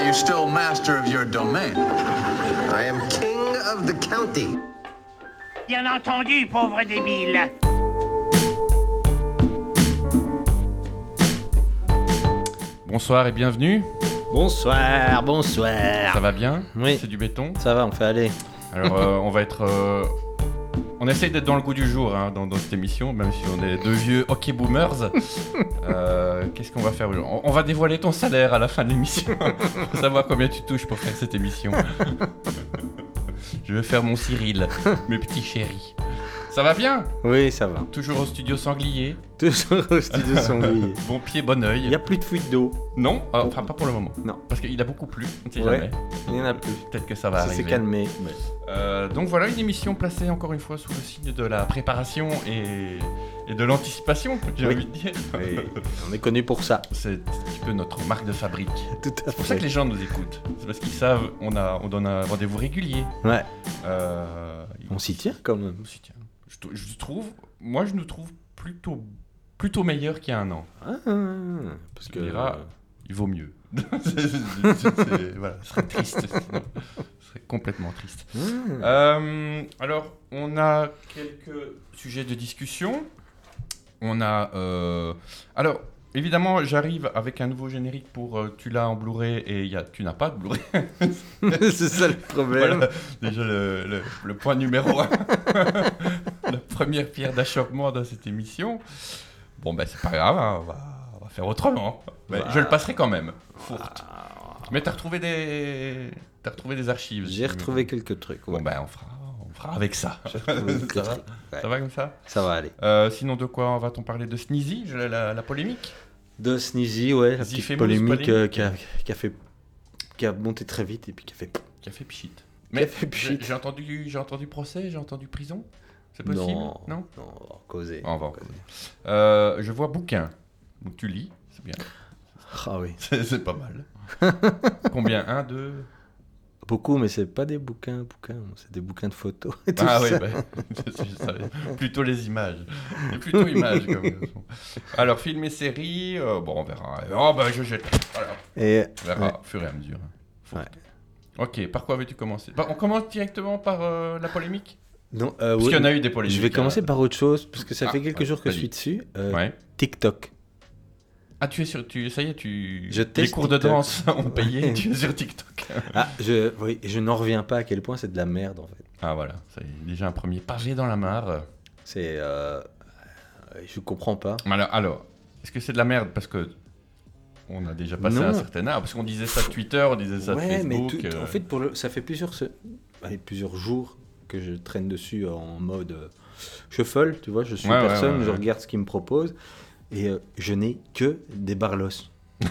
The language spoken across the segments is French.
you're still master of your domain. I am king of the county. Bien entendu, pauvre débile. Bonsoir et bienvenue. Bonsoir, bonsoir. Ça va bien Ah. Oui. C'est du béton. Ça va, on fait aller. Alors euh, on va être... euh, On essaye d'être dans le goût du jour hein, dans, dans cette émission, même si on est deux vieux hockey boomers. Euh, Qu'est-ce qu'on va faire aujourd'hui on, on va dévoiler ton salaire à la fin de l'émission. Faut savoir combien tu touches pour faire cette émission. Je vais faire mon Cyril, mes petits chéris. Ça va bien Oui, ça va. Toujours au studio sanglier. Toujours au studio sanglier. Bon pied, bon Il oeil. n'y a plus de fuite d'eau. Non, euh, enfin pas pour le moment. Non. Parce qu'il a beaucoup plu, on ne sait Ouais. jamais. Il n'y en a plus. Peut-être que ça va Ça arriver. s'est calmé. Euh, donc voilà une émission placée encore une fois sous le signe de la préparation et, et de l'anticipation, j'ai Oui. envie de dire. Oui, on est connu pour ça. C'est un petit peu notre marque de fabrique. Tout à C'est pour ça que les gens nous écoutent. C'est parce qu'ils savent, on, a, on donne un rendez-vous régulier. Ouais. Euh, On s'y tient quand même. on s'y tient. Je, t- je trouve, moi je nous trouve plutôt, plutôt meilleur qu'il y a un an. Ah, parce Tu que. diras, Il vaut mieux. C'est- c'est- c'est- voilà, ce serait triste. sinon. Ce serait complètement triste. Hmm. Euh, alors, on a quelques sujets de discussion. On a. euh, Alors, évidemment, j'arrive avec un nouveau générique pour euh, Tu l'as en Blu-ray et il y a... tu n'as pas de Blu-ray. ah. C'est ça le problème. Voilà, déjà le, le- le point numéro un. La première pierre d'achoppement dans cette émission. Bon, ben, c'est pas grave, hein, on, va... on va faire autrement. Mais Bah. Je le passerai quand même. Fourte. Mais t'as retrouvé des. T'as retrouvé des archives. J'ai retrouvé quelques trucs. Bon, ouais. ben, on fera, on fera avec ça. J'ai retrouvé quelques Ça va trucs. Ouais. Ça va comme ça Ça va aller. Euh, Sinon, de quoi va-t-on parler De Sneezy Je- la, la- la polémique De Sneezy, ouais, la Sneezy petite famous, polémique polémique. euh, qui a, qui a fait. qui a monté très vite et puis qui a fait. Qui a fait pchit. Qui a fait pchit. j'ai- J'ai entendu, j'ai entendu procès, j'ai entendu prison. C'est possible Non. Oh. Non, Ah on va en causer. On va en causer. Euh, Je vois bouquin. Donc tu lis, c'est bien. Ah oui. C'est c'est pas mal. Combien Un, deux Beaucoup, mais c'est pas des bouquins, bouquins, c'est des bouquins de photos. et tout Ah oui, ça. bah, je savais. plutôt les images. Et plutôt images, comme. Alors, film et série, euh, bon, on verra. Oh, bah, je jette. Voilà. Et On verra au fur et à mesure. Faut- Ok, par quoi veux-tu commencer Bah, On commence directement par euh, la polémique non, euh, Parce oui, qu'il y en a eu des polémiques. je vais hein. commencer par autre chose parce que ça Ah, fait quelques ouais, jours que je vas-y. suis dessus. Euh, Ouais. TikTok. Ah, tu es sur. Tu, ça y est, tu. Je Les teste cours de TikTok. danse ont payé Ouais. tu es sur TikTok. Ah, je, oui, je n'en reviens pas à quel point c'est de la merde en fait. Ah, voilà. ça y est, déjà un premier pavé dans la mare. C'est, euh, euh, je comprends pas. Alors, alors est-ce que c'est de la merde Parce que. On a déjà passé Non. un certain âge. Parce qu'on disait ça de Twitter, on disait ça de ouais, mais Facebook. tout- euh, en fait, pour le, ça fait plusieurs, se- allez, plusieurs jours que je traîne dessus en mode euh, shuffle, tu vois, je suis Ouais, ouais, personne, ouais, ouais. je regarde ce qu'il me propose et euh, je n'ai que des barlos.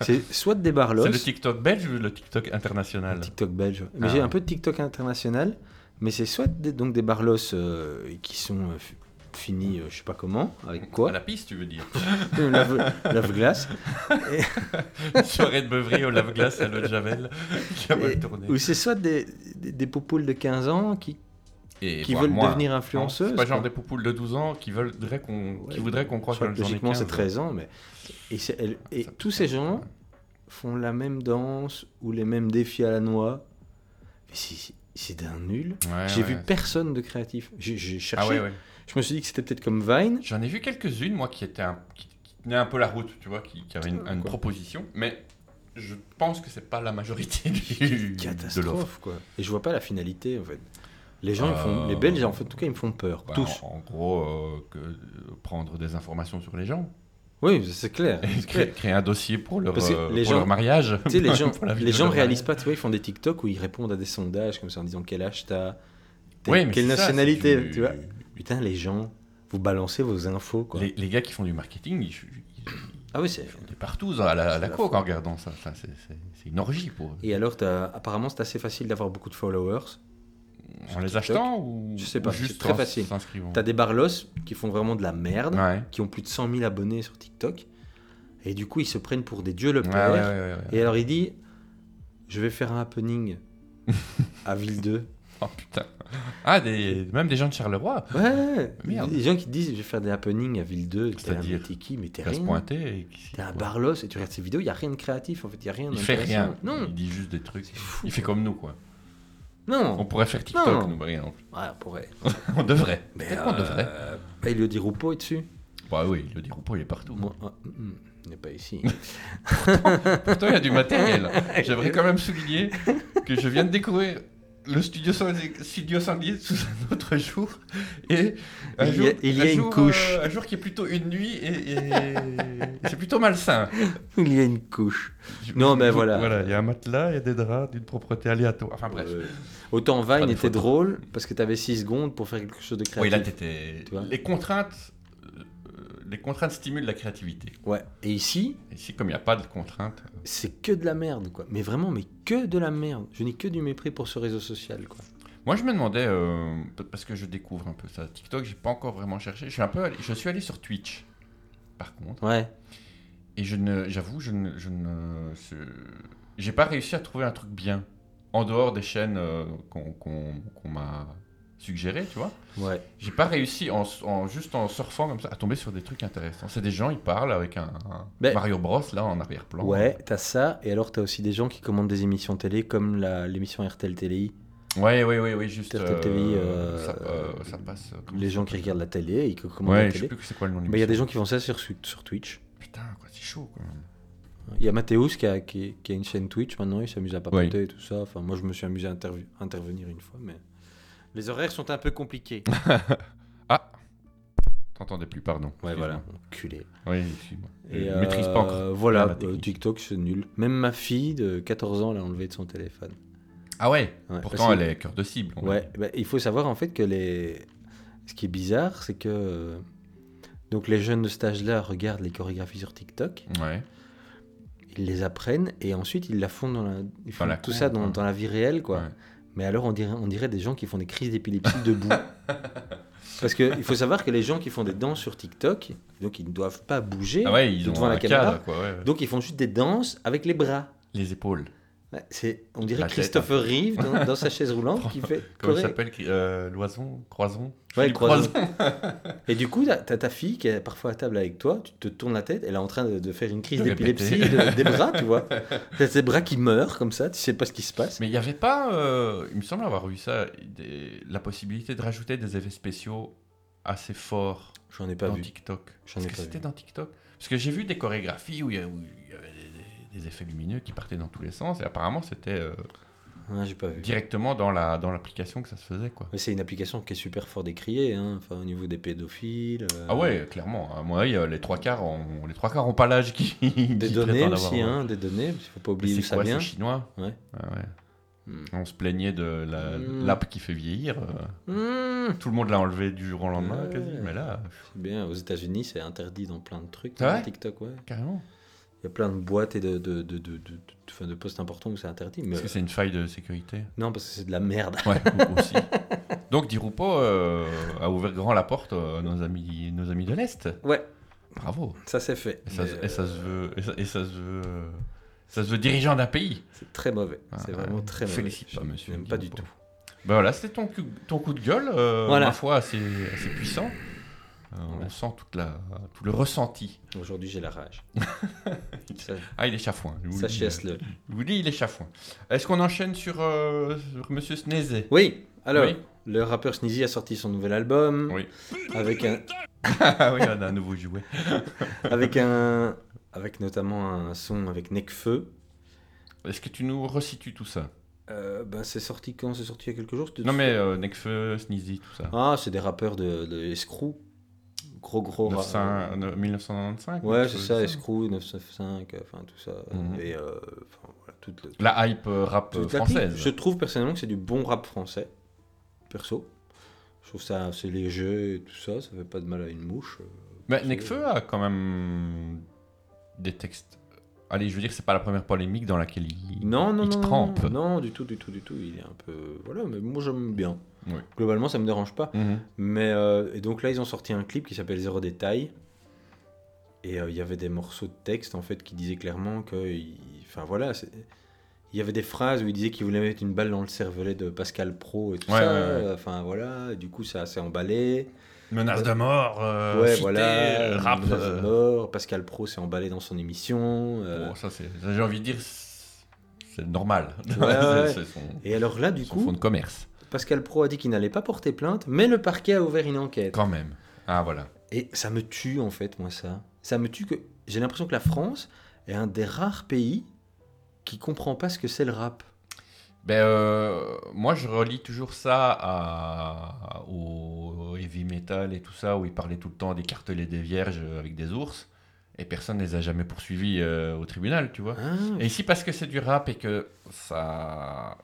c'est soit des barlos, C'est le TikTok belge ou le TikTok international TikTok belge. ouais. Mais Ah j'ai un ouais. peu de TikTok international, mais c'est soit des, donc des barlos euh, qui sont euh, fi- finis, euh, je sais pas comment, avec À quoi, la piste, tu veux dire Euh, lave- lave-glace, Soirée de beuverie au lave-glace à l'eau de Javel qui a mal Et- tourné. ou c'est soit des, des, des poupoules de 15 ans qui, Et qui voire veulent moins. devenir Non, influenceuses. C'est pas quoi. genre des poupoules de 12 ans qui, voudraient qu'on qui Ouais, voudraient qu'on croie que Soit j'en ai logiquement, 15. c'est 13 ans, mais. Et, c'est- elle- et Ça peut tous être ces ça. gens font la même danse ou les mêmes défis à la noix. Mais c'est- c'est d'un nul. Ouais, J'ai Ah ouais. vu personne de créatif. J'ai j'ai Ah cherché. ouais, ouais. Je me suis dit que c'était peut-être comme Vine. J'en ai vu quelques-unes, moi, qui étaient un, qui, qui tenaient un peu la route, tu vois, qui, qui avaient une, une Oh, Quoi. proposition, mais je pense que c'est pas la majorité du, de l'offre. Catastrophe, quoi. Et je vois pas la finalité, en fait. Les gens, ils font... Euh, les Belges, en fait, en tout cas, ils me font peur. Bah, Tous. en, en gros, euh, que, euh, prendre des informations sur les gens, Oui, c'est clair. et c'est créer, clair. créer un dossier pour leur, Parce que euh, les pour gens- leur mariage. Tu sais, les gens, pour la vie les de gens leur réalisent mariage. pas, tu vois, ils font des TikTok où ils répondent à des sondages comme ça en disant quel âge t'as, t'es- Ouais, mais quelle c'est ça, c'est nationalité, du- tu vois. Putain, les gens, vous balancez vos infos, quoi. Les, les gars qui font du marketing, ils, ils- Ah oui, c'est. On est partout à la, à la C'est la coque en regardant ça. ça c'est- c'est c'est une orgie pour eux. Et alors, t'as- apparemment, c'est assez facile d'avoir beaucoup de followers. En les achetant ou Je sais ou pas, juste c'est très en facile. s'inscrivant T'as des barlos qui font vraiment de la merde, Ouais. Ouais, qui ont plus de 100 000 abonnés sur TikTok. Et du coup, ils se prennent pour des dieux le Ah ouais, père. ouais, ouais, ouais. Et alors, il dit Je vais faire un happening à Ville 2. Oh putain. Ah, des... même des gens de Charleroi. Ouais, Ah, Merde. des gens qui te disent je vais faire des happenings à Ville 2, t'es un C'est-à-dire mais t'es qui, mais t'es Il va se rien. pointer. et qui- T'es un barlos et tu regardes ces vidéos, il n'y a rien de créatif en fait, il n'y a rien Il fait d'intéressant. rien. Non, Il dit juste des trucs. fou, il fait comme nous, quoi. On non, pourrait faire TikTok, Non. nous, par exemple. ouais, on pourrait. On devrait. Mais Peut-être qu'on devrait. euh, bah, il lui dit Roupeau est dessus. Bah oui, le Roupeau, il est partout. Moi, ah, mm, mm, il n'est pas ici. Pourtant, il y a du matériel. J'aimerais quand même souligner que je viens de découvrir le studio, sans... studio sanglier sous un autre jour. Et un Il y jour, a- il y un a une jour, couche. euh, un jour qui est plutôt une nuit et, et- c'est plutôt malsain. il y a une couche. Non, mais voilà. Voilà, il y a un matelas, il y a des draps d'une propreté aléatoire. Enfin Ah, bref. Euh, autant Vine Pas de Oh, était faute. drôle parce que t'avais 6 secondes pour faire quelque chose de créatif. Oui, là, t'étais. Tu vois. Les contraintes. euh, Les contraintes stimulent la créativité. ouais. Et ici, Et Ici, comme il n'y a pas de contraintes, c'est que de la merde, quoi. Mais vraiment, mais que de la merde. Je n'ai que du mépris pour ce réseau social, quoi. Moi, je me demandais, euh, p- parce que je découvre un peu ça, TikTok, j'ai pas encore vraiment cherché. Je suis un peu, allé- je suis allé sur Twitch, par contre, Ouais. et je ne, j'avoue, je ne, je ne, ce- j'ai pas réussi à trouver un truc bien en dehors des chaînes euh, qu'on, qu'on- qu'on m'a suggéré, tu vois. Ouais. J'ai pas réussi en, s- en- juste en surfant comme ça à tomber sur des trucs intéressants. C'est des gens, ils parlent avec un, un Ben- Mario Bros là en arrière-plan. Ouais, t'as ça, et alors t'as aussi des gens qui commandent des émissions télé comme la- l'émission RTL TLI. Ouais, ouais, ouais, ouais, juste. Sur TTV, euh, ça, euh, ça passe. euh, comment Les ça gens s'appelle qui regardent la télé et qui commandent Ouais, la je sais télé. plus que c'est quoi le nom de Mais il y a des l'émission. gens qui font ça sur, sur Twitch. Putain, quoi, c'est chaud quand même. Il y a Mathéus qui a, qui, qui a une chaîne Twitch maintenant, il s'amuse à papoter et tout ça. Enfin, moi, je me suis amusé à intervi- intervenir une fois, mais. Les horaires sont un peu compliqués. T'entendais plus, pardon. Ouais, Excuse-moi. voilà, enculé. Oui, excuse-moi. Je Et, maîtrise pas encore. euh, la Voilà, euh, technique. TikTok, c'est nul. Même ma fille de 14 ans l'a enlevé de son téléphone. Ah ouais, Ouais, Pourtant, parce elle est cœur de cible. on Ouais, dit. bah, il faut savoir en fait que les... ce qui est bizarre, c'est que euh, donc les jeunes de cet âge-là regardent les chorégraphies sur TikTok, Ouais. ils les apprennent et ensuite ils la font dans la... ils font la tout cour, ça dans, quoi. dans la vie réelle, quoi. Ouais. Mais alors on dirait, on dirait des gens qui font des crises d'épilepsie debout. Parce qu'il faut savoir que les gens qui font des danses sur TikTok, donc ils ne doivent pas bouger Ah ouais, ils ont devant un la caméra, cadre, quoi. ouais. donc ils font juste des danses avec les bras. Les épaules. Ouais, c'est, on dirait La tête, hein. Christopher Reeve dans, dans sa chaise roulante qui fait Comment il choré- s'appelle euh, Loison Croison Ouais, Philippe croisons. Et du coup, t'as t'as ta fille qui est parfois à table avec toi, tu te tournes la tête, elle est en train de, de faire une crise De les d'épilepsie péter. de- des bras, tu vois. T'as ses bras qui meurent comme ça, tu sais pas ce qui se passe. Mais il n'y avait pas, euh, il me semble avoir eu ça, des- la possibilité de rajouter des effets spéciaux assez forts J'en ai pas dans vu. TikTok. J'en ai Est-ce que pas vu. c'était dans TikTok Parce que j'ai vu des chorégraphies où il y, a- où il y avait des, des- des effets lumineux qui partaient dans tous les sens et apparemment c'était euh, Ouais, j'ai pas vu. directement dans la dans l'application que ça se faisait quoi. Mais c'est une application qui est super fort décriée, hein, enfin, au niveau des pédophiles. euh, Ah ouais, clairement. À mon avis, euh, les trois quarts ont, les trois quarts ont pas l'âge qui. Des qui données prétendent aussi, avoir. euh, hein, des données, parce qu'il faut pas Mais oublier C'est d'où ça quoi, vient. c'est chinois Ouais. Ah ouais. Hmm. On se plaignait de la- Hmm. l'app qui fait vieillir. euh, Mmh. Tout le monde l'a enlevé du jour au lendemain, Ouais. quasi. Mais là, C'est Bien, aux États-Unis, c'est interdit dans plein de trucs. Ah ouais TikTok, ouais. carrément. Il y a plein de boîtes et de, de, de, de, de, de- enfin, de postes importants où c'est interdit. Mais... Est-ce que c'est une faille de sécurité Non, parce que c'est de la merde. Ouais, ou- aussi. Donc, Di Rupo euh, a ouvert grand la porte euh, à nos amis, nos amis de l'Est. Ouais, Bravo. ça c'est fait. Et ça, Mais, euh, se- et ça se veut. Et ça, et ça se veut. euh, Ça se veut dirigeant d'un pays. C'est très mauvais. Ah, c'est ouais. vraiment très mauvais. Félicite pas, Je monsieur n'aime pas du Guillaume tout. Ben voilà, c'était ton, cu- ton coup de gueule, euh, Voilà. ma foi, assez, assez puissant. Euh, Ouais. On sent toute la, tout le ressenti. Aujourd'hui, j'ai la rage. Ça- Ah, il est chafouin. Je vous ça le dis. hein. chasse-le. Je vous le dis, il est chafouin. Est-ce qu'on enchaîne sur, euh, sur Monsieur Snezé Oui, alors, Oui. le rappeur Sneezy a sorti son nouvel album. Oui. Avec un, Ah oui, on a un nouveau jouet. avec un, avec notamment un son avec Necfeu. Est-ce que tu nous resitues tout ça Euh, ben, c'est sorti quand C'est sorti il y a quelques jours c'était- Non mais euh, Necfeu, Sneezy, tout ça. Ah, c'est des rappeurs de, de Escrew. Gros, gros ra- 900 euh, 1995 Ouais, quelque c'est chose ça, comme Escrew, 995, euh, enfin tout ça. Mhm. Et euh, enfin, voilà, toute le- La hype euh, rap Tout euh, à fait. française. Je trouve personnellement que c'est du bon rap français, perso. Je trouve ça assez léger et tout ça, ça fait pas de mal à une mouche. Mais Necfeu a quand même des textes... Allez, je veux dire, c'est pas la première polémique dans laquelle il, Non, non, il non, trempe. non, non, du tout, du tout, du tout. Il est un peu, voilà, mais moi j'aime bien. Oui. Globalement, ça me dérange pas. Mhm. Mais euh, et donc là, ils ont sorti un clip qui s'appelle Zéro détail. Et euh, il y avait des morceaux de texte en fait qui disaient clairement que, il- enfin voilà, c'est- il, il y avait des phrases où il disait qu'il voulait mettre une balle dans le cervelet de Pascal Pro et tout Ouais, ça. ouais, ouais. Enfin voilà, du coup ça s'est emballé. Menace de mort, euh, ouais cité, voilà, rap. menace de euh, mort, Pascal Pro s'est emballé dans son émission. euh, bon, ça, c'est- ça, j'ai envie de dire, c'est normal. Ouais, ouais. c'est son, Et alors là, du son coup, fonds de commerce, Pascal Pro a dit qu'il n'allait pas porter plainte, mais le parquet a ouvert une enquête. quand même. Ah voilà. Et ça me tue en fait, moi ça. Ça me tue que j'ai l'impression que la France est un des rares pays qui comprend pas ce que c'est le rap. Ben, euh, moi, je relis toujours ça à- au heavy metal et tout ça, où ils parlaient tout le temps des cartelets des vierges avec des ours, et personne ne les a jamais poursuivis euh, au tribunal, tu vois. Ah, Et ici, parce que c'est du rap et que ça.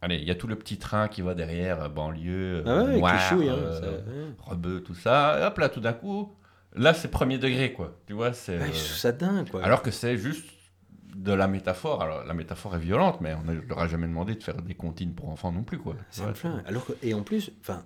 Allez, il y a tout le petit train qui va derrière, euh, banlieue, ah ouais, noir, avec les chouilles, hein, euh, ça, ouais. rebeu, tout ça. Et hop là, tout d'un coup, là, c'est premier degré, quoi. Tu vois, c'est. Ouais, euh, Bah, je trouve Ah, ça dingue quoi. alors que c'est juste de la métaphore. Alors, la métaphore est violente, mais on ne leur a jamais demandé de faire des comptines pour enfants non plus, quoi. Ça Ouais. me flingue. Alors que- et en plus, enfin,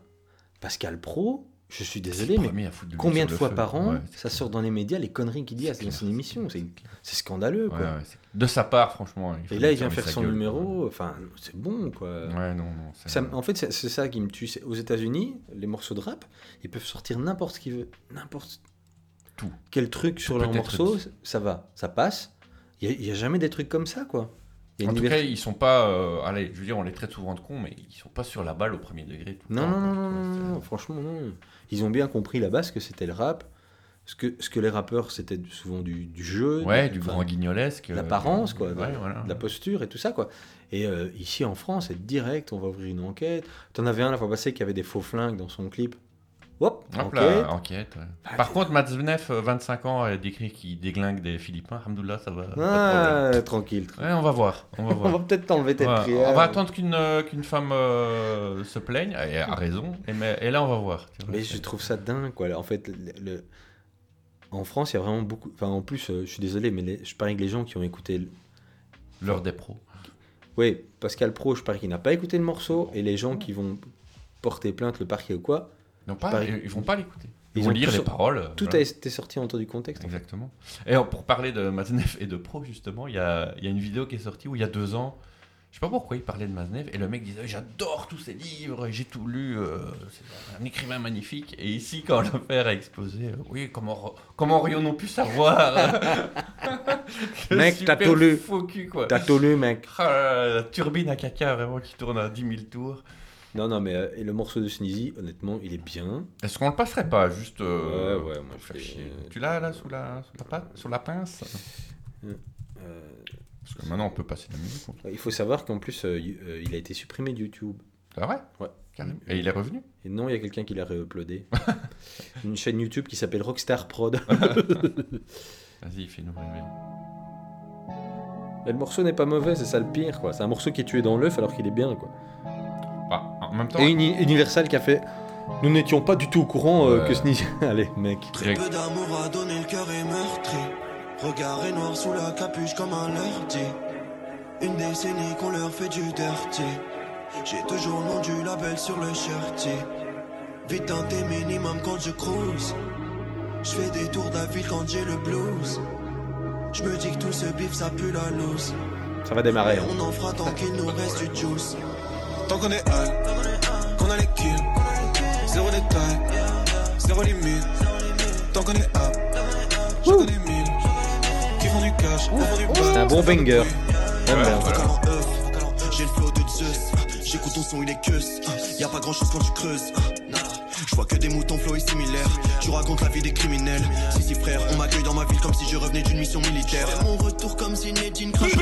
Pascal Pro, je suis C'est désolé, le mais premier à foutre de l'huile combien sur de le fois feu. par an Ouais, ça sort dans les médias les conneries qu'il dit C'est à- dans clair. son émission C'est c'est scandaleux ouais, quoi. ouais, c'est- De sa part, franchement. Et faut là, lui il vient fermer faire sa son gueule. numéro, enfin, c'est bon quoi. Ouais, non, non. c'est- Ça me- en fait, c'est c'est ça qui me tue. C'est- Aux États-Unis, les morceaux de rap, ils peuvent sortir n'importe ce qu'ils veulent, n'importe Tout. Quel truc sur Tout leur peut être morceau, dit. ça va, ça passe. Il n'y a, jamais des trucs comme ça, quoi. Il y En a une tout liberté- cas, ils sont pas. euh, allez, je veux dire, on les traite souvent de cons, mais ils sont pas sur la balle au premier degré. Tout le non, temps, non, non, quoi. non, non, non, franchement, non. Ils ont bien compris là-bas ce que c'était le rap, ce que, ce que les rappeurs, c'était souvent du, du jeu. Ouais, de- du enfin, grand guignolesque. euh, l'apparence, quoi, Ouais, voilà. de la posture et tout ça, quoi. Et euh, ici, en France, c'est direct, on va ouvrir une enquête. T'en avais un la fois passée qui avait des faux flingues dans son clip. Hop, Ah, Hop enquête. là, enquête. ouais. Par contre, Matzvenef, 25 ans, a décrit qu'il déglingue des Philippins. Alhamdoulilah, ça va. pas de problème. Ah, tranquille. Ouais, on va voir. On va On va voir. peut-être t'enlever tes Ouais, prières. on va attendre qu'une euh, qu'une femme euh, se plaigne, et a raison, et, mais- et là on va voir. tu vois. Mais je trouve ça dingue, quoi. En fait, le- le- en France, il y a vraiment beaucoup. Enfin, en plus, euh, je suis désolé, mais les- je parie que les gens qui ont écouté. le- L'heure des pros. Oui, Pascal Pro, je parie qu'il n'a pas écouté le morceau, et les gens qui vont porter plainte, le parquet ou quoi, Non, pas, Pareil. ils, ils vont pas l'écouter. Ils Ils vont ont lire tout les sor- paroles. euh, tout a voilà. été sorti en dehors du contexte. en fait. Exactement. Et euh, pour parler de Mazenef et de Pro, justement, il y a, il y a une vidéo qui est sortie où il y a deux ans, je sais pas pourquoi il parlait de Mazenef, et le mec disait J'adore tous ses livres, j'ai tout lu, euh, c'est un écrivain magnifique. Et ici, quand l'affaire a explosé, euh, oui, comment, re- comment aurions-nous pu savoir Le Mec, t'as super tout lu. faux cul, quoi. T'as tout lu, mec. Ah, la, la turbine à caca, vraiment, qui tourne à 10 000 tours. Non, non, mais euh, et le morceau de Sneezy, honnêtement, il est bien. Est-ce qu'on le passerait pas Juste. euh, Ouais, ouais, moi, pour je faire fais- chier. Tu l'as là sous la, sous la, patte- sous la pince Euh, Parce que maintenant on peut passer la musique. on- il faut savoir qu'en plus, euh, y- euh, il a été supprimé de YouTube. Ah ouais Ouais. Carrément. Et il est revenu Et non, il y a quelqu'un qui l'a réuploadé. Une chaîne YouTube qui s'appelle Rockstar Prod. Vas-y, fais-nous rêver. Mais le morceau n'est pas mauvais, c'est ça le pire, quoi. C'est un morceau qui est tué dans l'œuf alors qu'il est bien, quoi. Ah, en même temps. Et Uni- Universal qui a fait. Nous n'étions pas du tout au courant euh, Ouais. que Sneezy. Allez, mec. Très peu d'amour à donner, le cœur est meurtri. Regard est noir sous la capuche comme un lerdi. Une décennie qu'on leur fait du dirty. J'ai toujours le nom du label sur le shirty. Vite un thé minimum quand je cruise. Je fais des tours d'avis quand j'ai le blues. Je me dis que tout ce bif ça pue la loose. Ça va démarrer. Et hein. on en fera tant qu'il nous reste du juice. Tant qu'on est high, qu'on a les kills, zéro détail, zéro limite. Tant qu'on est up, je connais mille qui font du cash, qui font du buzz. C'est un bon banger. Ah, Ouais, merde. voilà. Vocal en œuf, vocal en- euh, J'ai le flow de Zeus. J'écoute ton son, il est queuse. Y a pas grand chose quand tu creuses. Euh, Je vois que des moutons flow et similaires. Tu racontes la vie des criminels. Si, si, frère, on m'accueille dans ma ville comme si je revenais d'une mission militaire. Je fais mon retour comme Zinedine Crash.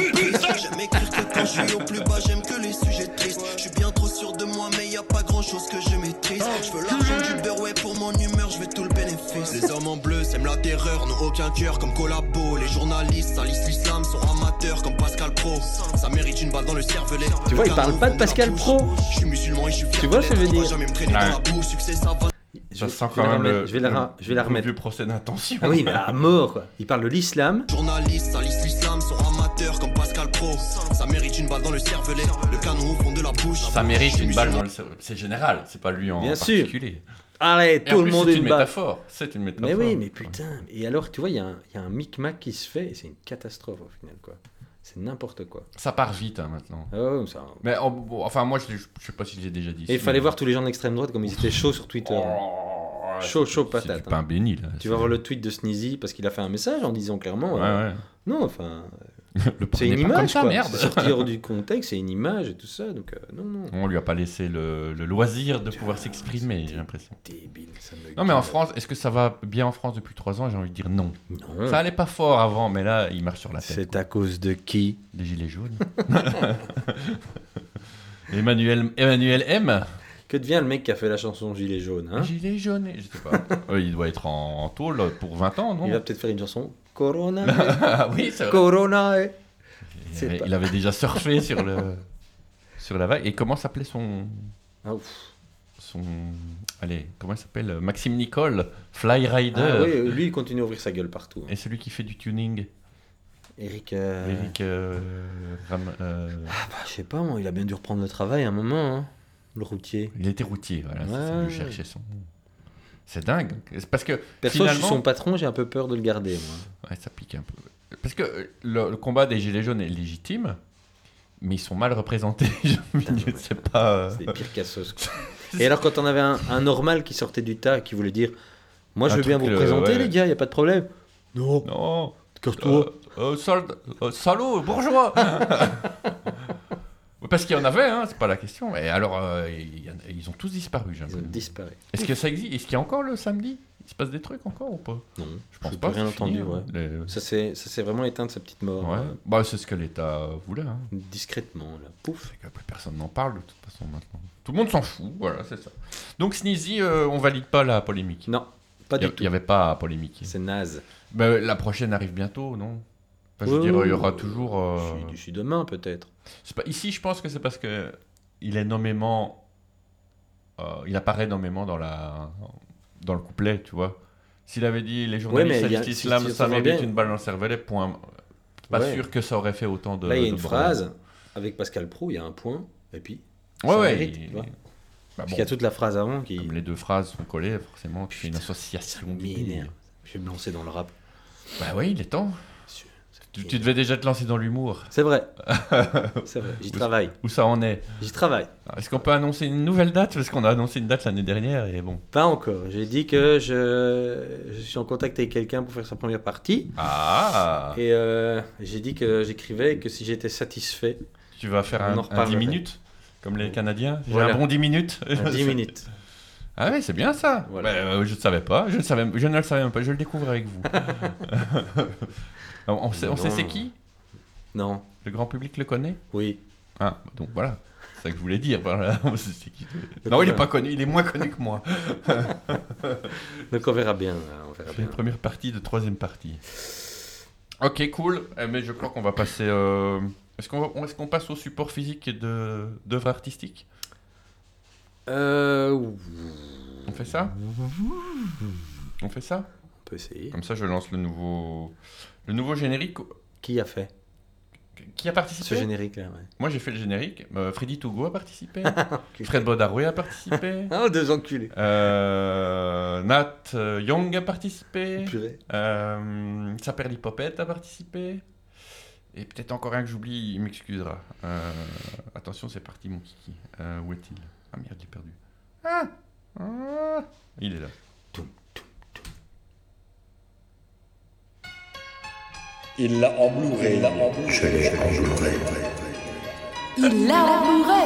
J'aime écrire que quand je suis au plus bas, j'aime que les sujets tristes. Je suis bien trop sûr de moi, mais y a pas grand chose que je maîtrise. Je veux l'argent du beurre, ouais, pour mon humeur, je veux tout le bénéfice. Les hommes en bleu sèment la terreur, n'ont aucun cœur comme collabo. Les journalistes salissent l'islam, sont amateurs comme Pascal Pro. Ça mérite une balle dans le cervelet. Tu vois, il parle pas de Pascal Pro. Je suis musulman et je suis fier Tu vois de ce que je veux l'être. On va dire jamais me traîner dans la boue, succès ça va. Je Ça vais- sent je vais quand la même remettre, le, je vais la, ra- je vais la le remettre. vieux procès d'intention. Ah oui, mais à mort, quoi. Il parle de l'islam. Journalistes salissent l'islam, sont amateurs comme Pascal Pro. Ça mérite une balle dans le cervelet. Le canon au fond de la bouche. Ça mérite Je suis une balle musulman. dans le cerveau. C'est général, c'est pas lui en Bien sûr. particulier. Allez, Et en tout le plus, monde c'est est une une balle. métaphore. C'est une métaphore. Mais oui, mais putain. Et alors, tu vois, il y, a un- il y a un micmac qui se fait et c'est une catastrophe au final, quoi. C'est n'importe quoi. Ça part vite hein, maintenant. Oh, ça- Mais oh, bon, enfin, moi, je, je, je sais pas si je l'ai déjà dit. Et il si, fallait mais- voir tous les gens de l'extrême droite comme ils étaient chauds sur Twitter. Oh, ouais, Chaud, c'est- chaud c'est patate, du hein. pain béni, là. Tu vas voir le tweet de Sneezy parce qu'il a fait un message en disant clairement. Ouais, euh, ouais. Non, enfin, Le c'est prenez une pas comme image. ça, quoi. merde. C'est sorti hors du contexte, c'est une image et tout ça. Donc, euh, non, non. On lui a pas laissé le, le loisir de pouvoir s'exprimer, j'ai l'impression. Débile, ça me Non, mais en gueule. France, est-ce que ça va bien en France depuis 3 ans J'ai envie de dire non. Non. Ça allait pas fort avant, mais là, il marche sur la tête. C'est à cause de qui Des gilets jaunes. Emmanuel, Emmanuel Hein M. Que devient le mec qui a fait la chanson Gilet jaune hein Gilets jaunes, je sais pas. Euh, il doit être en, en tôle pour 20 ans, non Il va peut-être faire une chanson Corona. eh, Ah oui, c'est vrai. Corona. eh. Il C'est avait, pas- il avait déjà surfé sur, le, sur la vague. Et comment s'appelait son. Ah, ouf. son allez, comment il s'appelle Maxime Nicole, Fly Rider. Ah oui, lui il continue à ouvrir sa gueule partout. hein. Et celui qui fait du tuning, Eric, euh, Eric. euh, Ram- euh, bah, je sais pas moi, il a bien dû reprendre le travail à un moment, hein, le routier. il était routier, voilà. c'est ça, Ouais. il cherchait son. C'est dingue. C'est parce que. Perso, je finalement, suis son patron, j'ai un peu peur de le garder. Moi. Ouais, ça pique un peu. Parce que euh, le, le combat des Gilets jaunes est légitime, mais ils sont mal représentés. Je ne sais pas. euh, C'est des pires cassos. quoi. Et alors, quand on avait un, un normal qui sortait du tas, qui voulait dire Moi, je Un veux bien vous truc, euh, présenter, ouais. les gars, il a pas de problème. Non, Non. casse-toi. Euh, euh, solde- euh, salaud, bourgeois Parce qu'il y en avait, hein, c'est pas la question. Et alors, euh, il y en- ils ont tous disparu, j'ai Ils ont l'impression. disparu. Est-ce que ça existe Est-ce qu'il y a encore le samedi Il se passe des trucs encore ou pas Non, Je pense j'ai pas. rien c'est fini, entendu, hein. ouais. Les- Ça s'est ça s'est vraiment éteint de sa petite mort. Ouais. euh, Bah, c'est ce que l'État voulait. Hein. discrètement, là. Pouf. Fait que plus personne n'en parle de toute façon maintenant. Tout le monde s'en fout, voilà, c'est ça. Donc Sneezy, euh, on valide pas la polémique. Non, pas Il du tout. n'y avait pas à polémiquer. C'est naze. Bah, la prochaine arrive bientôt, non Enfin, Je veux Oui, dire, oui, il y aura oui. toujours. euh, Je suis- Je suis demain, peut-être. C'est pas- Ici, je pense que c'est parce que il est nommément, euh, il apparaît nommément dans la dans le couplet, tu vois. S'il avait dit les journalistes mais il y a- salissent si- l'islam, si on ça s'entend mérite bien. une balle dans le cervelet. Point. Pas Ouais. sûr que ça aurait fait autant de. Là, il y a de une bordel. phrase avec Pascal Pro, il y a un point, et puis. Ouais, ça ouais. mérite, il- tu vois. bah Parce bon, qu'il y a toute la phrase avant qui. comme les deux phrases sont collées, forcément, tu fais une Putain, association. M'énerve. Je vais me lancer dans le rap. Bah oui, il est temps. Monsieur, ça Tu, me tu devais déjà te lancer dans l'humour. C'est vrai. C'est vrai. J'y travaille. Où ça en est J'y travaille. Alors, Est-ce qu'on peut annoncer une nouvelle date Parce qu'on a annoncé une date l'année dernière et bon. Pas encore. J'ai dit que je, je suis en contact avec quelqu'un pour faire sa première partie. Ah Et euh, j'ai dit que j'écrivais et que si j'étais satisfait, Tu vas faire On un, en un reparlera. 10 minutes Comme les Canadiens J'ai Voilà. un bon 10 minutes à 10 minutes. Ah ouais, c'est bien ça Voilà. Bah, euh, Je ne savais pas, je, ne savais, je ne le savais même pas, je le découvre avec vous. on on sait, on sait Non. c'est qui Non. Le grand public le connaît Oui. Ah, bah donc voilà, c'est ça que je voulais dire. voilà, on sait c'est qui. Donc, Non, on il est verra. pas connu, il est moins connu que moi. Donc on verra bien. là, On verra Je fais une Ah bien. ben, première partie de troisième partie. Ok, cool, Eh, mais je crois qu'on va passer... euh, Est-ce qu'on va- est-ce qu'on passe au support physique et de- d'œuvres artistiques Euh, ouh, On fait ça On fait ça on peut essayer. Comme ça, je lance le nouveau, le nouveau générique. Qui a fait Qui a ce participé générique-là ouais. Moi, j'ai fait le générique. Euh, Freddy Togo a participé. Fred Bodaroué a participé. Oh, deux enculés. Euh, Nat euh, Young a participé. Purée. Euh, Saperli Popette a participé. Et peut-être encore un que j'oublie, il m'excusera. Euh, attention, c'est parti, mon kiki. Euh, où est-il Ah merde, j'ai perdu. Ah Ah Il est là. Il l'a emblouré, il l'a emblouré. Je l'ai enjoué. Il l'a rembourré.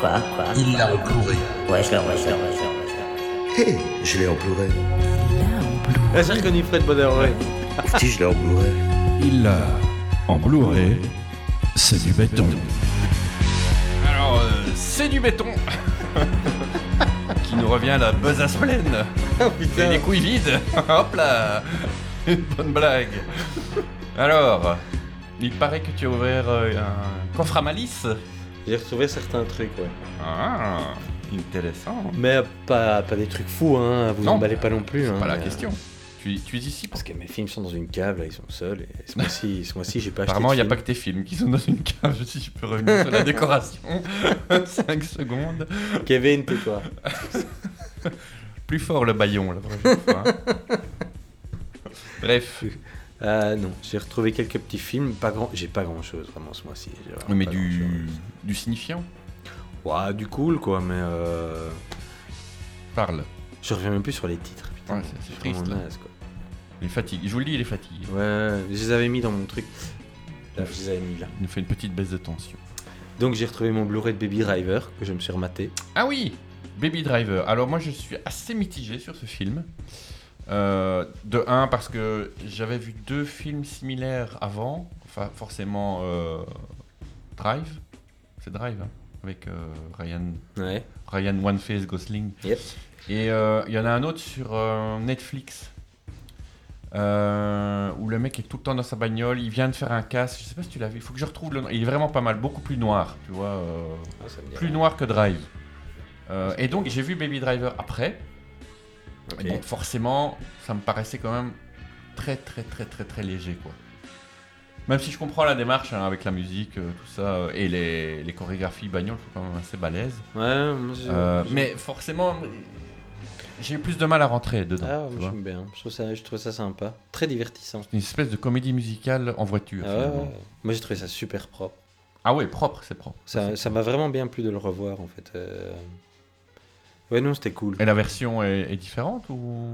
Quoi Quoi Il l'a enjoué. Ouais, je le ouais, je le ouais, je le- ouais, je le- Hé, je l'ai enjoué. Ah, j'ai reconnu Fred Bodaroué. Si, je l'ai enjoué. Il l'a en Blu-ray, c'est du béton. Alors, euh, c'est du béton qui nous revient la besace pleine. Oh Et putain. les couilles vides Hop là Une bonne blague Alors, il paraît que tu as ouvert euh, un coffre à malice J'ai retrouvé certains trucs, ouais. Ah, intéressant Mais euh, pas, pas des trucs fous, hein. Vous Non, emballez bah, pas non plus. C'est hein, pas la mais, euh, question. Tu, tu es ici parce Parce que mes films sont dans une cave, là, ils sont seuls. Et ce mois-ci, ce mois-ci, j'ai pas acheté. Apparemment, il de n'y a pas film. que tes films qui sont dans une cave, si je peux revenir sur la décoration. 5 secondes. Kevin, tais-toi. Plus fort le baillon, la prochaine fois. Bref, Euh, non, j'ai retrouvé quelques petits films. Pas grand, j'ai pas grand chose vraiment ce mois-ci. J'ai vraiment Mais pas du, grand-chose. du signifiant Ouais, du cool quoi, mais euh, Parle. je reviens même plus sur les titres. Putain, Ouais, c'est- c'est vraiment triste, là. naze, quoi. Il est fatigué. Je vous le dis, il est fatigué. Ouais, je les avais mis dans mon truc. Là, je les avais mis là. Il nous fait une petite baisse de tension. Donc j'ai retrouvé mon Blu-ray de Baby Driver que je me suis rematé. Ah oui Baby Driver. Alors moi je suis assez mitigé sur ce film. Euh, de un parce que j'avais vu deux films similaires avant. Enfin forcément euh, Drive. C'est Drive hein, avec euh, Ryan, Ouais. Ryan One Face Gosling. Yep. Et euh, il y en a un autre sur euh, Netflix. euh, où le mec est tout le temps dans sa bagnole, il vient de faire un casse, je sais pas si tu l'as vu, il faut que je retrouve le nom. Il est vraiment pas mal, beaucoup plus noir, tu vois. euh, Ah, ça me dit plus rien. noir que Drive. Euh, et donc j'ai vu Baby Driver après. Ok. Et bon, forcément, ça me paraissait quand même très très très très très léger quoi. Même si je comprends la démarche hein, avec la musique, euh, tout ça, euh, et les, les chorégraphies bagnoles sont quand même assez balèzes. Ouais, moi, je- Euh, je- mais forcément, j'ai eu plus de mal à rentrer dedans. Ah, moi, tu vois. j'aime bien. Je trouve, ça, je trouve ça sympa. Très divertissant. Une espèce de comédie musicale en voiture. Ah ouais, finalement. ouais. Moi j'ai trouvé ça super propre. Ah ouais, propre, c'est propre. Ça ça m'a vraiment bien plu de le revoir en fait. Euh, Ouais, non, c'était cool. Et la version est, est différente ou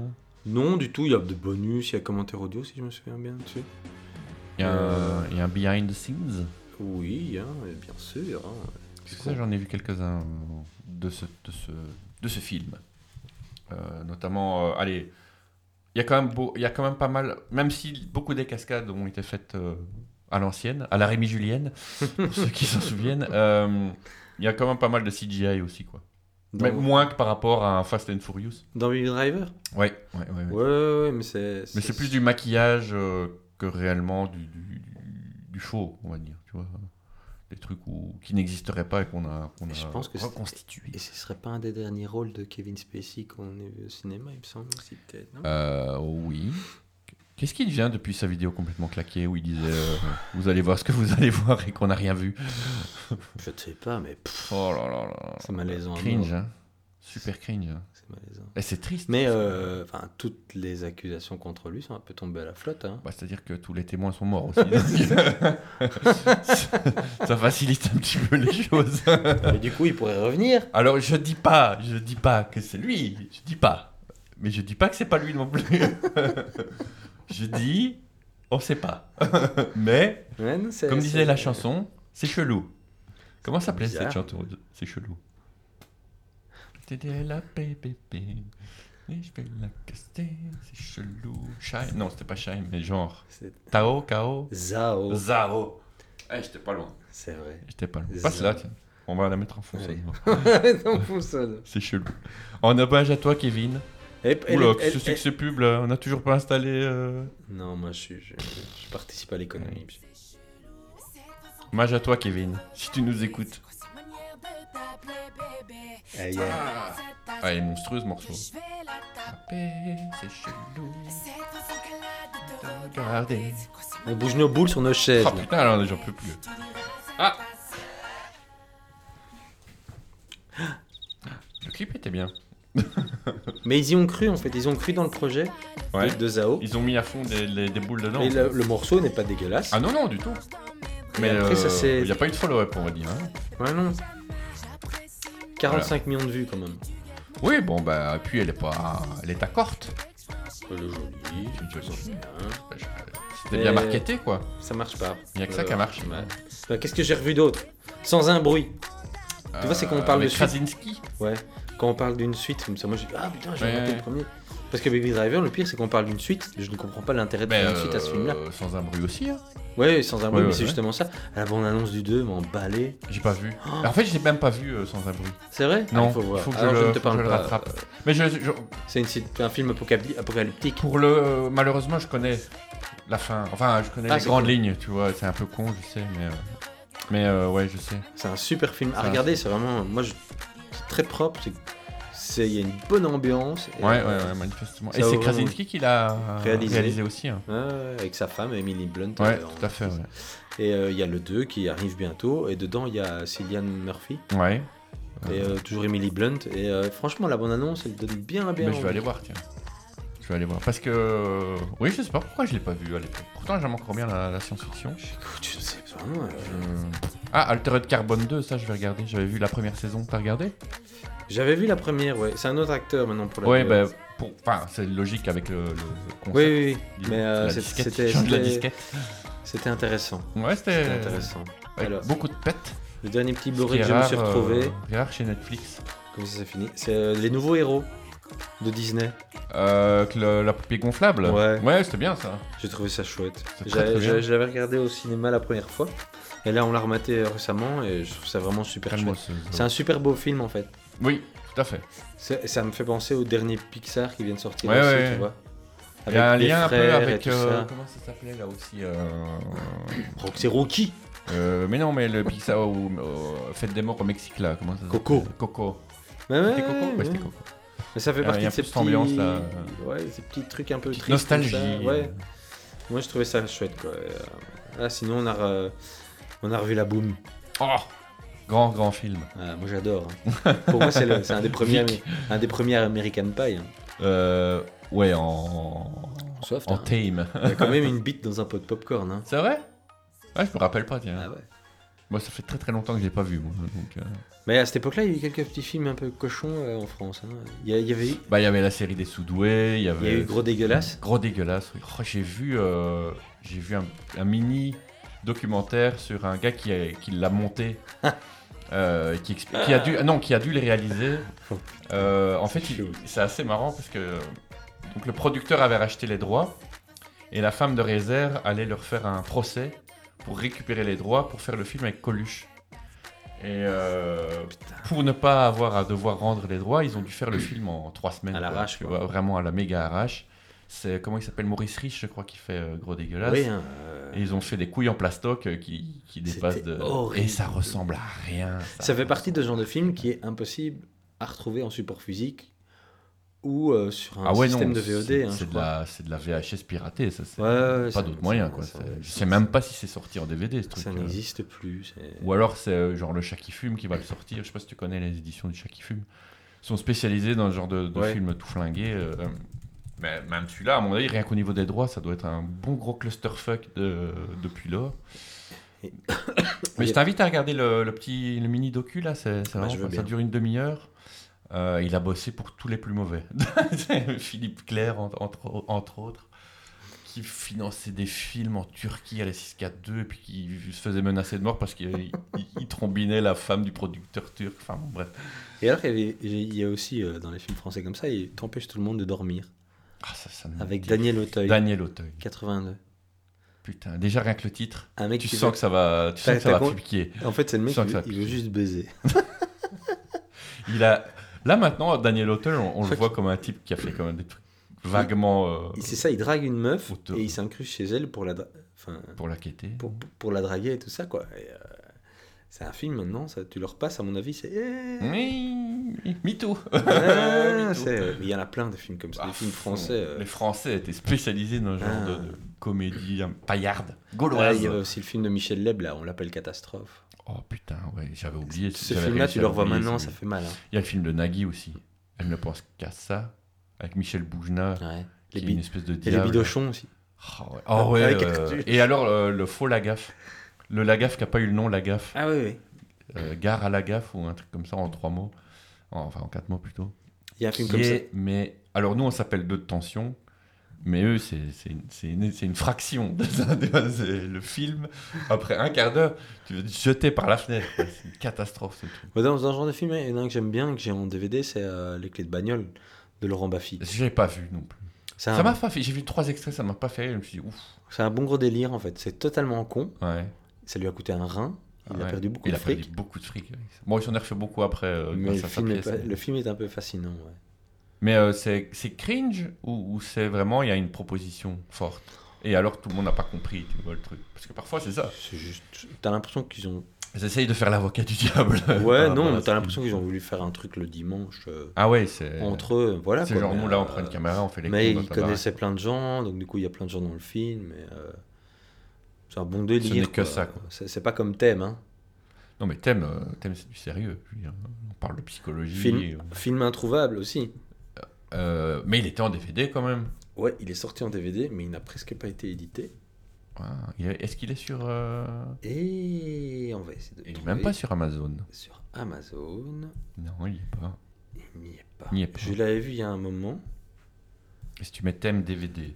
Non, du tout, il y a des bonus, il y a commentaire audio si je me souviens bien dessus. Il y, a un- Euh. il y a un behind the scenes Oui, hein, bien sûr. hein. Parce que ça, j'en ai vu quelques-uns euh, de ce, de ce, de ce film. Euh, notamment, euh, allez, il y, a quand même beau- il y a quand même pas mal, même si beaucoup des cascades ont été faites euh, à l'ancienne, à la Rémi Julienne, pour ceux qui s'en souviennent, euh, il y a quand même pas mal de CGI aussi, quoi. Mais Dans, moins que par rapport à un Fast and Furious. dans Baby Driver Ouais, ouais, ouais. ouais. Ouais, ouais, ouais, mais c'est. Mais c'est plus du maquillage euh, que réellement du, du, du- du faux, on va dire, tu vois. Des trucs où- qui n'existeraient pas et qu'on a, qu'on Et je a pense que c'est- reconstitué. Et ce serait pas un des derniers rôles de Kevin Spacey qu'on ait vu au cinéma, il me semble aussi, peut-être. non Euh, oui. Qu'est-ce qu'il devient depuis sa vidéo complètement claquée où il disait euh, Vous allez voir ce que vous allez voir et qu'on n'a rien vu Je ne sais pas, mais pff, Oh là là là. c'est malaisant. à Cringe, mort. hein. Super cringe. hein. C'est malaisant. Et c'est triste. Mais euh, enfin, toutes les accusations contre lui sont un peu tombées à la flotte. Hein. Bah, C'est-à-dire que tous les témoins sont morts aussi. euh, ça facilite un petit peu les choses. Mais du coup, il pourrait revenir. Alors je dis pas, je dis pas que c'est lui, je dis pas. Mais je dis pas que c'est pas lui non plus. je dis, on sait pas. Mais, Ouais, non, c'est- comme c'est- disait la chanson, c'est chelou. Comment s'appelait bizarre. cette chanteuse C'est chelou. C'était la PPP. Et je vais la caster, c'est chelou. Shine. Non, c'était pas Shine, mais genre. c'est Tao, Kao, Zao. Zao. Eh, j'étais pas loin. C'est vrai. J'étais pas loin. Zao. Passe là, tiens. On va la mettre en fond. ça, Allez. devant. Non, faut ça, là. C'est chelou. En hommage à toi, Kevin. Et- et- Oula, et- qu'est-ce que c'est et- que ces pubs là On a toujours pas installé. euh, Non, moi, je, suis- je, je participe à l'économie. Hommage à toi, Kevin. Si tu nous écoutes. Ah, yeah. Ah, il est monstrueux ce morceau. C'est chelou. Regardez. On bouge nos boules sur nos chaises. Ah là. putain, alors j'en peux plus. Ah Le clip était bien. Mais ils y ont cru, en fait. Ils ont cru dans le projet Ouais. de Zao. Ils ont mis à fond des, les- des boules dedans. Et le, le morceau n'est pas dégueulasse. Ah non, non, du tout. Mais euh, Mais après, ça, c'est- il n'y a pas eu de follow-up, on va dire. hein. Ouais, non. 45 millions de vues, quand même. Oui, bon, bah, puis elle est pas. Elle est à corte. Elle est jolie, je sais hein. C'était bien Mais- marketé, quoi. Ça marche pas. Il n'y a que ça qui a marché. Ouais. Bah, Qu'est-ce que j'ai revu d'autre Sans un bruit. Tu vois, c'est qu'on parle avec de- Euh, Krasinski. Ouais. Quand on parle d'une suite, comme ça, moi, j'ai dit, ah putain, j'ai Ouais, raté ouais. le premier. Parce que Baby Driver, le pire, c'est qu'on parle d'une suite. Je ne comprends pas l'intérêt de Mais, faire une suite à ce euh, film-là. Sans un bruit aussi. hein. Ouais, sans un bruit, ouais, mais ouais. c'est justement ça. La bande-annonce du 2 m'a emballé. J'ai pas vu. En fait, j'ai même pas vu euh, sans un bruit. C'est vrai Ah, Non, il faut voir. que Alors, je, je, le, ne te parle faut que je pas. le rattrape. Mais je, je- C'est une suite- un film apocalypti- apocalyptique. pour le, euh, malheureusement, je connais la fin. Enfin, je connais Ah, les c'est grandes cool. lignes, tu vois. C'est un peu con, je sais, mais euh, mais euh, ouais, je sais. C'est un super film à Ça. regarder. C'est vraiment. Moi, je... c'est très propre. c'est- c'est- Il y a une bonne ambiance. et- euh, Ouais, ouais, ouais, manifestement. ça Et vaut c'est vraiment Krasinski qui l'a euh, réalisé. Réalisé. aussi. hein. Ouais, ouais, avec sa femme, Emily Blunt. Ouais, euh, en- tout à fait. Ouais. Et euh, il y a le 2 qui arrive bientôt. Et dedans, il y a Cillian Murphy. Ouais. Ah. Et euh, toujours Emily Blunt. Et euh, franchement, la bonne annonce, elle donne bien, Mais bien. je envie. vais aller voir, tiens. Je Je vais aller voir. Parce que. euh, Oui, je sais pas pourquoi je l'ai pas vu à l'époque. Pourtant, j'aime encore bien la, la science-fiction. Je sais pas. moi. Euh, Ah, Altered Carbon 2, ça, je vais regarder. J'avais vu la première saison. T'as regardé J'avais vu la première, ouais. C'est un autre acteur maintenant pour la Ouais, première. bah. Pour... Enfin, c'est logique avec le, le- le concept. euh, Oui, oui, oui. Dis- Mais euh, la c'est- disquette, c'était change la c'était- disquette. c'était intéressant. Ouais, c'était C'était intéressant. avec Alors, beaucoup de pètes. le dernier petit ce Blu-ray qui que est je me suis rare, euh, retrouvé, rare chez Netflix. comment ça s'est fini C'est euh, Les Nouveaux Héros de Disney. Euh, que le- la poupée gonflable. Ouais. Ouais, c'était bien ça. J'ai trouvé ça chouette. C'est très, très J'avais- bien. j'avais- Je l'avais regardé au cinéma la première fois. Et là, on l'a rematé euh, récemment et je trouve ça vraiment super chouette. Calmos. C'est un super beau film en fait. Oui, tout à fait. Ça, ça me fait penser au dernier Pixar qui vient de sortir Ouais, aussi, ouais. tu vois. Il y a un les lien un peu frères et avec. tout euh, ça. comment ça s'appelait là aussi euh, Rock- C'est Rocky euh, Mais non, mais le Pixar au, au- Fête des morts au Mexique là. Comment ça s'appelle Coco. Coco. Mais ouais, C'était Coco Ouais, ouais. c'était Coco. Mais ça fait Ah, partie il y a de un ces peu petits... cette ambiance, là. Ouais, ces petits trucs un peu Petite tristes. comme ça. nostalgie. euh. Ouais. Moi, je trouvais ça chouette, quoi. Et, euh, Là, sinon, on a, re- on a revu La Boom. Oh Grand, grand film. Ah, moi, j'adore. hein. Pour moi, c'est le- c'est un, des premiers Vic. un des premiers American Pie. hein. Euh, ouais, en. Soft, En hein. tame. Il y a quand même une bite dans un pot de popcorn. Hein. C'est vrai Ouais, je me rappelle pas, tiens. Ah ouais. Moi, ça fait très très longtemps que je l'ai pas vu. Moi. Donc, euh, Mais à cette époque-là, il y a eu quelques petits films un peu cochons euh, en France. hein. Il, y a- il y avait eu- Bah, il y avait la série des Soudoués, il y il y a avait. eu Gros Dégueulasse. Gros dégueulasse, oui. Oh, j'ai vu, euh, j'ai vu un, un mini documentaire sur un gars qui, a- qui l'a monté. euh, qui, expli- qui a dû, non, qui a dû le réaliser. Euh, en fait, il- c'est assez marrant parce que donc, le producteur avait racheté les droits et la femme de réserve allait leur faire un procès pour récupérer les droits pour faire le film avec Coluche. Et euh, pour ne pas avoir à devoir rendre les droits, ils ont dû faire le film en trois semaines. À quoi, l'arrache, tu quoi. vois, Vraiment à la méga arrache. C'est comment il s'appelle Maurice Rich, je crois, qui fait euh, gros dégueulasse. Oui, hein, euh, Et ils ont fait des couilles en plastoc euh, qui, qui dépassent C'était de. horrible. Et ça ressemble à rien. Ça fait partie de ce genre de film qui est impossible à retrouver en support physique ou euh, sur un Ah ouais, non. système de c'est- VOD. hein, je c'est de, crois. la- c'est de la VHS piratée, ça. c'est- Ouais, ouais, ouais, pas ça- d'autre ça- moyen, ça- quoi. ça- C'est- Je sais même pas si c'est sorti en DVD, ce truc. Ça euh. n'existe plus. c'est- Ou alors c'est euh, genre le chat qui fume qui va le sortir. Je sais pas si tu connais les éditions du chat qui fume. Ils sont spécialisés dans le genre de, de Ouais. films tout flingués. euh, mais même celui-là, à mon avis, rien qu'au niveau des droits, ça doit être un bon gros clusterfuck de- depuis lors. Et- Mais je Et- t'invite à regarder le, le petit le mini docu là. c'est- c'est Ouais, vraiment- je veux ça bien. dure une demi-heure. Euh, il a bossé pour tous les plus mauvais. Philippe Claire, en- entre, entre autres, qui finançait des films en Turquie à la 642 et puis qui se faisait menacer de mort parce qu'il il- il trombinait la femme du producteur turc. Enfin bon, bref. Et alors, il y, avait- il y a aussi euh, dans les films français comme ça, il t'empêche tout le monde de dormir. Ah, ça, ça me Avec dit- Daniel Auteuil, Daniel Auteuil. 82. Putain, déjà rien que le titre, Un mec tu qui sens que ça va, tu T'as- sens que ça va t'as con- piquer. veut- En fait, c'est le mec tu sens qui que veut, ça il veut juste baiser. Il a, là maintenant, Daniel Auteuil, on, on Je le crois voit comme un type qui a fait quand même des trucs vaguement euh, Il- C'est ça, il drague une meuf Auteur. et il s'incruste chez elle pour la, dra- enfin, pour la quêter. pour, pour la draguer et tout ça, quoi. Et, euh, c'est un film maintenant, ça, tu le repasses, à mon avis, c'est... eh, Mmh. Oui, mytho. Ah, Mytho. c'est- euh, Il y en a plein de films comme ça, Ah, des films fou. français. euh. Les Français étaient spécialisés dans ce genre Ah. de, de comédie hein, paillarde, Ah, gauloise. il y avait aussi le film de Michel Leb, là, on l'appelle Catastrophe. Oh putain, ouais, j'avais oublié. Ce j'avais film-là, réussi tu à le revois l'oublier, maintenant, ça celui-là. fait mal. hein. Il y a le film de Nagui aussi. Elle ne pense qu'à ça, avec Michel Boujna, Ah, Les qui est bi- une espèce de Et les diable. bidochons aussi. Oh ouais. Oh, ouais, Avec euh, Arthur. Et alors, euh, le faux Lagaffe. Le Lagaffe qui n'a pas eu le nom Lagaffe. Ah oui, oui. Euh, gare à Lagaffe ou un truc comme ça en trois mots. Enfin, en quatre mots plutôt. Il y a un film Qui comme ça. est- mais alors nous on s'appelle deux de tension, mais eux c'est c'est une- c'est une, c'est une fraction. de ça, tu vois, c'est le film après un quart d'heure, tu veux te jeter par la fenêtre. quoi. C'est une catastrophe ce truc. Ouais, Dans dans ce genre de film, il y en a un que j'aime bien, que j'ai en DVD, c'est euh, Les clés de bagnole de Laurent Baffy. J'ai pas vu non plus. C'est Ça m'a un, pas fait. J'ai vu trois extraits, ça m'a pas fait. rire, Je me suis dit ouf. c'est un bon gros délire, en fait. C'est totalement con. Ouais. Ça lui a coûté un rein. Il a Ouais. perdu beaucoup Il de a perdu fric. beaucoup de fric. avec ça. Bon, il s'en est refait beaucoup après. euh, Mais grâce le à sa film, est pièce. pas- le film est un peu fascinant. ouais. Mais euh, c'est c'est cringe ou, ou c'est vraiment il y a une proposition forte. Et alors tout le monde n'a pas compris, tu vois le truc. Parce que parfois c'est ça. C'est juste. T'as l'impression qu'ils ont. J'essaye de faire l'avocat du diable. Ouais, Par non, rapport à ce mais t'as film. l'impression qu'ils ont voulu faire un truc le dimanche. euh, Ah ouais, c'est. entre eux, voilà. C'est quoi, genre mais, nous là, euh, on prend une caméra, on fait les Mais cons dans il ta baraque. connaissait plein de gens, donc du coup, il y a plein de gens dans le film. et, euh, c'est un bon Ce délire. n'est que ça, quoi. C'est c'est pas comme thème. hein. Non mais thème, euh, thème c'est du sérieux. je veux dire. on parle de psychologie. Film, euh, film introuvable aussi. Euh, mais il était en DVD quand même. Ouais, il est sorti en DVD, mais il n'a presque pas été édité. Ah, il est- Est-ce qu'il est sur. euh, Et on va essayer de. Il est trouver même pas sur Amazon. sur Amazon. Non, il n'y est pas. Il n'y est pas. Il n'y est pas. Je l'avais vu il y a un moment. Si tu mets thème DVD,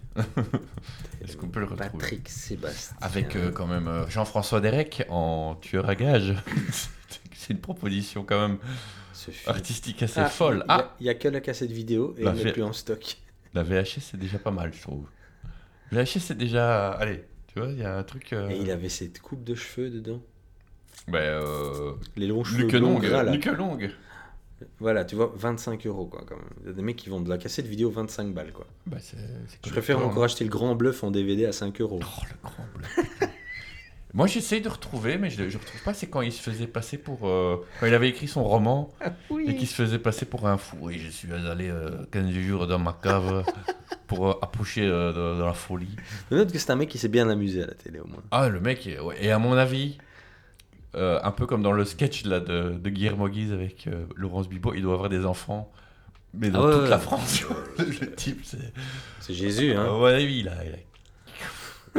est-ce qu'on peut le retrouver Patrick Sébastien. Avec euh, quand même euh, Jean-François Derek en tueur à gage. C'est une proposition quand même ce film. artistique assez Ah, folle. il y a- Ah Il n'y a, que la cassette vidéo et Bah, il n'est fait- plus en stock. La VHS c'est déjà pas mal, je trouve. La VHS c'est déjà. Allez, tu vois, il y a un truc. euh, Et il avait cette coupe de cheveux dedans. bah, euh, Les longs cheveux. Luc longs, Long. euh, gras, là. Luc Long. Voilà, tu vois, 25 euros quoi quand même. Il y a des mecs qui vendent de la cassette vidéo 25 balles quoi. Bah, c'est- c'est Je préfère collector, encore acheter le grand bluff en DVD à 5 euros. hein. Oh, le grand bleu. Moi, j'essaye de retrouver, mais je ne retrouve pas. C'est quand il se faisait passer pour. euh, quand il avait écrit son roman. Ah et qui se faisait passer pour un fou. Et je suis allé euh, 15 jours dans ma cave pour euh, approcher euh, de, de la folie. Mais Note que c'est un mec qui s'est bien amusé à la télé au moins. Ah, le mec, est- ouais, et à mon avis, euh, un peu comme dans le sketch là, de, de Guillermo Guise avec euh, Laurence Bibot, il doit avoir des enfants. Mais dans Ah ouais, toute ouais. la France, tu vois, le type, c'est. C'est Jésus hein. Ah ouais, lui, il a- il a-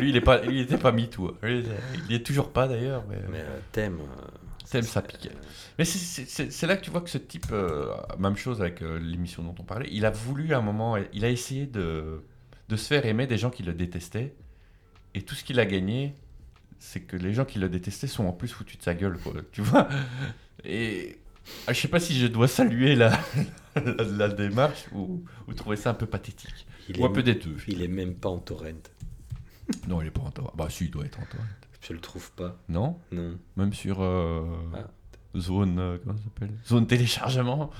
Lui, il est pas, il était pas mis tout. Il y est toujours pas d'ailleurs, mais, Mais euh, thème. euh, Thème, ça pique. Mais c'est- c'est c'est- c'est là que tu vois que ce type, euh, même chose avec euh, l'émission dont on parlait, il a voulu à un moment, il a essayé de, de se faire aimer des gens qui le détestaient. Et tout ce qu'il a gagné, c'est que les gens qui le détestaient sont en plus foutus de sa gueule, quoi, tu vois. Et ah, je sais pas si je dois saluer la, la, la démarche ou, ou trouver ça un peu pathétique. il, ou est, un peu des deux. il est même pas en torrent. Non, il est pas en tort. Bah si, il doit être en tort. Je le trouve pas. Non Non. Même sur euh, Ah. zone, euh, comment ça s'appelle Zone téléchargement.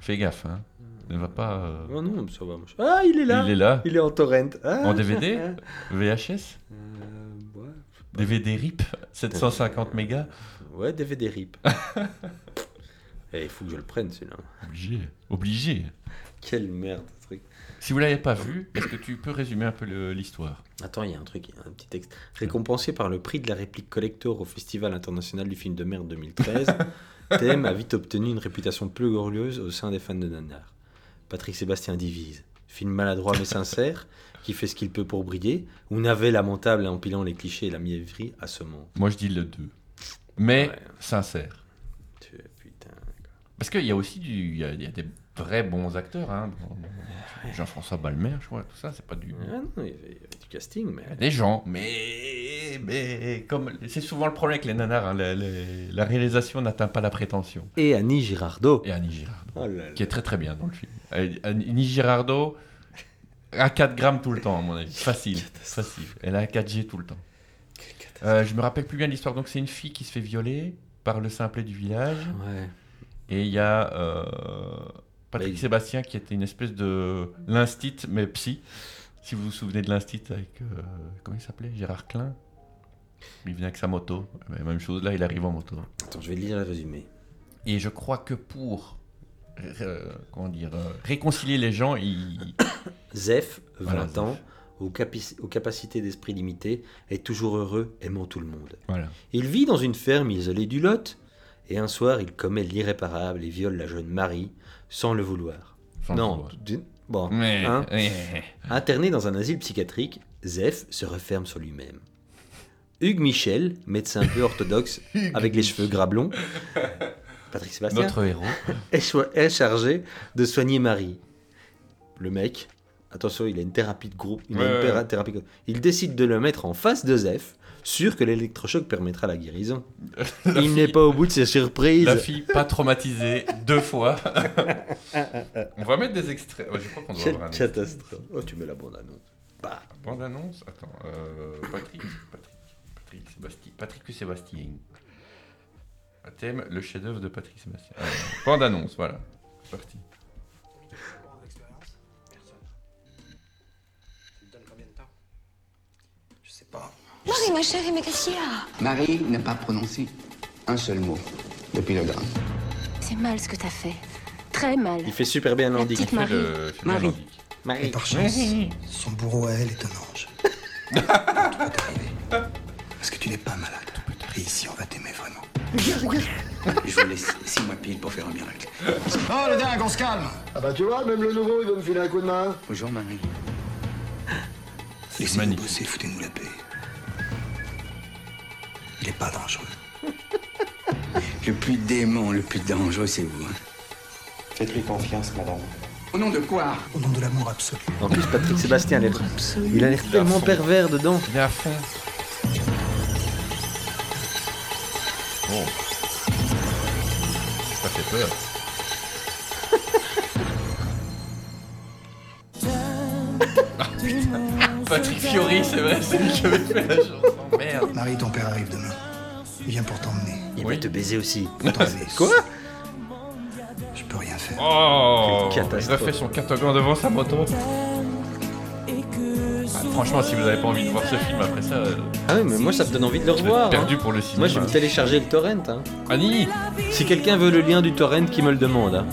Fais gaffe, hein. Ne va pas. euh, Oh non, ça va. moi, je- Ah, il est là. Il est là. Il est en torrent. Ah. En DVD VHS Euh, ouais. DVD RIP 750 mégas ouais, DVD rip. Eh, Il faut que je le prenne celui-là. Obligé. Obligé. Quelle merde ce truc. Si vous l'avez pas vu, est-ce que tu peux résumer un peu le- l'histoire Attends, il y a un truc, il y a un petit texte. Récompensé par le prix de la réplique collector au Festival international du film de merde 2013, TM a vite obtenu une réputation plus glorieuse au sein des fans de Nanar. Patrick Sébastien divise. Film maladroit mais sincère, qui fait ce qu'il peut pour briller, ou navet lamentable empilant les clichés et la mièvrerie à ce monde. Moi, je dis le 2. Mais Ouais. sincère. Tu- Putain. Parce qu'il y a aussi du, il y a, il y a des vrais bons acteurs. Hein. dans- dans- Jean-François Balmer, je crois, tout ça, c'est pas du. Ah non, il y avait, il y avait du casting, mais. Il y a des gens, mais, mais comme c'est souvent le problème avec les nanars, hein, les- les- la réalisation n'atteint pas la prétention. Et Annie Girardot. Et Annie Girardot, Oh là là. qui est très très bien dans le film. Elle- Annie Girardot à 4 grammes tout le temps, à mon avis. Facile, facile. Elle a un 4G tout le temps. Euh, je me rappelle plus bien de l'histoire. Donc c'est une fille qui se fait violer par le simplet du village. Ouais. Et il y a euh, Patrick Bah, il- Sébastien qui était une espèce de l'instit, mais psy. Si vous vous souvenez de l'instit avec, euh, comment il s'appelait Gérard Klein Il venait avec sa moto. Mais même chose, là, il arrive en moto. Attends, je vais lire le résumé. Et je crois que pour euh, comment dire, euh, réconcilier les gens, il... Zef, 20 Voilà, ans, Zef. aux, capi- aux capacités d'esprit limitées, est toujours heureux, aimant tout le monde. voilà. Il vit dans une ferme isolée du Lot, et un soir, il commet l'irréparable et viole la jeune Marie, sans le vouloir. Sans le non, vouloir. d'une- bon, Mais, eh, hein. mais- Interné dans un asile psychiatrique, Zef se referme sur lui-même. Hugues Michel, médecin peu orthodoxe, avec les cheveux gras blonds, Patrick Sébastien, notre héros. est, cho- est chargé de soigner Marie. Le mec, attention, il a une thérapie de groupe. Il, a Ouais, une ouais, péra- ouais. thérapie de groupe. il décide de le mettre en face de Zef, sûr que l'électrochoc permettra la guérison. La il n'est fille- pas au bout de ses surprises. La fille pas traumatisée deux fois. on va mettre des extraits. Ouais, je crois qu'on doit Quelle avoir un extrait. catastrophe. Oh, tu mets la bande annonce. Bah, Bande annonce Attends, euh, Patrick, Patrick, Patrick Sébastien. Patrick ou Sébastien. Un thème, le chef-d'œuvre de Patrick Sébastien. Euh, bande annonce, voilà. C'est parti. Marie, ma chérie, mais qu'est-ce qu'il y a Marie n'a pas prononcé un seul mot depuis le drame. C'est mal ce que t'as fait. Très mal. il fait super bien La l'andic. petite Marie. Le film Marie. nordique. Marie. Par chance, son bourreau à elle est un ange. Tout peut arriver. Parce que tu n'es pas malade. Et ici, on va t'aimer vraiment. Regarde, regarde. Je vous laisse 6 mois pile pour faire un miracle. Oh, le dingue, on se calme Ah bah tu vois, même le nouveau, il veut me filer un coup de main. Bonjour, Marie. C'est magnifique. bosser, foutez-nous la paix. Il n'est pas dangereux. le plus démon, le plus dangereux, c'est vous. hein. Faites-lui confiance, madame. Au nom de quoi Au nom de l'amour absolu. En plus, Patrick Sébastien, il a l'air- il a l'air tellement pervers dedans. Il est à fond. Bon. Ça fait peur. Ah, putain. Patrick Fiori, c'est vrai, c'est lui qui avait fait la chanson. Merde. Marie, ton père arrive demain. Il vient pour t'emmener. Il va te baiser aussi. Quoi Je peux rien faire. Oh Quelle Il catastrophe. refait son catogan devant sa moto. Ah, franchement, si vous avez pas envie de voir ce film après ça. euh, Ah ouais, mais moi ça me donne envie de le revoir. perdu hein. pour le cinéma. Moi je vais me télécharger le torrent. Hein. Annie Si quelqu'un veut le lien du torrent, qui me le demande. Hein.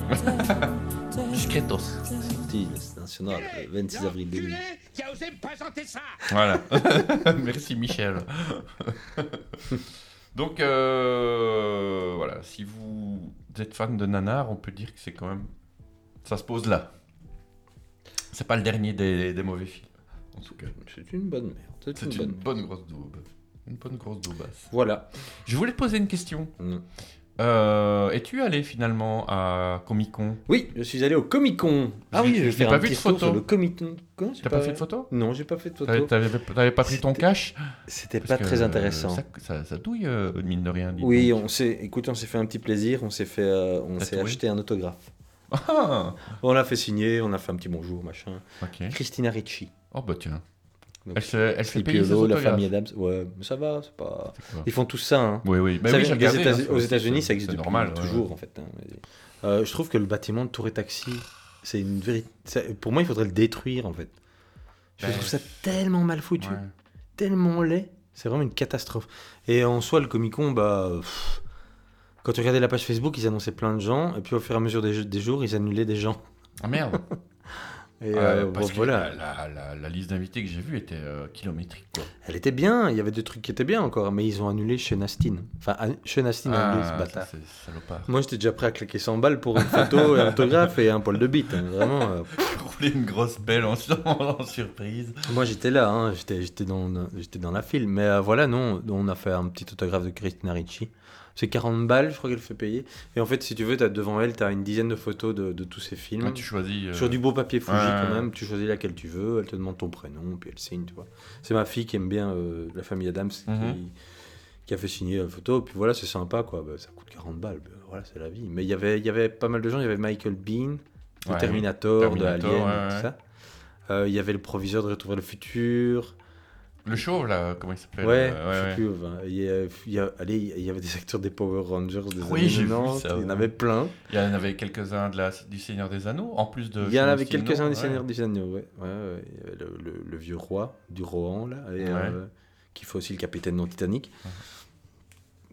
Discretos. Sorti national le 26 avril 2000. Qui a osé me présenter ça Voilà. Merci Michel. Donc euh, voilà, si vous êtes fan de Nanar, on peut dire que c'est quand même ça se pose là. C'est pas le dernier des, des mauvais films. En tout cas, C'est une bonne merde. c'est une, bonne grosse daube. Une bonne grosse daubasse. Voilà. Je voulais te poser une question. Mm. Euh, Es-tu allé finalement à Comic Con Oui, je suis allé au Comic Con. Ah Je- je oui, je vais n'ai faire pas un vu de petit retour photo. sur le Comic Con. Quoi, j'ai T'as pas fait de photo Non, j'ai pas fait de T'avais photo. t'avais- t'avais pas pris ton cash C'était Parce pas que, très euh, intéressant. Ça, ça- ça douille, euh, mine de rien. dis Oui, donc. on s'est, écoute, on s'est fait un petit plaisir, on s'est fait, euh, on T'as s'est trouvé acheté un autographe. Ah On l'a fait signer, on a fait un petit bonjour, machin. Ok. Christina Ricci. Oh bah tiens. Donc, Elle se, elle se fait Sleepy payer ses Hollow, la autographes. famille Adams. Ouais, mais ça va, c'est pas. quoi Ils font tout ça. Hein. Oui, oui. Bah Ça oui, vient j'ai des regardé, États- hein, ça aux aussi, États-Unis, ça c'est- existe c'est depuis normal, ouais, toujours ouais. en fait. hein, mais- Euh, je trouve que le bâtiment de Tour et Taxi, c'est une vérité. ça- Pour moi, il faudrait le détruire en fait. Je Ben, trouve ça tellement mal foutu, ouais. tellement laid. C'est vraiment une catastrophe. Et en soi, le Comic Con, bah. pff, quand tu regardais la page Facebook, ils annonçaient plein de gens, et puis au fur et à mesure des, des jours, ils annulaient des gens. Ah merde Et Euh, euh, parce bon, que voilà. la, la- la- la liste d'invités que j'ai vue était euh, kilométrique. Quoi. Elle était bien, il y avait des trucs qui étaient bien encore, mais ils ont annulé Chenastine. Enfin, an- Chenastine a annulé Ah, ce ça, bâtard. c'est salopard. Moi, j'étais déjà prêt à claquer 100 balles pour une photo, et un autographe et un poil de bite. hein, Vraiment. euh, pff. Rouler une grosse belle en, en surprise. Moi, j'étais là, hein, j'étais j'étais dans, j'étais dans la file. Mais euh, voilà, non, on a fait un petit autographe de Christina Ricci. C'est 40 balles, je crois qu'elle fait payer. Et en fait, si tu veux, as, devant elle, tu as une dizaine de photos de, de tous ses films. Ah, tu choisis. euh, Mm. Sur du beau papier Fuji ouais, quand ouais. même, tu choisis laquelle tu veux, elle te demande ton prénom, puis elle signe, tu vois. C'est ma fille qui aime bien euh, la famille Adams Mhm. qui, qui a fait signer la photo, puis voilà, c'est sympa quoi, Bah, ça coûte 40 balles, Bah, voilà, c'est la vie. Mais il y avait- il y avait pas mal de gens, il y avait Michael Bean, de Ouais, Terminator, Terminator, de ouais, Alien, ouais. tout ça. Euh, Il y avait le proviseur de Retour vers le futur. Le chauve, là, comment il s'appelle Ouais, euh, je sais ouais, plus, enfin, il y a- il y a- allez, il y avait des acteurs des Power Rangers, des Oui, années j'ai vu 90, ça, il y en ouais. avait plein. Il y en avait quelques-uns de la, du Seigneur des Anneaux, en plus de. Il y en Shin avait Sino, quelques-uns ouais. des Seigneurs des Anneaux, ouais. Ouais, ouais. Il y avait le, le- le vieux roi du Rohan, là, et, Ouais. euh, qui fait aussi le capitaine dans Titanic,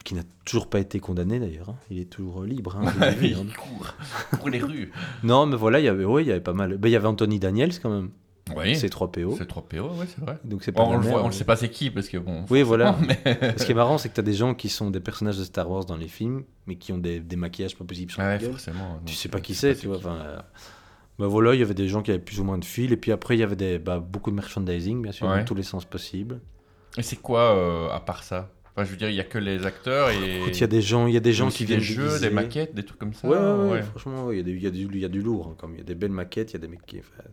qui n'a toujours pas été condamné d'ailleurs. hein. Il est toujours euh, libre. hein, de vivre, hein. Il court, court les rues. Non, mais voilà, il y avait, ouais, il y avait pas mal. Ben, il y avait Anthony Daniels quand même. Oui. C'est 3 PO. C'est 3 PO, ouais, c'est vrai. Donc c'est pas Bon, on la le merde, voit, on le mais- sait pas c'est qui, parce que bon. Oui, voilà. forcément, mais- Ce qui est marrant, c'est que tu as des gens qui sont des personnages de Star Wars dans les films, mais qui ont des, des maquillages pas possibles sur la Ouais, gueule. forcément. donc, tu sais pas euh, qui c'est, tu c'est vois. Enfin, euh, bah voilà, il y avait des gens qui avaient plus ou moins de fil, et puis après, il y avait des, bah, beaucoup de merchandising, bien sûr, Ouais. dans tous les sens possibles. Et c'est quoi, euh, à part ça Enfin, je veux dire, il y a que les acteurs et. Écoute, il y a des gens, il y a des gens aussi qui des viennent jeux, déguisés. des maquettes, des trucs comme ça. Ouais, ouais, ouais, franchement, il y, a des- il y a du- il y a du lourd, hein, comme il y a des belles maquettes, il y a des mecs qui. enfin,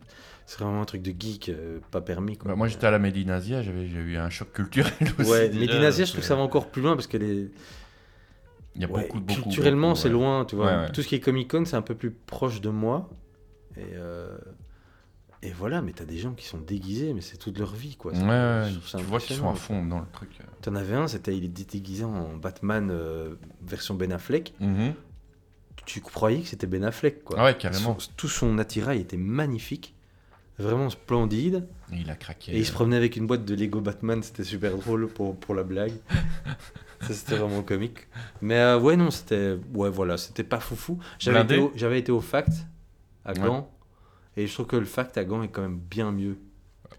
c'est vraiment un truc de geek, euh, pas permis. Quoi. Bah, moi, j'étais à la Médinazia, j'avais j'ai eu un choc culturel aussi. Ouais, déjà, mais Dinazia, donc, je trouve que ça va euh, encore plus loin parce qu'elle est. Il y a Ouais, beaucoup, beaucoup. culturellement, beaucoup, c'est ouais. loin, tu vois. Ouais, ouais. Tout ce qui est Comic Con, c'est un peu plus proche de moi. Et, euh, et voilà, mais t'as des gens qui sont déguisés, mais c'est toute leur vie, quoi. Ouais, C'est- ouais, je trouve ça tu vois qu'ils sont à impressionnant. fond dans le truc. T'en avais un, c'était il était déguisé en Batman euh, version Ben Affleck. Mhm. Tu croyais que c'était Ben Affleck, quoi. Ah ouais, carrément. Son- tout son attirail était magnifique, vraiment splendide. Et il a craqué. Et il se promenait avec une boîte de Lego Batman, c'était super drôle pour, pour la blague. Ça, c'était vraiment comique. Mais euh, ouais, non, c'était. Ouais, voilà, c'était pas foufou. J'avais Blindé. été, au- j'avais été au Fact à Ouais. Gand. Et je trouve que le Fact à Gand est quand même bien mieux.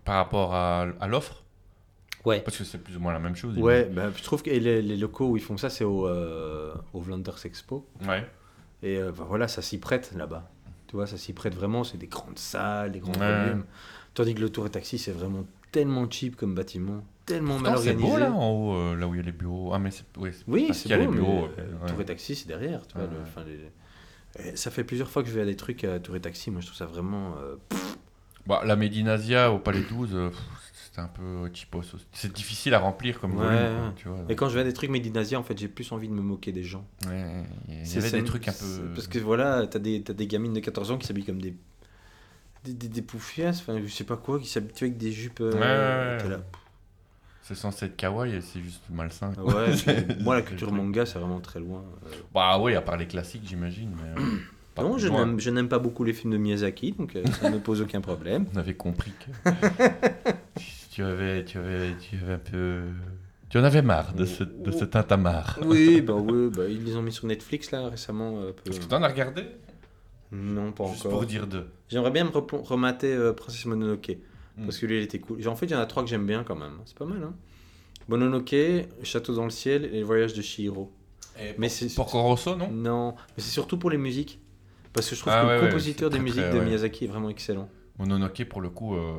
Par rapport à, à l'offre Ouais. Parce que c'est plus ou moins la même chose. Ouais, bah, je trouve que et les, les locaux où ils font ça, c'est au, euh, au Vlanders Expo. Ouais. Et euh, bah, voilà, ça s'y prête là-bas. Tu vois, ça s'y prête vraiment. C'est des grandes salles, des grands Ouais. volumes. Tandis que le Tour et Taxi, c'est vraiment tellement cheap comme bâtiment, tellement mal Pourtant, c'est organisé. beau là en haut, euh, là où il y a les bureaux. Ah, mais c'est ouais, c'est Oui, parce c'est qu'il y a beau, les bureaux. mais, euh, euh, ouais. Tour et Taxi, c'est derrière. Tu vois, Ouais. le- enfin, les- Et Ça fait plusieurs fois que je vais à des trucs à Tour et Taxi. Moi, je trouve ça vraiment. euh, pff, Bah, la Médinasia au Palais 12, euh, pff, c'était un peu cheapos. C'est difficile à remplir comme ouais, volume. ouais. quoi, Tu vois. Et quand je vais à des trucs Médinasia, en fait, j'ai plus envie de me moquer des gens. Ouais, il y C'est- avait c'est- des trucs un c'est- peu- Parce que voilà, t'as des, t'as des gamines de 14 ans qui s'habillent comme des. Des, des, des poufiasses, enfin, je sais pas quoi, qui s'habituent avec des jupes. euh, Ouais, ouais, ouais. t'es là. C'est censé être kawaii et c'est juste malsain. Ah quoi. Ouais, C'est- mais moi, la c'est le culture truc. manga, c'est vraiment très loin. euh. Bah oui, à part les classiques, j'imagine. mais, euh, pas non, plus je loin. n'aime, je n'aime pas beaucoup les films de Miyazaki, donc euh, ça ne me pose aucun problème. On avait compris que tu avais, tu avais, tu avais un peu, tu en avais marre de ce, de ce tintamarre. Oui, bah oui, bah, ils les ont mis sur Netflix là récemment. euh, peu- Est-ce que t'en as regardé Non, pas Juste encore. pour dire deux. J'aimerais bien me replon- remater euh, Princesse Mononoke. Mm. Parce que lui, il était cool. En fait, il y en a trois que j'aime bien quand même. C'est pas mal, hein. Mononoke, Château dans le ciel et le voyage de Chihiro. Et Eh, Mais Por- c'est Mm. Porco Rosso, non Non, mais c'est surtout pour les musiques. Parce que je trouve Ah que ouais, le ouais, compositeur c'est très, des musiques très, de ouais. Miyazaki est vraiment excellent. Mononoke, pour le coup, euh,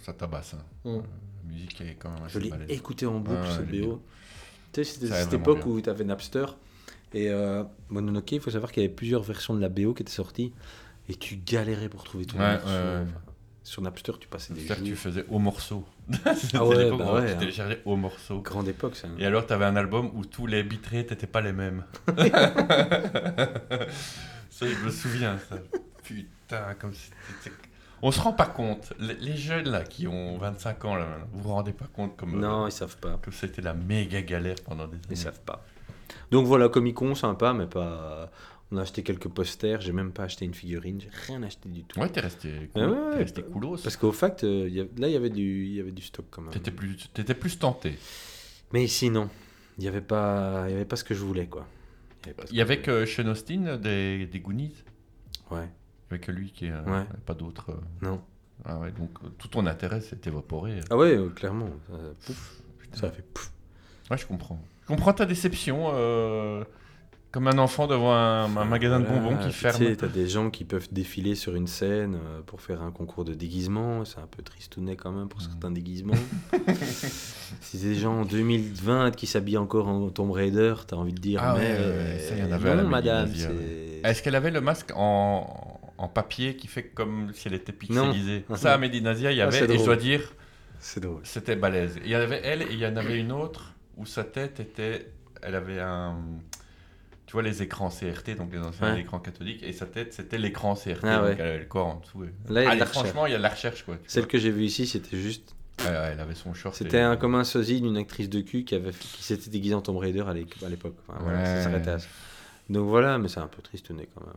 ça tabasse. hein. Mm. La musique est quand même Je assez l'ai Ah, balèze. Ah, écouté en boucle, Ouais, ce elle est bien. BO. Tu sais, c'était Ça est cette vraiment époque où tu avais Napster. Et euh, Mononoke, il faut savoir qu'il y avait plusieurs versions de la BO qui étaient sorties. Et tu galérais pour trouver tout le Ouais, morceau. ouais, ouais. Enfin, Sur Napster, tu passais des C'est-à-dire jours. que tu faisais au morceau. C'était Ah ouais, l'époque bah où ouais, tu hein. téléchargeais au morceau. Grande époque, ça. hein. Et alors, t'avais un album où tous les bitrates n'étaient pas les mêmes. ça, je me souviens, ça. Putain, comme c'était... c'est- On se rend pas compte. Les, les jeunes, là, qui ont 25 ans, là, maintenant, vous vous rendez pas compte comme... euh, Non, ils savent pas. que c'était la méga galère pendant des années. Ils savent pas. Donc voilà, Comic Con, sympa, mais pas. On a acheté quelques posters, j'ai même pas acheté une figurine, j'ai rien acheté du tout. Ouais, t'es resté cool. Ah ouais, t'es ouais, resté pa- coolos. Parce qu'au fact, euh, il y a- là, il y avait du, il y avait du stock quand même. T'étais plus, t'étais plus tenté. Mais ici, non. Il n'y avait, pas- il y avait pas ce que je voulais, quoi. Il y avait pas ce Il que y avait je que Sean Austin des, des Goonies. voulais. Ouais. Il y avait que lui qui... euh, Ouais. Pas d'autres... euh. Non. Ah ouais, donc euh, tout ton intérêt s'est évaporé. Ah ouais, euh, clairement. euh, pouf. Putain. Ça a fait pouf. Ouais, je comprends. Je comprends ta déception. euh, comme un enfant devant un, un magasin de Voilà, bonbons qui puis ferme. Tu sais, t'as des gens qui peuvent défiler sur une scène euh, pour faire un concours de déguisement. C'est un peu tristounet quand Mm. même pour certains déguisements. si c'est des gens en 2020 qui s'habillent encore en Tomb Raider, t'as envie de dire Ah ouais, mais ouais, euh, ça, il y en avait à la non, madame, Médinasie, c'est- Est-ce qu'elle avait le masque en, en papier qui fait comme si elle était pixelisée Non. Ça, à Médinasia, il y Ah, avait, c'est et je drôle. dois dire, c'est drôle. c'était balèze. Il y avait elle et il y en avait une autre où sa tête était. Elle avait un. Tu vois les écrans CRT, donc les anciens Ouais. écrans catholiques, et sa tête c'était l'écran CRT, Ah ouais. donc elle avait le corps en dessous. et- Là, il y a de Allez, la recherche. franchement, il y a de la recherche quoi. tu Celle que j'ai vue ici, c'était juste. vois. Ouais, ouais, elle avait son short. et- C'était un, comme un sosie d'une actrice de cul qui, avait, qui s'était déguisée en Tomb Raider à l'éc- à l'époque. Enfin, voilà, ça Ouais. s'arrêtait à ça. Donc voilà, mais c'est un peu tristounet quand même.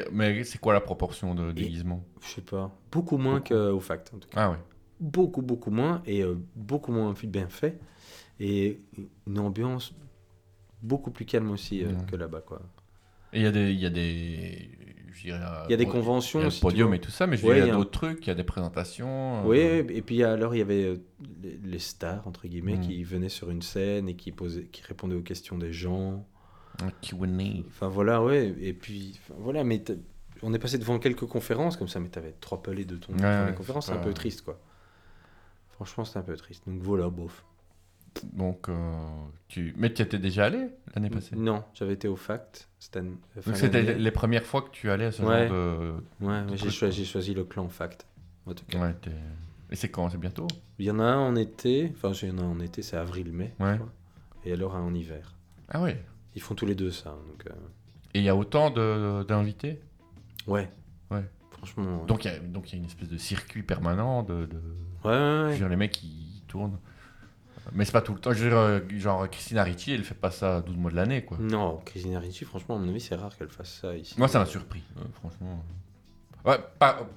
Et- mais c'est quoi la proportion de déguisement Je sais pas. Beaucoup moins Beaucoup. qu'au fact, en tout cas. Ah ouais. beaucoup beaucoup moins et euh, beaucoup moins bien fait et une ambiance beaucoup plus calme aussi euh, Ouais. que là-bas quoi. Bah, Et il y a des, il y a des, je dirais, euh, Il y a des bon, conventions, il y a si le tu podium veux. et tout ça, mais je Ouais, dirais, il il y y a a- d'autres trucs, il y a des présentations. Oui euh, et puis alors il y avait euh, les- les stars entre guillemets Mm. qui venaient sur une scène et qui posaient qui répondaient aux questions des gens. un Q&A. Enfin voilà ouais et puis enfin, voilà mais t'as- on est passé devant quelques conférences comme ça mais t'avais trois palais de ton Ouais, devant les ouais, conférences c'est c'est un pas- peu triste quoi. Franchement c'est un peu triste donc voilà bof. Donc, euh, tu, mais tu étais déjà allé l'année passée. Non j'avais été au fact euh, cette année- Mm, fin Donc c'était d'année. les premières fois que tu allais à ce Ouais. genre de. Ouais, de mais j'ai truc, choisi, j'ai choisi le clan fact. En tout cas. quoi. Ouais, t'es- et c'est quand C'est bientôt Il y en a un en été, enfin il y en a un en été, c'est avril-mai, je Ouais. crois. et alors un en hiver. Ah ouais. Ils font tous les deux ça, donc euh, Et il y a autant de- d'invités. ouais. Ouais. Franchement. ouais. Donc il y a donc il y a une espèce de circuit permanent de. de- Ouais, je ouais, ouais. veux dire, les mecs ils tournent. Mais c'est pas tout le temps. Je veux dire, euh, genre Christina Ricci, elle fait pas ça 12 mois de l'année quoi. Non, Christina Ricci, franchement, à mon avis, c'est rare qu'elle fasse ça ici. Moi, ça m'a surpris, euh, franchement. Ouais, pas-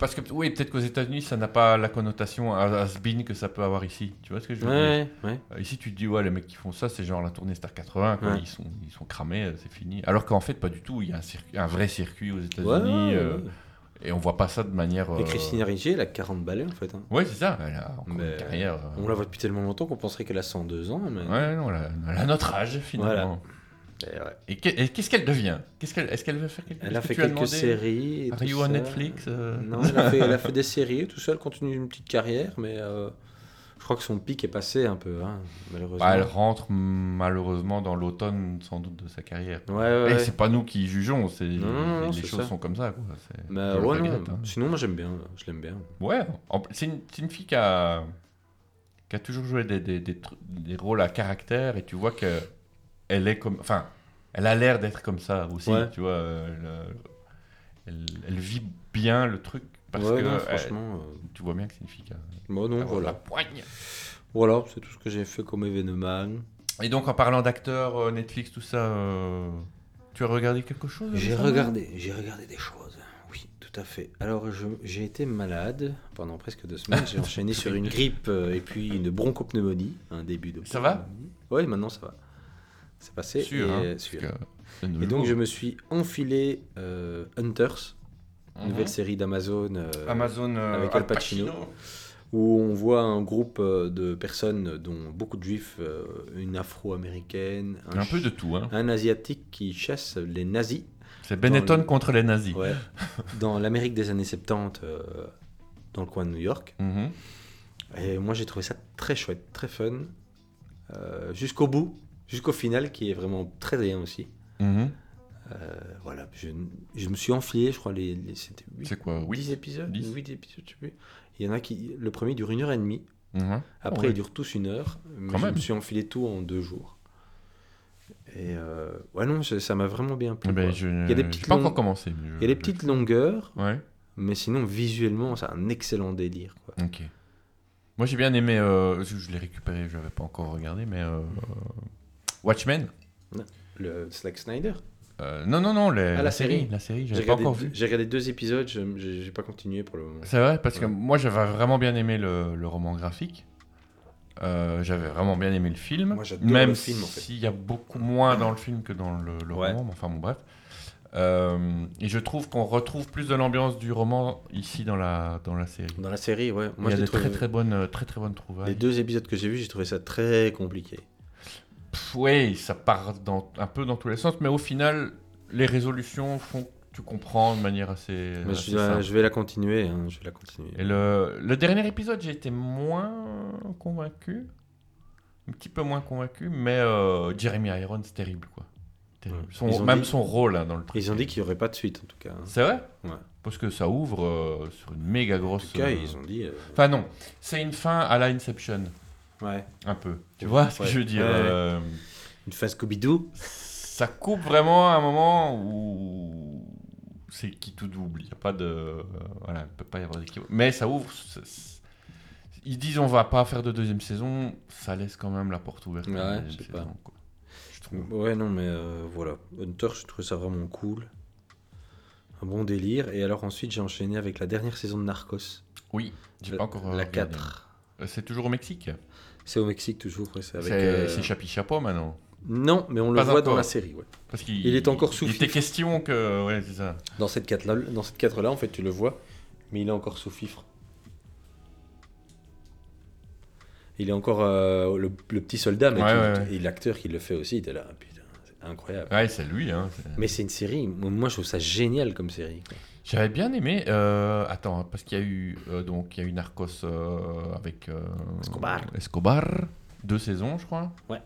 Parce que, oui, peut-être qu'aux États-Unis, ça n'a pas la connotation has-been que ça peut avoir ici. Tu vois ce que je veux Ouais, ouais. dire Euh, Ici, tu te dis, ouais, les mecs qui font ça, c'est genre la tournée Star 80, quoi. Ouais. Ils, sont, ils sont cramés, euh, c'est fini. Alors qu'en fait, pas du tout. Il y a un, circuit- un vrai circuit aux Ouais, États-Unis. ouais, euh, ouais. Et on voit pas ça de manière. Et Christine Rigier, elle a 40 balais en fait. hein. Oui, c'est ça, elle a encore Mais une carrière. euh, On la voit depuis tellement longtemps qu'on penserait qu'elle a 102 ans. Mais... Ouais, non, elle a, elle a notre âge finalement. Et ouais. Et qu'est- Et qu'est-ce qu'elle devient Qu'est-ce qu'elle- Est-ce qu'elle veut faire quelque chose Elle a que fait tu as quelques demandé séries. et tout Rio à ça. Netflix euh, Non, elle a, fait, elle a fait des séries et tout ça. Elle continue une petite carrière, mais euh, je crois que son pic est passé un peu, hein, malheureusement. Bah, elle rentre malheureusement dans l'automne sans doute de sa carrière. Ouais, ouais, Et ouais. c'est pas nous qui jugeons, c'est Non, non, non, les c'est choses ça. sont comme ça. Quoi. C'est- Mais je le ouais, non. regrette, hein. Sinon, moi j'aime bien. Je l'aime bien. Ouais, en pl- c'est une, c'est une fille qui a, qui a toujours joué des, des- des tru- des rôles à caractère et tu vois que elle est comme, enfin, elle a l'air d'être comme ça aussi. Ouais. Tu vois, euh, elle, elle- elle vit bien le truc parce Ouais, que Ah, non, elle- franchement, tu vois bien que c'est une fille qui a. Bon, non, avoir voilà. la poigne. Voilà, c'est tout ce que j'ai fait comme événement. Et donc en parlant d'acteurs, euh, Netflix, tout ça, euh, tu as regardé quelque chose J'ai récemment regardé, j'ai regardé des choses. Oui, tout à fait. Alors, je- j'ai été malade pendant presque deux semaines. J'ai enchaîné sur une grippe euh, et puis une bronchopneumonie, un début de. Ça va Oui, maintenant ça va. C'est passé. Sûr, et, hein, euh, parce sûr. que c'est de Et donc, nouveau. je me suis enfilé euh, Hunters, Mhm. nouvelle série d'Amazon. euh, Amazon, euh, avec Al Al Pacino. Pacino. Où on voit un groupe euh, de personnes, dont beaucoup de juifs, euh, une afro-américaine, Un peu ch- de tout, hein. un asiatique qui chasse les nazis. C'est Benetton Ah, Dans le- contre les nazis. Ouais. dans l'Amérique des années 70, euh, dans le coin de New York. Mhm. Et moi, j'ai trouvé ça très chouette, très fun, euh, jusqu'au bout, jusqu'au final, qui est vraiment très bien aussi. Mhm. Euh, voilà, je, je me suis enfilé, je crois, les, les- c'était huit- C'est quoi, huit 10 épisodes Dix 8 épisodes, je sais plus. Il y en a qui. Le premier dure une heure et demie. Mhm. Après, Oh, ouais. ils durent tous une heure. Mais Quand je même. me suis enfilé tout en deux jours. Et euh, ouais, non, ça ça m'a vraiment bien plu. Eh ben, quoi. je- Il y a des j'ai petites pas longues- encore commencé, mais je- Il y a des petites longueurs. Ouais. Mais sinon, visuellement, c'est un excellent délire. Quoi. Ok. Moi j'ai bien aimé, euh, je, je l'ai récupéré, je l'avais pas encore regardé, mais euh, Watchmen. Le Slack Snyder Euh, non, non, non, les- Ah, la série, la série, j'avais J'ai pas regardé encore deux- vu. J'ai regardé deux épisodes, je- j'ai j'ai pas continué pour le moment. C'est vrai, parce que Ouais. moi j'avais vraiment bien aimé le, le roman graphique. Euh, j'avais vraiment bien aimé le film. Moi, j'adore même le film, en fait. s'il y a beaucoup moins dans le film que dans le, le Ouais. roman, mais enfin bon, bref. Euh, et je trouve qu'on retrouve plus de l'ambiance du roman ici dans la, dans la série. Dans la série, ouais. Moi, Moi, Il y a je l'ai des très trouvé- très bonnes, euh, très très bonnes trouvailles. Les deux épisodes que j'ai vus, j'ai trouvé ça très compliqué. Pff, ouais, ça part dans, un peu dans tous les sens, mais au final, les résolutions font que tu comprends de manière assez. Mais assez je, vais- simple. je vais la continuer, hein, je vais la continuer. Et le, le dernier épisode, j'ai été moins convaincu. Un petit peu moins convaincu, mais euh, Jeremy Irons, c'est terrible, quoi. Terrible. Ouais. Son- Ils ont même dit- son rôle hein, dans le truc. Ils ont dit qu'il n'y aurait pas de suite, en tout cas. hein. C'est vrai Ouais. Parce que ça ouvre euh, sur une méga grosse. tout cas, euh, ils ont dit, euh, Enfin, non, c'est une fin à la Inception. Ouais. Un peu. Tu vois ce que Ouais. je veux dire Ouais, ouais. euh, Une phase Scooby-Doo Ça coupe vraiment à un moment où c'est qui tout double. Il n'y a pas de. euh, voilà, il ne peut pas y avoir d'équilibre. Mais ça ouvre. c'est- c'est- Ils disent on va pas faire de deuxième saison. Ça laisse quand même la porte ouverte. à la Ouais, deuxième je sais pas. saison, quoi. Je trouve. Ouais, non, mais euh, voilà. Hunter, je trouvais ça vraiment cool. Un bon délire. Et alors, ensuite, j'ai enchaîné avec la dernière saison de Narcos. Oui, j'ai La- pas encore. euh, La regardé. 4. Euh, C'est toujours au Mexique. C'est au Mexique, toujours. ouais, c'est avec, C'est euh, c'est Chapi Chapeau maintenant. Non, mais on le Pas voit dans encore. la série, ouais. Parce qu'il Il est encore sous Il était question que. Ouais, c'est ça. Dans cette 4-là, dans cette 4 -là, en fait, tu le vois, mais il est encore sous fifre. Il est encore euh, le, le petit soldat, mais Ouais, tu- ouais, ouais. et l'acteur qui le fait aussi, t'es là, putain, c'est incroyable. Ouais, c'est lui. Hein, c'est- Mais c'est une série, moi moi, je trouve ça génial comme série. quoi. J'avais bien aimé. euh, attends, hein, parce qu'il y a eu euh, donc il y a eu Narcos euh, avec euh, Escobar. Escobar, deux saisons, je crois. Ouais.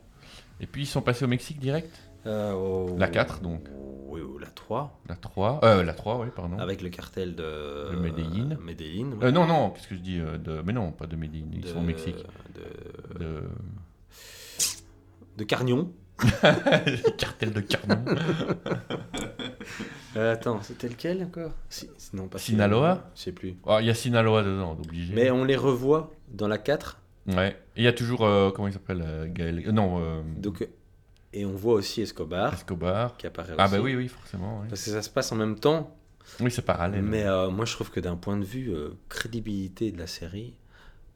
Et puis ils sont passés au Mexique direct. Euh, au- La 4 donc. Oui, au- la 3, La 3. Euh, la 3, oui, pardon. avec le cartel de Le Medellín. Medellín, ouais. Euh, non, non, qu'est-ce que je dis euh, de... Mais non, pas de Medellin, ils De- euh. sont au Mexique. De, De... de Carnion. Le cartel de Carnon. Euh, attends, c'était lequel encore Si- non, pas Sinaloa Je sais plus. Oh, Il y a Sinaloa dedans, obligé. Mais on les revoit dans la 4. Ouais. Et il y a toujours, euh, comment il s'appelle euh, Gaël euh, Non, euh, Donc, euh, et on voit aussi Escobar Escobar. qui apparaît Ah aussi. bah oui, oui, forcément. oui. Euh, Parce que ça se passe en même temps. Oui, c'est parallèle. Mais euh, moi, je trouve que d'un point de vue euh, crédibilité de la série,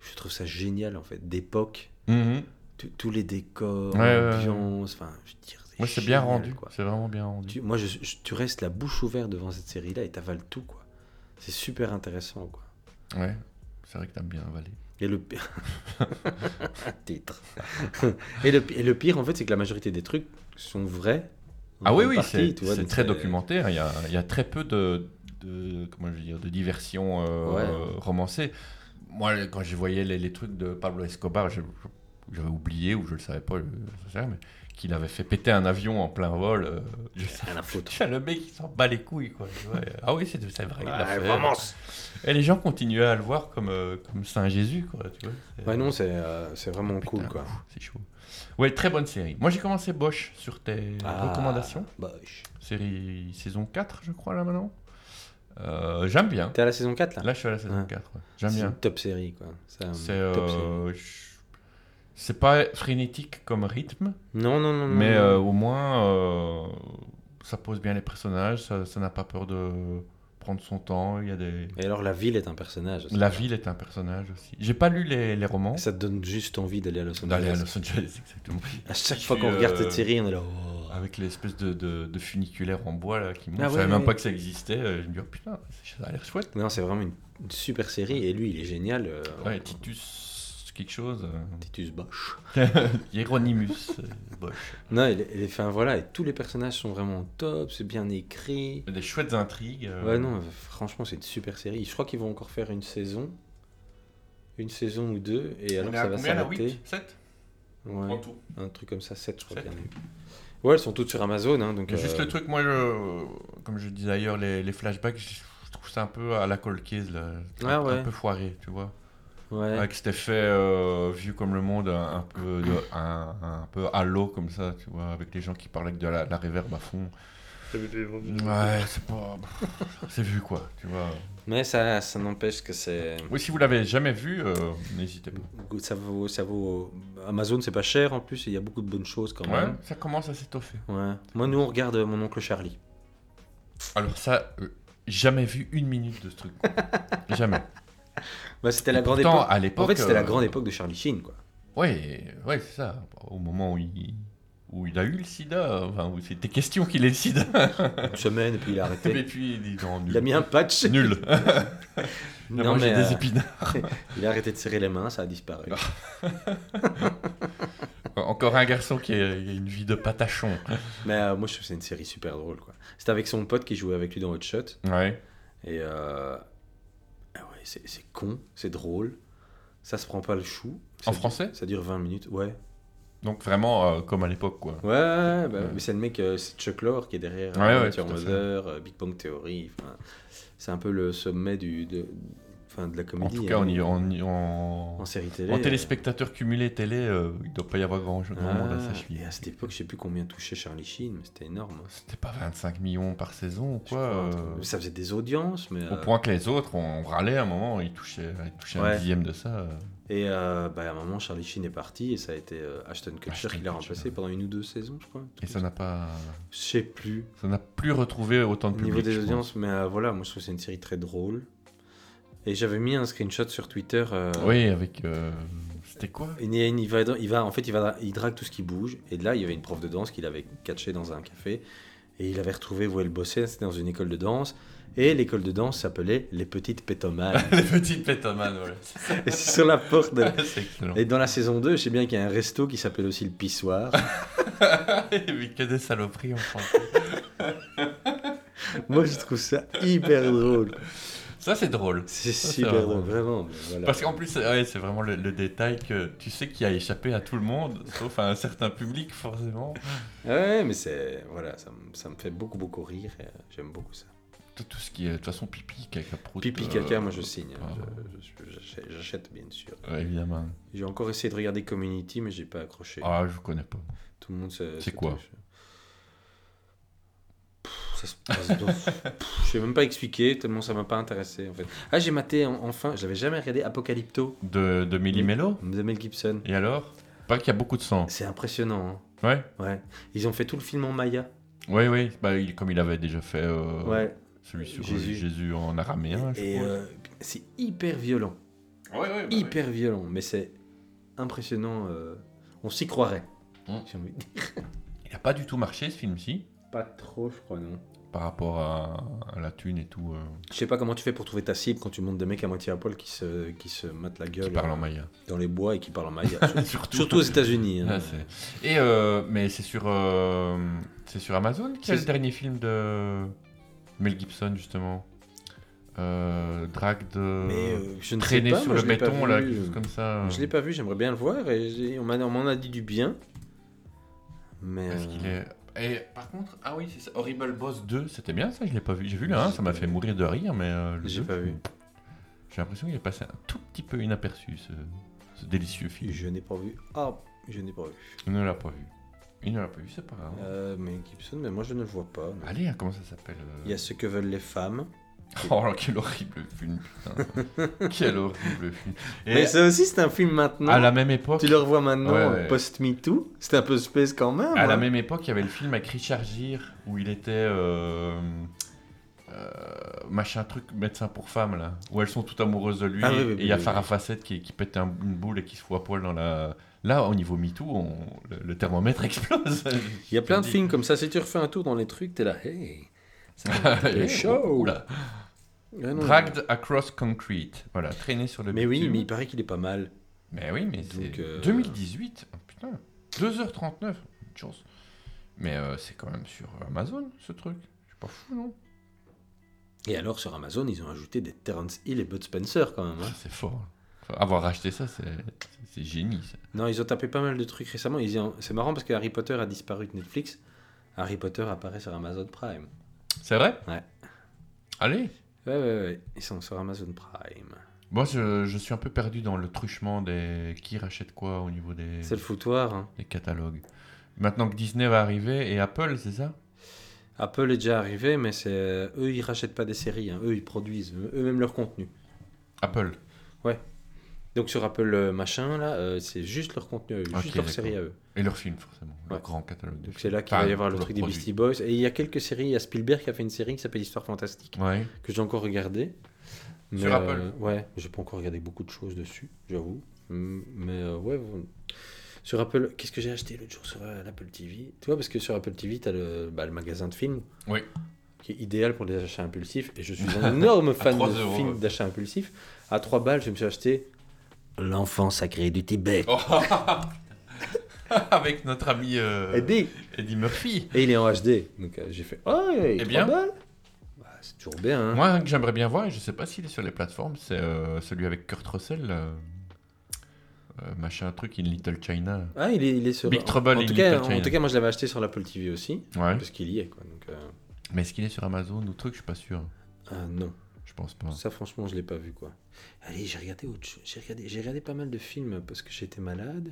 je trouve ça génial en fait. D'époque, Mhm. tous- tous les décors, Ouais, ouais, ouais. l'ambiance. Enfin, je veux dire, Ouais, c'est bien génial, rendu. quoi. C'est vraiment bien rendu. Tu, moi, je- je- tu restes la bouche ouverte devant cette série-là et t'avales tout quoi. C'est super intéressant, quoi. Ouais, c'est vrai que t'as bien avalé. Et le pire. titre. et, le, et le pire, en fait, c'est que la majorité des trucs sont vrais. en Ah oui, grande oui, partie, c'est tu vois, c'est donc très c'est- documentaire. Il y a, il y a très peu de, de- comment je veux dire, de diversion euh, Ouais. romancée. Moi, le- quand je voyais les, les trucs de Pablo Escobar, je- j'avais oublié ou je le savais pas, je, je sais rien, mais qu'il avait fait péter un avion en plein vol. euh, je sais- Putain, le mec, il s'en bat les couilles, quoi. tu vois. ah oui, c'est c'est vrai. il l'a Ouais, fait. vraiment. Et les gens continuaient à le voir comme, euh, comme Saint Jésus, quoi. Tu vois, c'est- Ouais, non, c'est euh, c'est vraiment cool, quoi. C'est chaud. Ouais, très bonne série. Moi, j'ai commencé Bosch sur tes Ah, recommandations. Bosch. Série saison 4, je crois, là maintenant. Euh, J'aime bien. T'es à la saison 4, là Là, je suis à la saison Ouais. 4. ouais. J'aime C'est bien. une top série, quoi. C'est un C'est top euh, je- c'est pas frénétique comme rythme. Non, non, non, non, Mais non. euh, au moins, euh, ça pose bien les personnages. Ça ça n'a pas peur de prendre son temps. Il y a des. série. Et alors, la ville est un personnage. aussi. La ville est un personnage aussi. J'ai pas lu les, les romans. Ça te donne juste envie d'aller à Los Angeles. D'aller à Los Angeles, exactement. À chaque Je fois suis, qu'on regarde euh, cette série, on est là. oh. Avec l'espèce de, de, de funiculaire en bois là, qui monte. Ah je ouais, savais même ouais. pas que ça existait. euh, Je me dis, oh putain, ça a l'air chouette. Non, c'est vraiment une, une super série. Et lui, il est génial. euh, Ouais, Titus, quelque chose. euh, Titus Bosch. Hieronymus euh, Bosch. Non, il est- il est- enfin, voilà, et tous les personnages sont vraiment top, c'est bien écrit. Des chouettes intrigues. euh, Ouais, non, euh, franchement, c'est une super série. Je crois qu'ils vont encore faire une saison, une saison ou deux, et alors On est ça à va combien là s'arrêter. 8 7 Ouais, En tout. un truc comme ça, 7, je crois Sept. qu'il y en a eu. Ouais, elles sont toutes sur Amazon, hein, donc. Il y a juste euh, le truc, moi, je- comme je disais ailleurs, les, les flashbacks, je je trouve ça un peu à la colquise, là. Un- Ah Un ouais. peu foiré, tu vois. Ouais. Avec cet effet euh, vieux comme le monde, un, un peu, de- un, un peu à l'eau comme ça, tu vois, avec les gens qui parlent avec de la, la réverb à fond. Ouais, c'est pas. C'est vu quoi, tu vois. Mais ça, ça n'empêche que c'est. Oui, si vous l'avez jamais vu, euh, n'hésitez pas. Ça vaut, ça vaut. euh, Amazon, c'est pas cher en plus, et il y a beaucoup de bonnes choses quand Ouais, même. ça commence à s'étoffer. Ouais. Moi, nous, on regarde euh, mon oncle Charlie. Alors ça, euh, jamais vu une minute de ce truc. quoi. jamais. Bah, c'était la Et grande pourtant, époque. à l'époque, En fait, c'était la euh, grande époque de Charlie Sheen, quoi. Ouais, ouais, c'est ça. Au moment où il, où il a eu le sida, enfin, où c'était question qu'il ait le sida. Une semaine, et puis il a arrêté. Et puis il dit non, nul. Il a mis un patch. Nul. Non, Moi, j'ai mais, des Ah. euh, épinards. il a arrêté de serrer les mains, ça a disparu. Euh, Encore un garçon qui a, il a une vie de patachon. mais euh, moi, je trouve que c'est une série super drôle, quoi. C'était avec son pote qui jouait avec lui dans Hot Shot. Ouais. Et euh, ah ouais, c'est c'est con, c'est drôle. Ça se prend pas le chou. En Ça- français Ça dure 20 minutes, ouais. Donc vraiment euh, comme à l'époque, quoi. Ouais, ouais, bah, mais c'est le mec, euh, c'est Chuck Lorre qui est derrière Ouais, euh, ouais, Amateur tout à fait. Mother, euh, Big Bang Theory. enfin, C'est un peu le sommet du, de, enfin, de la En comédie. tout cas, hein. on y, on y- on- En série télé. en euh, téléspectateur cumulé télé, euh, il doit pas y avoir grand, grand ah, monde à sa cheville. et à cette époque, je sais plus combien touchait Charlie Sheen, mais c'était énorme. hein. C'était pas 25 millions par saison ou quoi euh, Ça faisait des audiences, mais. Au euh, point que les autres, on râlait à un moment, ils touchaient, ils touchaient un Ouais. dixième de ça. euh. Et euh, bah, à un moment, Charlie Sheen est parti et ça a été euh, Ashton Kutcher Ashton qui l'a Kutcher. remplacé pendant une ou deux saisons, je crois. Et ça n'a pas. Je sais plus. Ça n'a plus retrouvé autant de Au public. niveau des je pense. audiences, mais euh, voilà, moi je trouve que c'est une série très drôle. Et j'avais mis un screenshot sur Twitter. euh, Oui, avec. euh, C'était quoi Il, y a une- il va, dans- il va, en fait, il, va, il drague tout ce qui bouge. Et là, il y avait une prof de danse qu'il avait catché dans un café. Et il avait retrouvé où elle bossait. C'était dans une école de danse. Et l'école de danse s'appelait Les Petites Pétomanes. Les petites pétomanes, voilà. et c'est sur la porte. de- C'est excellent. Et dans la saison 2, je sais bien qu'il y a un resto qui s'appelle aussi le Pissoir. Mais que des saloperies en France. Moi, je trouve ça hyper drôle. Ça, c'est drôle. C'est Ça, super vraiment drôle, vraiment. mais voilà. Parce qu'en plus, ouais, c'est vraiment le, le détail que tu sais qui a échappé à tout le monde, sauf à un certain public, forcément. Ah Ouais, mais c'est. Voilà, ça, me- ça me fait beaucoup, beaucoup rire. et, euh, J'aime beaucoup ça. Tout, tout ce qui est, de toute façon, pipi, caca, prout. Pipi, euh, caca, moi je signe. pas- Je- je- j'achète- J'achète, bien sûr. Ouais, évidemment. J'ai encore essayé de regarder Community, mais j'ai pas accroché. Ah, je connais pas. Tout le monde se. C'est se quoi touche. Pff, Ça se passe dans- Pff, Je sais même pas expliquer, tellement ça m'a pas intéressé en fait. Ah, j'ai maté en- enfin, je l'avais jamais regardé Apocalypto De, de Millie Mello de Mel Gibson. Et alors Pas qu'il y a beaucoup de sang. C'est impressionnant. Ouais. hein. Ouais. Ils ont fait tout le film en Maya. Oui, oui, bah, il- comme il avait déjà fait euh, Ouais. celui sur euh, Jésus. Jésus. en araméen, je Et crois. euh, c'est hyper violent. bah hyper violent, mais c'est impressionnant. euh, On s'y croirait. Mm. J'ai envie de dire. Il n'a pas du tout marché ce film-ci. Pas trop, je crois, non. par rapport à, à la thune et tout. euh, Je sais pas comment tu fais pour trouver ta cible quand tu montes des mecs à moitié à poil qui se, qui se matent la gueule. parlent en euh, maya. Dans les bois et qui parlent en maya. Sur- surtout, aux États-Unis. hein. Ah, c'est- et euh, mais c'est sur euh, c'est sur Amazon qui a le C'est- dernier film de Mel Gibson justement. Euh, drague de Mais euh, je ne sais traîner pas, sur moi, le je l'ai pas béton là, vu. euh, quelque chose comme ça. Je l'ai pas vu, j'aimerais bien le voir et j'ai- on m'en- on m'en a dit du bien. Mais Est-ce euh, qu'il est- Et par contre, ah oui, c'est ça, Horrible Boss 2, c'était bien ça, je l'ai pas vu. J'ai vu le 1, ça m'a fait mourir de rire, mais euh, le J'ai 2, pas vu. J'ai l'impression qu'il est passé un tout petit peu inaperçu ce, ce délicieux film. je n'ai pas vu. Ah, je n'ai pas vu. Il ne l'a pas vu. Il ne l'a pas vu, c'est pas grave. Euh, mais Gibson, mais moi je ne le vois pas. non. Allez, hein, comment ça s'appelle euh, Il y a ce que veulent les femmes. Oh là, quel horrible film, putain. quel horrible film. Et Mais ça aussi, c'est un film maintenant. à la même époque. Tu le revois maintenant, Ouais, ouais. post-MeToo. C'est un peu space quand même. À la hein. même époque, il y avait le film avec Richard Gere où il était euh, euh, machin truc médecin pour femmes là, où elles sont toutes amoureuses de lui Ah oui, oui, et oui, il y a oui, Farah oui. Fawcett qui, qui pète un- une boule et qui se fout à poil dans la. Là, au niveau MeToo, on- le, le thermomètre explose. Il y a plein de films comme ça. Si tu refais un tour dans les trucs, t'es là, hey, c'est Hey, show. Ah, oula. Ah non, Dragged across concrete, voilà, traîné sur le. Mais oui, bitume. mais il paraît qu'il est pas mal. Mais oui, mais Donc, c'est euh, 2018, oh, putain, 2h39, une chance. Mais euh, c'est quand même sur Amazon ce truc. Je suis pas fou, non Et alors sur Amazon, ils ont ajouté des Terrence Hill et Bud Spencer quand même. hein. Ça, C'est fort. Enfin, avoir acheté ça, c'est c'est génie. ça. Non, ils ont tapé pas mal de trucs récemment. Ils ont- C'est marrant parce que Harry Potter a disparu de Netflix. Harry Potter apparaît sur Amazon Prime. C'est vrai Ouais. Allez Ouais, ouais, ouais. Ils sont sur Amazon Prime. Moi, je, je suis un peu perdu dans le truchement des qui rachète quoi au niveau des, C'est le foutoir. hein. des catalogues. Maintenant que Disney va arriver et Apple, c'est ça Apple est déjà arrivé, mais c'est euh, eux, ils rachètent pas des séries. hein. Eux, ils produisent euh, eux-mêmes leur contenu. Apple. Ouais. Donc sur Apple euh, machin, là, euh, c'est juste leur contenu, à eux, Ok, juste leur d'accord. série à eux. Et leurs films, forcément. Le Ouais. grand catalogue. de Donc c'est films. là qu'il Enfin, va y avoir le leurs truc des produits. Beastie Boys. Et il y a quelques séries. Il y a Spielberg qui a fait une série qui s'appelle Histoire Fantastique, Ouais. que j'ai encore regardée. Sur Mais, Apple. euh, Ouais, j'ai pas encore regardé beaucoup de choses dessus, j'avoue. Mm, Mais euh, ouais, vous- sur Apple, qu'est-ce que j'ai acheté l'autre jour sur euh, l'Apple TV Tu vois, parce que sur Apple TV, t'as le, bah, le magasin de films. Oui. Qui est idéal pour des achats impulsifs. Et je suis un énorme À fan 3 de euros, euh. films ouais. d'achats impulsifs. À 3 balles, je me suis acheté L'enfant sacré du Tibet. Oh, Avec notre ami euh, Eddie. Eddie Murphy. Et il est en HD. Donc euh, j'ai fait Oh, il est Eh bien. bien. Balles. Bah, c'est toujours bien. hein. Moi, un que j'aimerais bien voir, et je sais pas s'il est sur les plateformes, c'est euh, celui avec Kurt Russell. euh, euh, machin truc in Little China. Ah, il est, il est sur. Big Trouble en in tout, cas, Little en China. Hein tout cas, moi je l'avais acheté sur l'Apple TV aussi. Ouais. Parce qu'il y est. Quoi. Donc, euh, Mais est-ce qu'il est sur Amazon ou truc Je suis pas sûr. ah, non. Je pense pas. Ça, franchement, je l'ai pas vu. quoi. Allez, j'ai regardé autre chose. J'ai regardé, j'ai regardé pas mal de films parce que j'étais malade.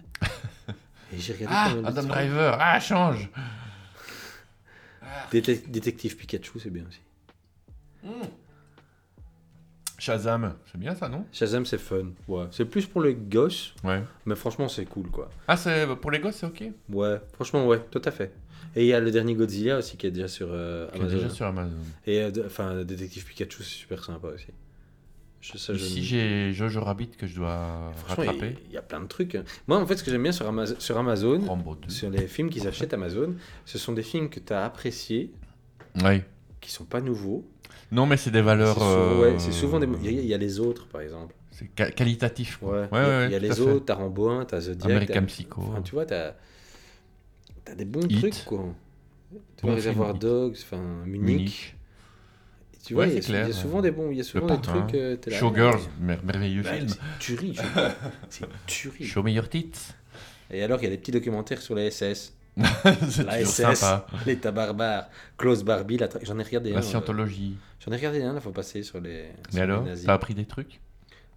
Et j'ai regardé Ah, pas mal de Adam trucs. Driver, ah, change Détec- Détective Pikachu, c'est bien aussi. Shazam, c'est bien ça, non Shazam, c'est fun. Ouais. C'est plus pour les gosses. Ouais. Mais franchement, c'est cool quoi. Ah, c'est pour les gosses, c'est ok Ouais, franchement, ouais, tout à fait. Et il y a le dernier Godzilla aussi qui est déjà sur euh, Qui est Amazon. déjà sur Amazon. Et euh, de- enfin, Détective Pikachu, c'est super sympa aussi. Je, ça, je- Ici, j'ai Jojo Rabbit que je dois Franchement, rattraper. Il y, a plein de trucs. Moi, en fait, ce que j'aime bien sur, Amaz- sur Amazon, Rambo 2. sur les films qu'ils achètent Amazon, ce sont des films que tu as appréciés, Ouais. qui sont pas nouveaux. Non, mais c'est des valeurs. C'est souvent, ouais, euh, c'est souvent des. Il y a- il y, a les autres, par exemple. C'est ca- qualitatif. Quoi. Ouais. Ouais, il y a, ouais, il y a tout à les fait. autres, t'as Rambo 1, t'as Zodiac. American t'as- Psycho. enfin, tu vois, t'as as des bons Hit. trucs, quoi. Tu Bon vois, film, Reservoir Hit. Dogs, enfin, Munich. Munich. Tu vois, Ouais, il y a- c'est clair, il y a ouais. souvent des bons, il y Le a souvent des parrain. trucs. euh, t'es là, Showgirls, mer- merveilleux Bah, film. c'est Tu ris, Showgirls. c'est tu ris. Show me your tits. Et alors, il y a des petits documentaires sur la SS. C'est la toujours SS, sympa. l'État barbare, Klaus Barbie, la tra- j'en ai regardé un. La scientologie. euh, J'en ai regardé un, la fois passée, sur les, sur Mais les alors, nazis. t'as appris des trucs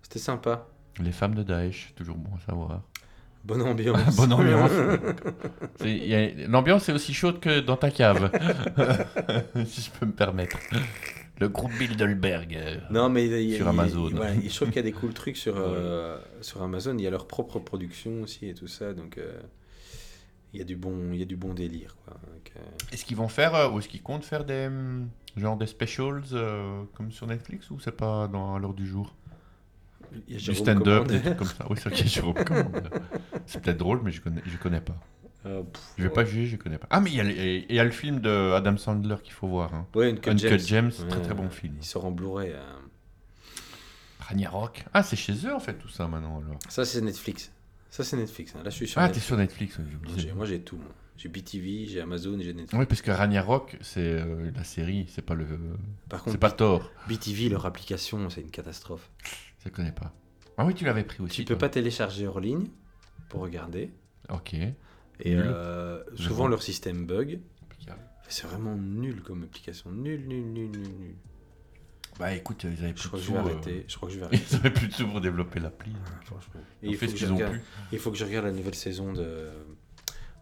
C'était sympa. Les femmes de Daesh, toujours bon à savoir. Bonne ambiance. Bonne ambiance. C'est- y a- L'ambiance est aussi chaude que dans ta cave, si je peux me permettre. Le groupe Bilderberg. euh, non, mais il y a- Sur il y a- Amazon. voilà, je trouve qu'il y a des cool trucs sur, euh, sur Amazon. Il y a leur propre production aussi et tout ça. Donc, euh, il y a du bon, il y a du bon délire. Quoi. Donc, euh, Est-ce qu'ils vont faire, euh, ou est-ce qu'ils comptent faire des, hum, genre des specials euh, comme sur Netflix, ou c'est pas dans à l'heure du jour il y a Du Jérôme stand-up, des Commander. trucs comme ça. Oui, c'est ok, Jérôme Commander. C'est peut-être drôle, mais je connais, je connais pas. Ah, Euh, pff, je vais pas juger, je connais pas. Ah, mais il y, a les- et il y a le film de Adam Sandler qu'il faut voir. Hein. Ouais, Uncut, Uncut James. très Ouais, très bon film. Il sort en Blu-ray. euh. Ragnarok. Ah, c'est chez eux en fait tout ça maintenant alors. Ça, c'est Netflix. Ça, c'est Netflix. hein. Là, je suis sur Ah, t'es Netflix. sur Netflix, ouais, Moi, j'oubliais. j'ai- Moi, j'ai tout. moi. J'ai BTV, j'ai Amazon, j'ai Netflix. Oui, parce que Ragnarok, c'est euh, la série, c'est pas le. Par c'est contre, pas Thor. BTV, leur application, c'est une catastrophe. Je connais pas. Ah oui, tu l'avais pris aussi. Tu peux pas télécharger hors ligne pour regarder. Ok. Et Nul. euh, Je souvent, vois. leur système bug. Impeccable. C'est vraiment nul comme application. Nul, nul, nul, nul, nul. Bah écoute, ils avaient plus Je crois de que je vais sous, euh, arrêter. Je crois que je vais Ils arrêter. avaient plus de sous pour développer l'appli. Franchement. Ils ont il fait faut ce que je qu'ils ont regarde- pu. Il faut que je regarde la nouvelle saison de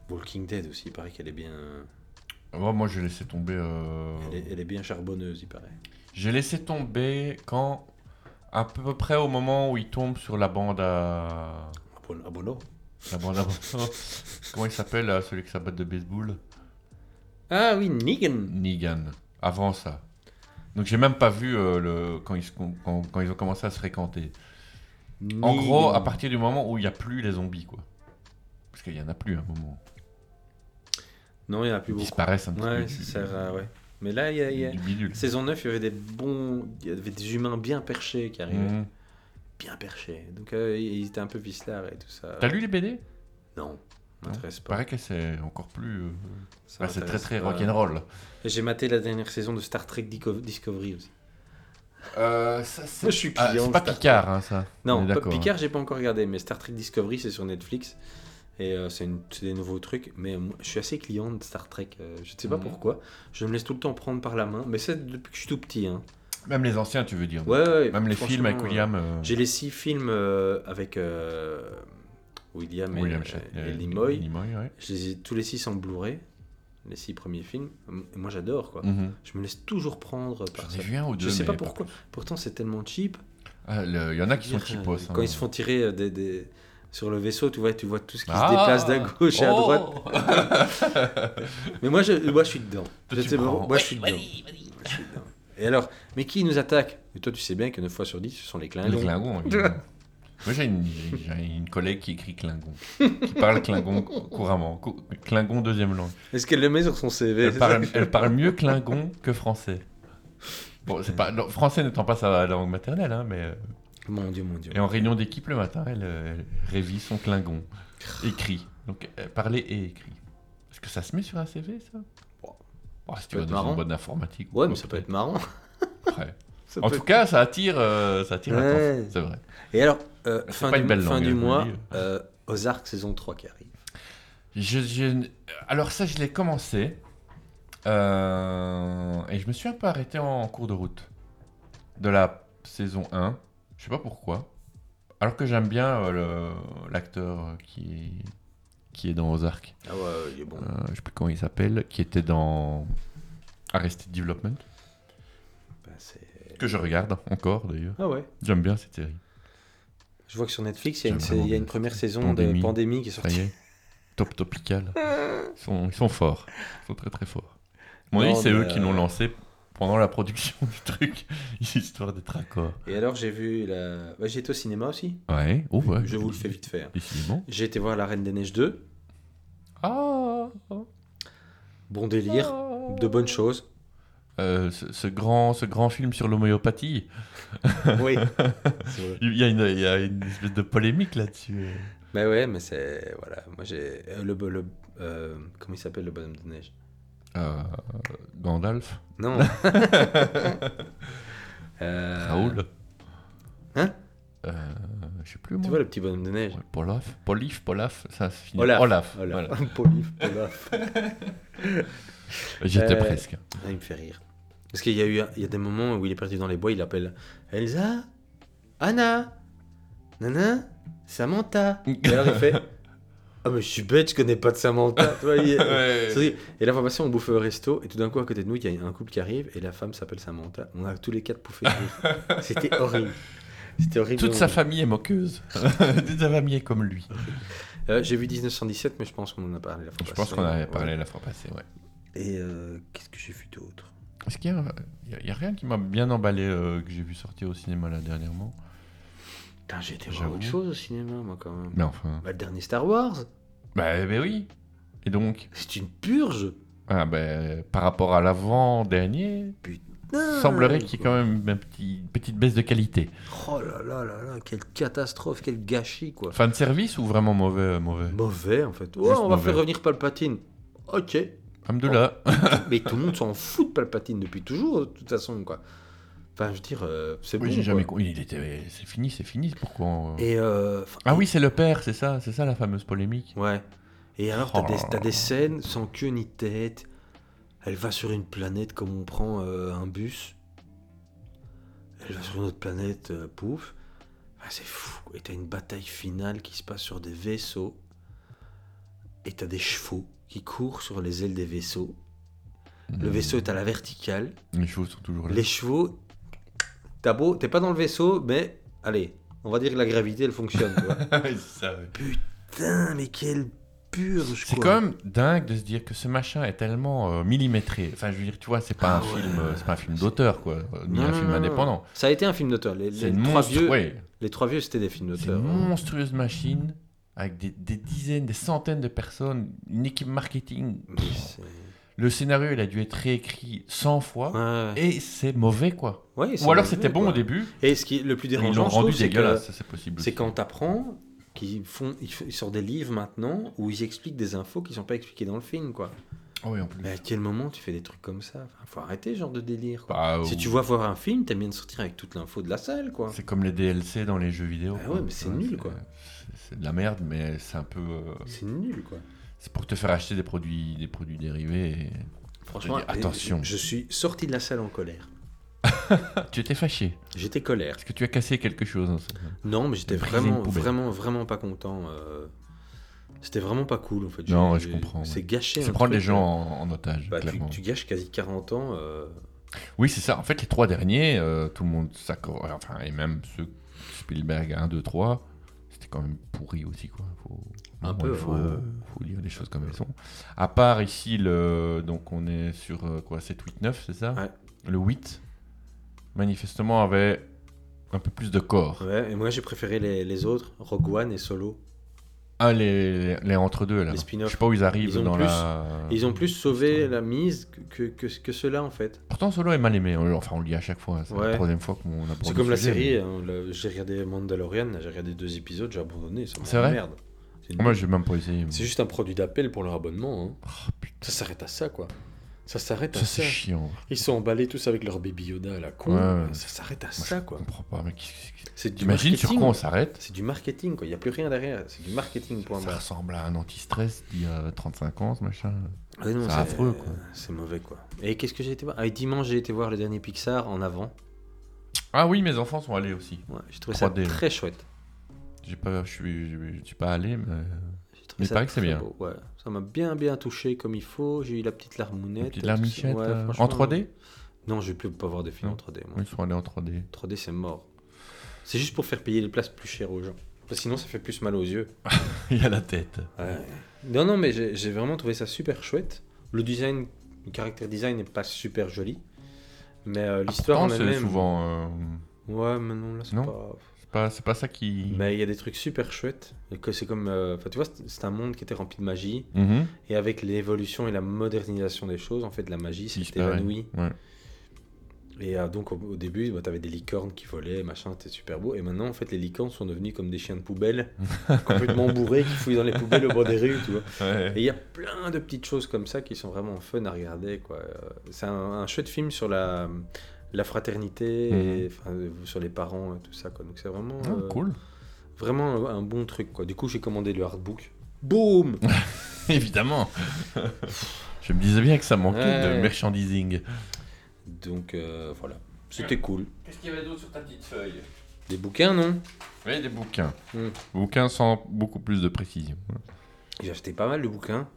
Walking Dead aussi. Il paraît qu'elle est bien, Ouais, Oh, moi, j'ai laissé tomber. euh, elle est, elle est bien charbonneuse, il paraît. J'ai laissé tomber quand. À peu près au moment où il tombe sur la bande à. Abon- Abono. La bande à. Comment il s'appelle euh, celui qui s'abat de baseball Ah oui, Negan. Negan. Avant ça. Donc j'ai même pas vu euh, le... quand, ils se con- quand- quand ils ont commencé à se fréquenter. En gros, à partir du moment où il n'y a plus les zombies, quoi. Parce qu'il y en a plus à un moment. Non, il n'y en a plus Ils beaucoup. disparaissent un petit ouais, peu ça du- sert à- ouais. Mais là, il y a, il y a- du bidule. saison 9, il y avait des bons. Il y avait des humains bien perchés qui arrivaient. Mhm. Bien perchés. Donc, euh, ils étaient un peu vislards et tout ça. T'as lu les BD Non, m'intéresse pas. Paraît que c'est encore plus. euh, Ça bah, c'est très m'intéresse très pas. rock'n'roll. Et J'ai maté la dernière saison de Star Trek Dico- Discovery aussi. Moi, je suis Ah, client c'est pas de Star Picard, Trek. hein, ça. On Non, est pas d'accord, hein. Picard, j'ai pas encore regardé, mais Star Trek Discovery, c'est sur Netflix. Et euh, c'est une- c'est des nouveaux trucs. Mais euh, moi, je suis assez client de Star Trek. euh, je ne sais pas Mhm. pourquoi. Je me laisse tout le temps prendre par la main. Mais c'est depuis que je suis tout petit. hein. Même les anciens, tu veux dire. Ouais, ouais, Même les franchement, films avec euh, William. euh, J'ai les six films euh, avec euh, William, et- William euh, et, Shatner- et euh, Nimoy. Nimoy, ouais. Je les ai tous les six en Blu-ray. Les six premiers films. Et moi, j'adore. quoi. Mhm. Je me laisse toujours prendre par J'en ai ça. vu un ou deux, je sais pas mais pas pourquoi. Pourtant, c'est tellement cheap. ah, le- Il y en a qui Je veux sont dire, cheapos. hein. euh, Quand ils se font tirer euh, des, des- sur le vaisseau, tu vois, tu vois tout ce qui Ah se déplace d'à gauche et à Oh droite. Mais moi, je, moi, je suis dedans. Toi, Je tu sais pas, prends. moi, je suis dedans. Moi, je suis dedans. Et alors, mais qui nous attaque Et toi, tu sais bien que 9 fois sur 10, ce sont les Klingons. Les Klingons, évidemment. Moi, j'ai une, j'ai une collègue qui écrit Klingon, qui parle Klingon couramment. cou- Klingon deuxième langue. Est-ce qu'elle le met sur son CV Elle parle, elle parle mieux Klingon que français. Bon, c'est pas, non, français n'étant pas sa langue maternelle, hein, mais. euh, Mon Dieu, mon Dieu. Et en réunion d'équipe le matin, elle, euh, elle révise son Klingon. Écrit. Donc, euh, parler et écrit. Est-ce que ça se met sur un CV, ça Bon, Si tu vas peut être dans marrant. une bonne informatique. Ouais, mais ça peut être marrant. Après. Ça En peut tout être- cas, ça attire, euh, ça attire l'attention, Ouais. c'est vrai. Et alors, euh, C'est fin, pas du, une belle fin langue, du hein, je mois, vous le dis. euh, Ozark saison 3 qui arrive. Je- je- Alors ça, je l'ai commencé. euh, Et je me suis un peu arrêté en cours de route. De la saison 1. Je sais pas pourquoi. Alors que j'aime bien euh, le- l'acteur euh, qui est... qui est dans Ozark. Ah ouais, ouais, il est bon. Euh, je sais plus comment il s'appelle. Qui était dans Arrested Development. Bah, c'est- Que je regarde encore d'ailleurs. Ah ouais. J'aime bien cette série. Je vois que sur Netflix, il y a J'aime une, vraiment il y a une bien. première saison de Pandémie qui est ça sortie. y Top topical. Ils sont, ils sont forts. Ils sont très très forts. À Mon Non, avis, c'est mais, eux qui euh, l'ont lancé pendant la production du truc, histoire d'être accord. Et alors, j'ai vu la. bah, j'ai été au cinéma aussi. Ouais, oh ouais. Je vous le fais vite fait. hein. Décidément. J'ai été voir La Reine des Neiges 2. Ah Bon délire, Oh. de bonnes choses. Euh, ce, ce grand, ce grand film sur l'homéopathie. Oui. C'est vrai. il, y a une, il y a une espèce de polémique là-dessus. Mais ouais, mais c'est. Voilà, moi j'ai. euh, Le, le, euh, comment il s'appelle le bonhomme de neige Euh, Gandalf Non. Euh, Raoul Hein euh, Je sais plus. Tu moi. vois le petit bonhomme de neige Oh Ouais, Polaf Polif Polaf Ça se finit. Olaf. Olaf. Olaf. voilà. Polif, Olaf. J'étais Euh, presque. ah, il me fait rire. Parce qu'il y a eu il y a des moments où il est perdu dans les bois, il appelle Elsa, Anna, Nana, Samantha. Et alors il fait Ah, mais je suis bête, je connais pas de Samantha. Tu vois, il- Ouais. c'est vrai. Et la fois passée, on bouffait au resto, et tout d'un coup, à côté de nous, il y a un couple qui arrive, et la femme s'appelle Samantha. On a tous les quatre pouffé de rire. C'était horrible. C'était horrible. Toute sa famille est moqueuse. Toute sa famille est comme lui. Euh, J'ai vu 1917, mais je pense qu'on en a parlé la fois Je passée. pense qu'on avait parlé Ouais. la fois passée, ouais. Et euh, qu'est-ce que j'ai vu d'autre Est-ce qu'il y a, il y a- il y a rien qui m'a bien emballé euh, que j'ai vu sortir au cinéma là dernièrement Putain, j'ai été voir J'avoue. autre chose au cinéma, moi, quand même. Mais enfin. Bah, le dernier Star Wars Bah, bah oui Et donc C'est une purge ah ben, Par rapport à l'avant-dernier, semblerait qu'il y ait quand même une petite, petite baisse de qualité. Oh là là là là, quelle catastrophe, quel gâchis quoi. Fin de service ou vraiment mauvais euh, Mauvais. Mauvais en fait. Ouais, Juste on va mauvais. faire revenir Palpatine. Ok. Alhamdoulilah. Oh. Mais tout le monde s'en fout de Palpatine depuis toujours, de toute façon quoi. Enfin, je veux dire, euh, c'est Oui, bon. j'ai jamais quoi. con- il était- C'est fini, c'est fini. Pourquoi on- Et euh, enfin, Ah oui, c'est le père, c'est ça, c'est ça la fameuse polémique. Ouais. Et alors, t'as Oh des, là t'as là. des scènes sans queue ni tête. Elle va sur une planète comme on prend euh, un bus. Elle va sur une autre planète, euh, pouf. Ah, c'est fou. Et t'as une bataille finale qui se passe sur des vaisseaux. Et t'as des chevaux qui courent sur les ailes des vaisseaux. Le Mhm. vaisseau est à la verticale. Les choses sont toujours là. Les chevaux, t'as beau, t'es pas dans le vaisseau, mais allez, on va dire que la gravité, elle fonctionne. tu vois. Putain, mais quelle purge C'est quoi. quand même dingue de se dire que ce machin est tellement euh, millimétré. Enfin, je veux dire, tu vois, c'est pas, Ah un ouais. film, euh, c'est pas un film d'auteur, quoi, euh, ni Non, un non, film non, non. indépendant. Ça a été un film d'auteur. Les, les C'est une trois monstre- vieux, ouais. les trois vieux, c'était des films C'est d'auteur. une hein. monstrueuse machine avec des, des dizaines, des centaines de personnes, une équipe marketing. C'est- Le scénario, il a dû être réécrit 100 fois Ouais. et c'est mauvais, quoi. Ouais, c'est Ou alors mauvais, c'était bon quoi. au début. Et ce qui est le plus mais dérangeant, ils l'ont je trouve, rendu c'est que- dégueulasse, ça, c'est possible. C'est quand t'apprends qu'ils font, ils, f- ils sortent des livres maintenant où ils expliquent des infos qui sont pas expliquées dans le film, quoi. Ah oui, en plus. Mais à quel moment tu fais des trucs comme ça Enfin, Faut arrêter ce genre de délire. quoi. Bah, Si ou- tu vois voir un film, t'aimes bien de sortir avec toute l'info de la salle, quoi. C'est comme les DLC dans les jeux vidéo. Ah quoi. ouais, mais c'est Ouais, nul, quoi. C'est de la merde, mais c'est un peu. euh, C'est nul, quoi. C'est pour te faire acheter des produits, des produits dérivés. et pour te Franchement, dire, attention. Je suis sorti de la salle en colère. Ah, Tu étais fâché. J'étais colère. Est-ce que tu as cassé quelque chose en ce moment Non, mais j'étais T'as brisé une vraiment, poubelle. vraiment, vraiment pas content. euh, C'était vraiment pas cool en fait. J'ai- Non, ouais, je j'ai- comprends, ouais. C'est gâché. C'est un prendre truc, les gens euh, en- en otage, bah, tu- clairement. Tu, gâches quasi 40 ans. euh, Oui, c'est ça. En fait, les trois derniers, euh, tout le monde s'accorde. Enfin, et même ceux Spielberg 1, 2, 3, c'était quand même pourri aussi, quoi. Faut- Un bon, peu, hein. Il faut, ouais. faut dire les choses comme elles sont. À part ici, le... donc on est sur euh, quoi 7, 8, 9, c'est ça Le 8, manifestement, avait un peu plus de corps. Ouais, et moi j'ai préféré les, les autres, Rogue One et Solo. Ah, les, les entre-deux, là. Les spin-offs. Je sais pas où ils arrivent Ils ont dans plus, la. Ils ont plus sauvé la mise que, que, que, que ceux-là en fait. Pourtant, Solo est mal aimé. On- Enfin, on le dit à chaque fois. hein. C'est Ouais. la troisième fois qu'on aborde C'est le comme la sujet, série, mais- hein, le- j'ai regardé Mandalorian, j'ai regardé deux épisodes, j'ai abandonné. ça C'est vrai m'emmerde. C'est Moi, nul. j'ai même pas essayé. Oh, C'est juste un produit d'appel pour leur abonnement. hein. ça s'arrête à ça, quoi. Ça s'arrête à Ça, ça. c'est chiant. Ils sont emballés tous avec leur baby Yoda à la con. Ouais, Ça s'arrête à ça, quoi. Je comprends pas, mais qu'est-ce que C'est du T'imagines sur marketing. quoi on s'arrête C'est du marketing, quoi. Il n'y a plus rien derrière. C'est du marketing, point Ça barre. ressemble à un anti-stress d'il y a 35 ans, ce machin. Ouais, non, c'est c'est- affreux, quoi. C'est mauvais, quoi. Et qu'est-ce que j'ai été voir Ah, et dimanche, j'ai été voir le dernier Pixar en avant. Ah oui, mes enfants sont allés aussi. Ouais, j'ai trouvé ça 3D, très chouette. J'ai pas, je suis, je- je suis pas allé, mais. euh, trouvé Mais il ça paraît que c'est très bien. beau, ouais. Ça m'a bien, bien touché comme il faut. J'ai eu la petite larmounette. La petite tout ça. larmichette, Ouais, euh, en franchement, 3D Non, je vais plus pas voir de films en 3D. Moi. Ils sont allés en 3D. 3D, c'est mort. C'est juste pour faire payer les places plus chères aux gens. Parce que sinon, ça fait plus mal aux yeux. Il y a la tête. Ouais. Non, non, mais j'ai j'ai vraiment trouvé ça super chouette. Le design, le caractère design n'est pas super joli. Mais euh, l'histoire Ah, Pourtant, en c'est elle-même. souvent. euh, Ouais, mais non, là, c'est Non pas. c'est pas, c'est pas ça qui. Mais il y a des trucs super chouettes. Et que c'est comme. euh, Enfin, tu vois, c'est- c'est un monde qui était rempli de magie. Mhm. Et avec l'évolution et la modernisation des choses, en fait, la magie s'est disparaît. évanouie. Ouais. Et euh, donc, au, au début, bah, t'avais des licornes qui volaient, machin, c'était super beau. Et maintenant, en fait, les licornes sont devenues comme des chiens de poubelle, complètement bourrés, qui fouillent dans les poubelles au bord des rues, tu vois. Ouais. Et il y a plein de petites choses comme ça qui sont vraiment fun à regarder, quoi. Euh, C'est un, un chouette film sur la, la fraternité, et, enfin, euh, sur les parents et tout ça, quoi. Donc, c'est vraiment. Mhm. euh, Ah, cool. Vraiment un, un bon truc, quoi. Du coup, j'ai commandé le hardbook. Boum Évidemment Je me disais bien que ça manquait Ouais. de merchandising. Donc, euh, voilà. C'était cool. Qu'est-ce qu'il y avait d'autre sur ta petite feuille Des bouquins, non Oui, des bouquins. Mm. Bouquins sans beaucoup plus de précision. J'ai acheté pas mal de bouquins.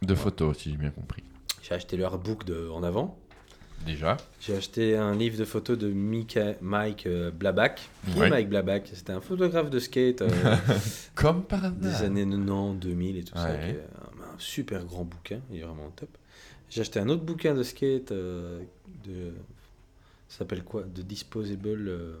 De photos, si j'ai bien compris. J'ai acheté le hardbook de En Avant. Déjà. J'ai acheté un livre de photos de Mika- Mike euh, Blabac. Qui est Ouais. Mike Blabac C'était un photographe de skate. euh, Comme par hasard. Des années 90, 2000 et tout ça. Ah. Ouais. qui est un, un super grand bouquin. Il est vraiment top. J'ai acheté un autre bouquin de skate. euh, de, ça s'appelle quoi De Disposable. euh,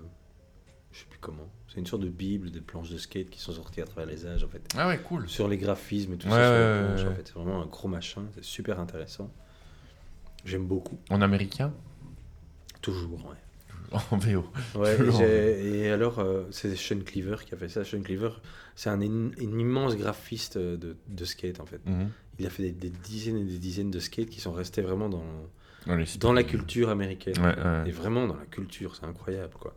je sais plus comment. C'est une sorte de bible des planches de skate qui sont sorties à travers les âges en fait. Ah ouais, cool. Sur les graphismes et tout Ouais, ça. sur les ouais, planches, ouais, en ouais. fait. C'est vraiment un gros machin, c'est super intéressant. J'aime beaucoup. En américain Toujours, ouais. En VO. Ouais, Toujours en j'ai- et alors, euh, c'est Sean Cleaver qui a fait ça. Sean Cleaver, c'est un, in- un immense graphiste euh, de, de skate, en fait. Mhm. Il a fait des, des dizaines et des dizaines de skates qui sont restés vraiment dans, Dans dans, les styles. la culture américaine. Ouais, ouais. Et vraiment dans la culture, c'est incroyable, quoi.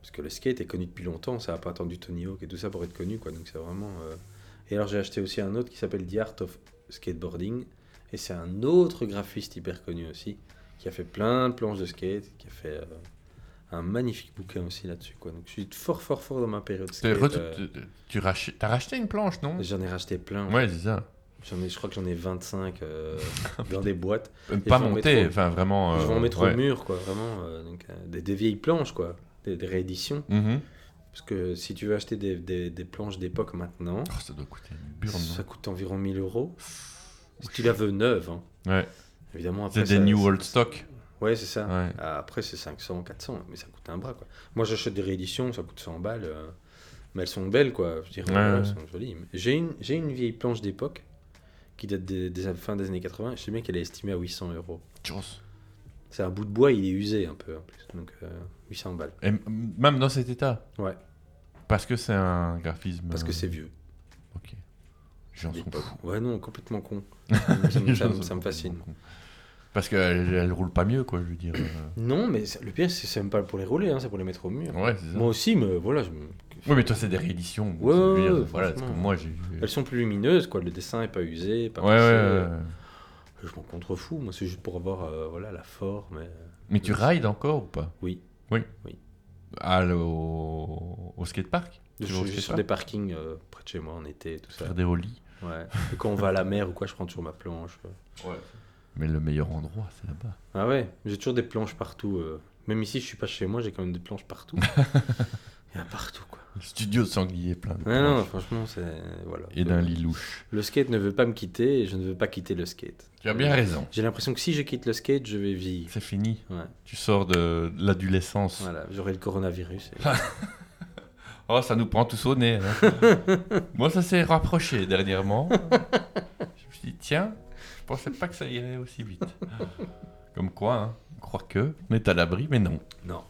Parce que le skate est connu depuis longtemps, ça n'a pas attendu Tony Hawk et tout ça pour être connu, quoi. Donc c'est vraiment... euh, Et alors, j'ai acheté aussi un autre qui s'appelle The Art of Skateboarding. Et c'est un autre graphiste hyper connu aussi, qui a fait plein de planches de skate, qui a fait... euh, un magnifique bouquin aussi là-dessus. Quoi. Donc je suis fort, fort, fort dans ma période. T'es skate, retou- euh, tu- tu rach- T'as racheté une planche, non J'en ai racheté plein. Ouais, c'est ça. J'en ai, je crois que j'en ai 25 euh, dans des boîtes. Euh, Et pas je vais en monté, mettre au- enfin, vraiment, Je vais euh, en mettre ouais. au mur, quoi, vraiment. euh, donc, euh, des, des vieilles planches, quoi, des, des rééditions. Mhm. Parce que si tu veux acheter des, des- des planches d'époque maintenant, Oh, ça doit coûter une burne, Ça coûte environ 1000 euros. Si tu la veux neuve, hein. Ouais. Évidemment, C'est après. des ça- new old stock. Ouais, c'est ça. Après, c'est 500, 400, mais ça coûte un bras. Quoi. Moi, j'achète des rééditions, ça coûte 100 balles, euh, mais elles sont belles, quoi. Je dirais, Ouais, voilà, ouais. elles sont jolies. mais- J'ai une, j'ai une vieille planche d'époque qui date des, des fins des années 80. Je sais bien qu'elle est estimée à 800 euros. Chance. C'est un bout de bois, il est usé un peu en plus. Donc, euh, 800 balles. Et m- même dans cet état Ouais. Parce que c'est un graphisme. Parce que euh, c'est vieux. Ok. J'en suis D'époque. Ouais, non, complètement con. ça, me- Les ça me- gens ça me fascine. Parce qu'elle elle roule pas mieux, quoi, je veux dire. euh. Non, mais c'est- le pire, c'est c'est même pas pour les rouler, hein, c'est pour les mettre au mur. Ouais, c'est ça. Moi aussi, mais voilà. Je... Oui, mais toi, c'est des rééditions, Ouais, c'est ouais, bien, ouais, voilà, parce que franchement. moi, j'ai- Elles sont plus lumineuses, quoi. Le dessin est pas usé, pas Ouais, ouais, poussé. ouais. Je m'en contrefous, moi, c'est juste pour avoir euh, voilà, la forme. euh, et- Mais tu rides encore ou pas Oui. Oui. Oui. Allo, au skatepark Je Tu vas au suis sur skatepark des parkings euh, près de chez moi en été, et tout ça. Faire des rollis. Ouais. Et quand on va à la mer ou quoi, je prends toujours ma planche. Ouais. Mais le meilleur endroit, c'est là-bas. Ah ouais, j'ai toujours des planches partout. euh. Même ici, je suis pas chez moi, j'ai quand même des planches partout. Il y en a partout, quoi. Le studio de sanglier plein de Ouais, non, planches. franchement, c'est. Voilà. Et d'un lit louche. Le skate ne veut pas me quitter et je ne veux pas quitter le skate. Tu as bien raison. J'ai l'impression que si je quitte le skate, je vais vieillir. C'est fini. Ouais. Tu sors de l'adolescence. Voilà, j'aurai le coronavirus. et- Ah. Oh, ça nous prend tous au nez. hein. Moi, ça s'est rapproché dernièrement. je me suis dit, tiens, je pensais pas que ça irait aussi vite. Comme quoi, hein, on croit que on est à l'abri, mais non. Non.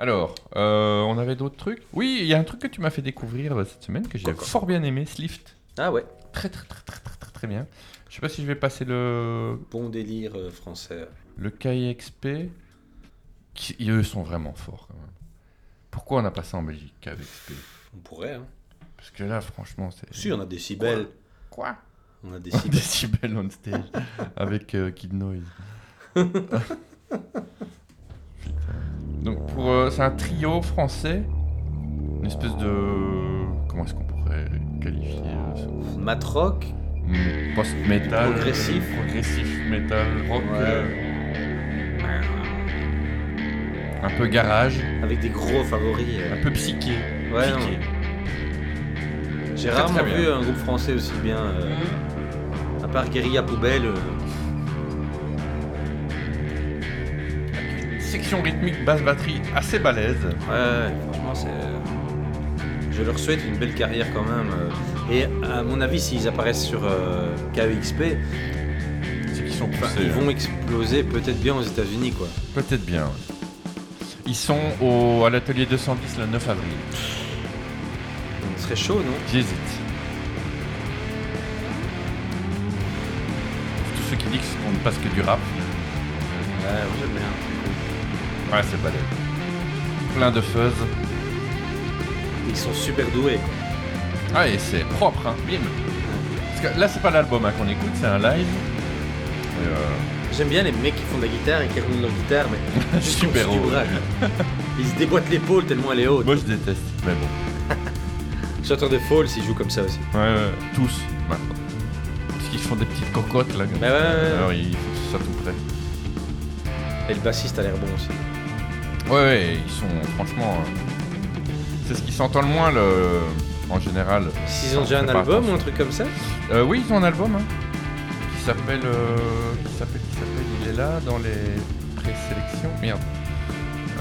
Alors, euh, on avait d'autres trucs Oui, il y a un truc que tu m'as fait découvrir euh, cette semaine que j'ai D'accord. fort bien aimé, Slift. Ah ouais. Très, très, très, très, très, très, très bien. Je sais pas si je vais passer le, Bon délire euh, français. le KXP. Qui, eux sont vraiment forts quand même. Pourquoi on n'a pas ça en Belgique, KXP On pourrait, hein. Parce que là, franchement, c'est. Si, on a des si belles. Quoi On a des Des si belles. décibels on stage avec euh, Kid Noise. Putain. Donc pour euh, c'est un trio français, une espèce de comment est-ce qu'on pourrait qualifier euh, ce- Matrock Hmm, post-metal Progressif. progressif metal rock euh, un peu garage Avec des gros favoris. euh. un peu psyché. Ouais, Psyché. non. J'ai Très, rarement très bien. vu un groupe français aussi bien. euh, à part Guérilla Poubelle. euh, Section rythmique basse batterie assez balèze. Ouais, franchement, c'est. Je leur souhaite une belle carrière quand même. euh. Et à mon avis, s'ils apparaissent sur euh, KEXP, c'est qu'ils sont poussés, ils hein. vont exploser peut-être bien aux États-Unis, quoi. Peut-être bien. ouais. Ils sont au, à l'atelier 210 le 9 avril. Ce serait chaud, non J'hésite. Tous ceux qui disent qu'on ne passe que du rap. Ouais, moi, j'aime bien. Ouais, c'est balèze. Plein de fuzz. Ils sont super doués. Ah, et c'est propre, hein. Bim. Parce que là, c'est pas l'album hein, qu'on écoute, c'est un live. Et, euh, J'aime bien les mecs qui font de la guitare et qui roulent leur guitare, mais juste Super au-dessus du haut. bras. Ils se déboîtent l'épaule tellement elle est haute. Moi, je déteste, mais bon. J'attends des Falls, ils jouent comme ça aussi. Ouais, ouais, tous, maintenant. Parce qu'ils font des petites cocottes, là. comme Bah ça. ouais, ouais, ouais. Alors, ils font tout ça tout près. Et le bassiste a l'air bon aussi. Ouais, ouais, ils sont franchement. euh, C'est ce qui s'entend le moins le, en général. S'ils ont déjà un Fais pas album ou attention. un truc comme ça Euh, Oui, ils ont un album hein, qui s'appelle. euh, qui s'appelle. qui s'appelle Il est là dans les présélections. Merde.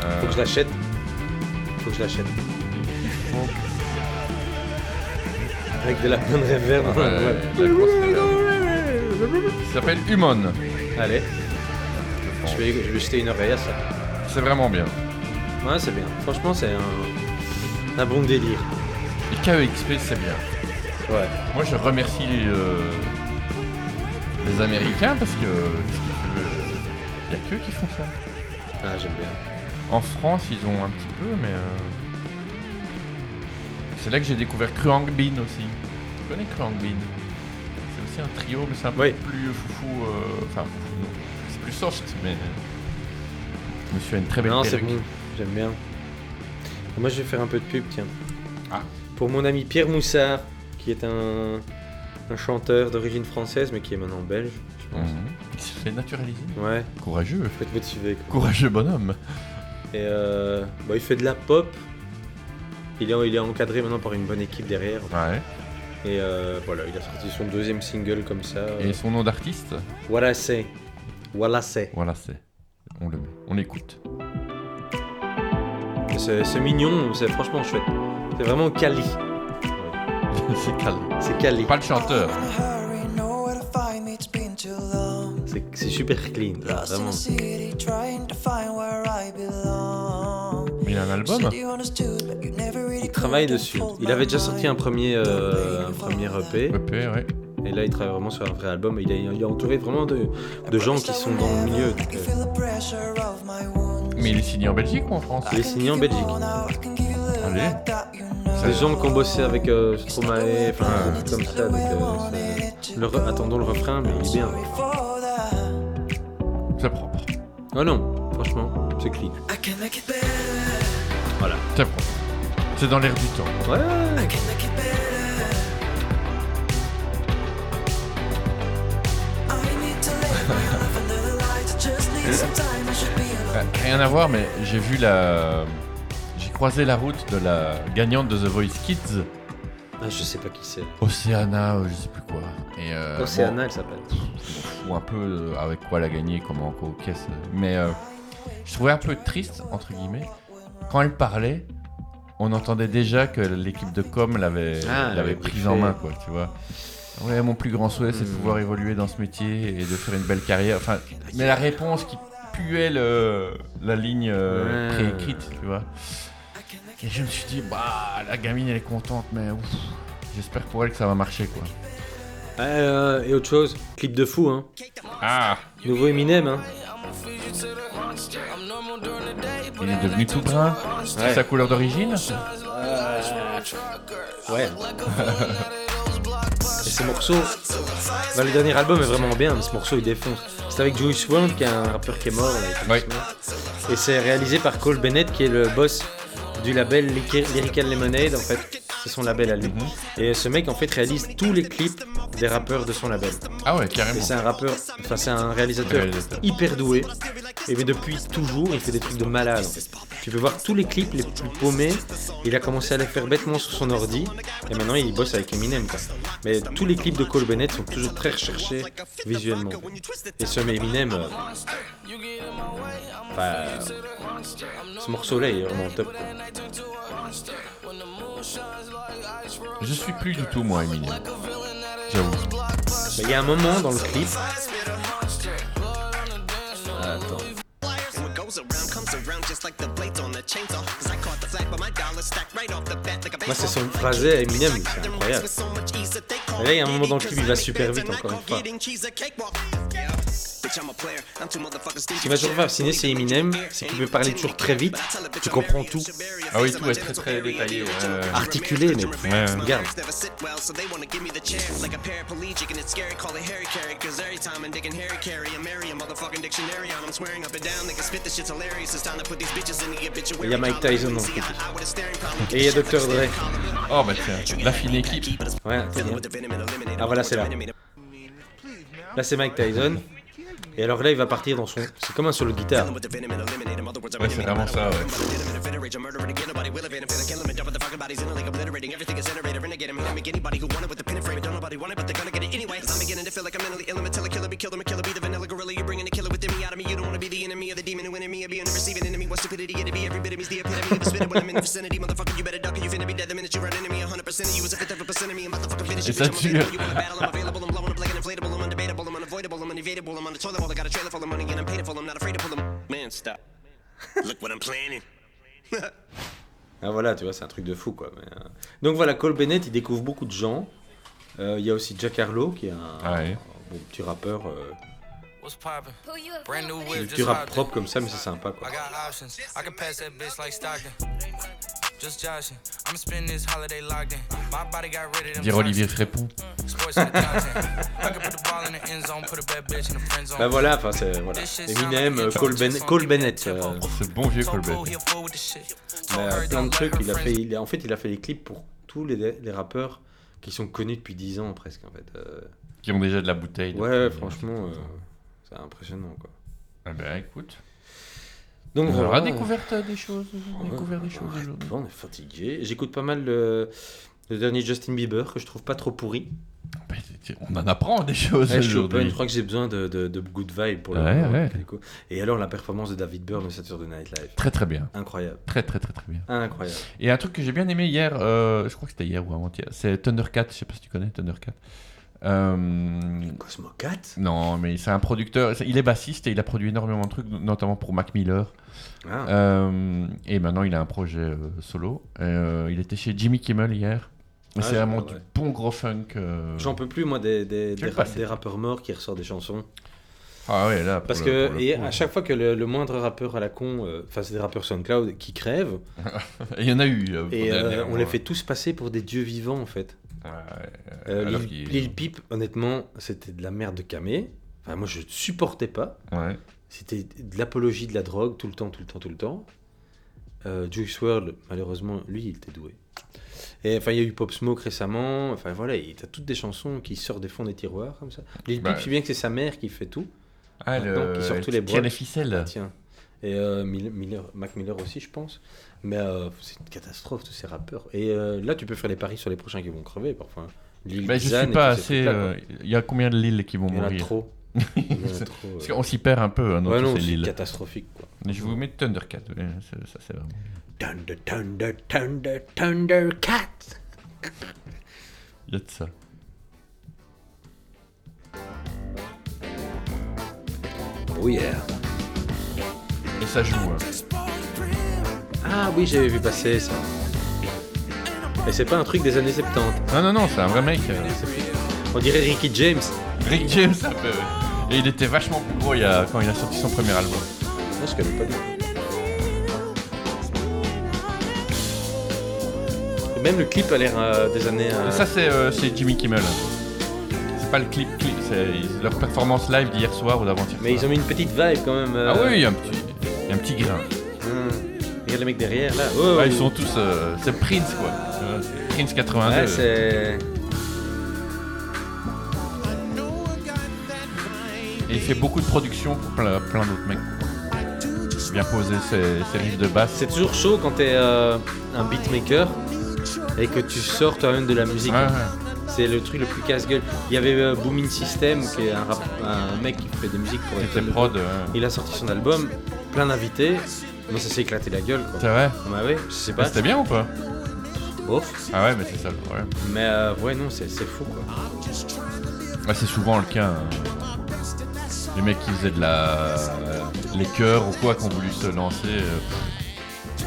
Euh, Faut que je l'achète. faut que je l'achète. Avec de la bonne réverb. Ouais, la grosse réverb. Il s'appelle Humon. Allez. Je vais, je vais jeter une oreille à ça. C'est vraiment bien. Ouais, c'est bien. Franchement, c'est un, un bon délire. Et KEXP, c'est bien. Ouais. Moi, je remercie les, euh, les Américains parce que euh, il n'y a qu'eux qui font ça. Ah, j'aime bien. En France, ils ont un petit peu, mais. euh, C'est là que j'ai découvert Kruang Bean aussi. Tu connais Kruang Bean C'est aussi un trio, mais c'est un peu Oui. plus foufou. euh, Enfin, foufou, non. c'est plus soft, mais. euh, Monsieur a une très belle Non, c'est perruque. bon. J'aime bien. Moi, je vais faire un peu de pub, tiens. Ah. Pour mon ami Pierre Moussard, qui est un, un chanteur d'origine française, mais qui est maintenant belge, je pense. Mhm. Il s'est fait naturaliser. Ouais. Courageux. Faut être motivé. quoi. Courageux bonhomme. Et euh, bah, il fait de la pop. Il est, il est encadré maintenant par une bonne équipe derrière. Ouais. Et euh, voilà, il a sorti son deuxième single comme ça. Et son nom d'artiste Voilà c'est. Voilà c'est. Voilà, c'est. On le met. On écoute. C'est c'est mignon, c'est franchement chouette. C'est vraiment Cali. c'est calme. C'est Cali. Pas le chanteur. C'est c'est super clean, là, vraiment. Mais il a un album bah. Il travaille dessus. Il avait déjà sorti un premier, euh, un premier EP. EP, E ouais. Et là, il travaille vraiment sur un vrai album. Il est, il est entouré vraiment de, de gens qui sont dans le milieu. donc, euh, Mais il est signé en Belgique ou en France il est signé en Belgique. Allez. Des gens qui ont bossé avec euh, Stromae, enfin, des trucs comme ça. donc, euh, c'est- le re- attendons le refrain, mais il est bien. C'est propre. Oh non, franchement, c'est clean. Voilà. C'est propre. C'est dans l'air du temps. Ouais. Euh, Rien à voir, mais j'ai vu la. J'ai croisé la route de la gagnante de The Voice Kids, Ah, je sais pas qui c'est. Océana, euh, je sais plus quoi. Et euh, Océana, elle s'appelle. bon, ou un peu euh, avec quoi la gagner, comment, quoi, qu'est-ce. Mais euh, je trouvais un peu triste, entre guillemets, quand elle parlait, on entendait déjà que l'équipe de com l'avait Ah, elle l'avait avait prise briefé. en main, quoi, tu vois. Ouais, mon plus grand souhait, c'est de Hmm. pouvoir évoluer dans ce métier et de faire une belle carrière. Enfin, mais la réponse qui puait le, la ligne euh, Ouais. préécrite, tu vois. Et je me suis dit, bah, la gamine, elle est contente, mais ouf, j'espère pour elle que ça va marcher, quoi. Euh, et autre chose, clip de fou, hein. Ah Nouveau Eminem, hein. Il est devenu tout brun. C'est Ouais. sa couleur d'origine Ouais. Et ce morceau, bah, le dernier album est vraiment bien, mais ce morceau il défonce. C'est avec Juice WRLD qui est un rappeur qui est mort. là, il y a quelques Ouais. semaines. Et c'est réalisé par Cole Bennett qui est le boss du label Lyri- Lyrical Lemonade en fait. C'est son label à lui. Et ce mec en fait réalise tous les clips des rappeurs de son label. Ah ouais, Et carrément. c'est un rappeur, enfin c'est un réalisateur, Réalisateur. hyper doué. Et mais depuis toujours, il fait des trucs de malade. en fait. Tu peux voir tous les clips les plus paumés. Il a commencé à les faire bêtement sur son ordi. Et maintenant, il bosse avec Eminem. quoi. Mais tous les clips de Cole Bennett sont toujours très recherchés visuellement. Et ce mais Eminem, euh, enfin, euh, ce morceau-là il est vraiment top. quoi. Je suis plus du tout, moi, Eminem. J'avoue. Mais il y a un moment dans le clip. euh, Attends. Moi, c'est son phrasé à Eminem, c'est incroyable. Et là, il y a un moment dans le clip, il va super vite, encore une fois. Ce qui m'a toujours fasciné, c'est Eminem, c'est qu'il peut parler toujours très vite, tu comprends tout, Ah oui, tout est très très détaillé. ouais, ouais, ouais. articulé, mais pff, Ouais. regarde. Et Il y a Mike Tyson dans le clip. Et il y a Dr. Dre. Oh bah tiens, la fine équipe. Ouais, attends, hein. Ah voilà, c'est là. Là, c'est Mike Tyson. Et alors là, il va partir dans son. C'est comme un solo de guitare. Ouais, c'est vraiment ça, ouais. Kill them, kill them, be the vanilla gorilla. You're bringing the killer within me out of me. You don't want to be the enemy of the demon who enemy of being the receiving enemy. What stupidity it'd be every bit of me's the epitome of the spitter when I'm in the vicinity. Motherfucker, you better duck it. You finna be dead the minute you're an enemy. 100% of you is a fifth of a percent of me. I'm about to fucking finish Et you. ça bitch. I'm tue. available. You wanna battle? I'm available. I'm blowing up like an inflatable. I'm undebatable. I'm unavoidable. I'm unevadable. I'm on the toilet bowl. I got a trailer full of money and I'm paid for. I'm not afraid to pull them. Man, stop. Look what I'm planning. Ah voilà, tu vois, c'est un truc de fou quoi. mais, euh. Donc voilà, Cole Bennett, il découvre beaucoup de gens. Euh, Il y a aussi Jack Harlow qui est un, Ah un bon petit rappeur. euh, What's poppin'? Brand new du whip, petit just rap hopped propre comme ça, mais c'est sympa quoi. I got options. I can pass that bitch like Stockton. Just joshing. I'm spending this holiday locked in. My body got rid of them. Dire Olivier Frépon. toxins. Sports in the top 10. I can put the ball in the end zone, put a bad bitch in the friend zone. Bah voilà, enfin c'est voilà. Eminem, euh, Cole, Ben- Cole Bennett. euh. Ce bon vieux Cole Bennett. Il a plein de trucs. Il a fait, il a- en fait, il a fait les clips pour tous les, les rappeurs qui sont connus depuis 10 ans presque en fait. euh. Qui ont déjà de la bouteille. Ouais, depuis- ouais, franchement, euh, c'est impressionnant quoi. Ah bah écoute. Donc On voilà. aura découverte des choses. Ouais, Découvert des ouais, choses ouais, aujourd'hui. on est fatigué. J'écoute pas mal le, le dernier Justin Bieber que je trouve pas trop pourri. bah, On en apprend des choses Ouais, je, suis aujourd'hui. open, je crois que j'ai besoin de, de, de good vibe pour le Ouais, moment. ouais. Du coup. Et alors la performance de David Byrne de Saturday Night Live. Très très bien. Incroyable. Très très très très bien. Incroyable. Et un truc que j'ai bien aimé hier, euh, je crois que c'était hier ou avant-hier, c'est Thundercat. Je sais pas si tu connais Thundercat. Euh, Mm. Cosmocat Non, mais c'est un producteur. c'est- Il est bassiste et il a produit énormément de trucs, notamment pour Mac Miller. Ah. Euh, et maintenant, il a un projet euh, solo. Euh, il était chez Jimmy Kimmel hier. Et Ah, c'est j'ai vraiment pas, du ouais. bon gros funk. euh, J'en peux plus moi des, Tu des, des le rap- passes, des rappeurs morts qui ressortent des chansons. Ah ouais, là. pour Parce le- que pour le et coup, à chaque fois que le, le moindre rappeur à la con, euh, enfin c'est des rappeurs SoundCloud qui crèvent. Il y en a eu, euh, et euh, dernièrement, on les ouais. fait tous passer pour des dieux vivants en fait. Euh, alors Lil, qu'ils- Lil Peep, honnêtement, c'était de la merde de camé. Enfin, moi je supportais pas. Ouais. C'était de l'apologie de la drogue tout le temps, tout le temps, tout le temps. Euh, Juice World, malheureusement, lui, il était doué. Et enfin, il y a eu Pop Smoke récemment. Enfin voilà, il t'as toutes des chansons qui sortent des fonds des tiroirs comme ça. Lil Bah, Peep, si bien que c'est sa mère qui fait tout. Ah, le- Maintenant, qui sort elle tous les tient les boîtes. ficelles. Tiens. Et euh, Mil- Miller, Mac Miller aussi, je pense. Mais euh, c'est une catastrophe, tous ces rappeurs. Et euh, là, tu peux faire les paris sur les prochains qui vont crever parfois. hein. Lil Mais Bah, je Xan suis et pas tous ces assez. trucs-là, euh, quoi. Il y a combien de Lille qui vont Il y en a mourir trop. Il y en a trop, Parce euh. qu'on s'y perd un peu hein, dans Ouais, tous non, ces c'est Lille. catastrophique, quoi. Mais je vous mets Thundercat. ouais, c'est- ça, c'est vraiment. Thunder, thunder, thunder, thundercat. Il y a de ça. Oh yeah. Et ça joue. hein. Ah oui, j'avais vu passer ça. Et c'est pas un truc des années 70. Non, non, non, c'est un vrai mec. euh. On dirait Ricky James. Rick James, un peu. ouais. Et il était vachement plus gros il y a- quand il a sorti son premier album. Non, je connais pas du tout. Et même le clip a l'air euh, des années. euh, Et ça, c'est euh, c'est Jimmy Kimmel. C'est pas le clip, clip c'est ils- leur performance live d'hier soir ou d'avant-hier. Mais ils ont mis une petite vibe quand même. euh. Ah oui, il y a un petit, il y a un petit grain. Hum. Regarde les mecs derrière là. Ouais, Oh, ils sont tous. euh, c'est Prince quoi. Euh, c'est Prince 82. Ouais, c'est. Et il fait beaucoup de productions pour plein, plein d'autres mecs. Bien posé ses, ses riffs de basse. C'est toujours chaud quand t'es euh, un beatmaker et que tu sors toi-même de la musique. Ouais, ouais. C'est le truc le plus casse-gueule. Il y avait euh, Booming System, qui est un, rap- un mec qui fait des musiques pour les Qui était tonnes de prod, trucs. ouais. Il a sorti son album, plein d'invités, mais ça s'est éclaté la gueule. quoi. C'est vrai Bah ouais, je sais pas. C'était bien ou pas Bof. Ah ouais, mais c'est ça le problème. Mais euh, ouais, non, c'est c'est fou quoi. Ouais, Ah, c'est souvent le cas. hein. Les mecs qui faisaient de la. les chœurs ou quoi, qui ont voulu se lancer. euh,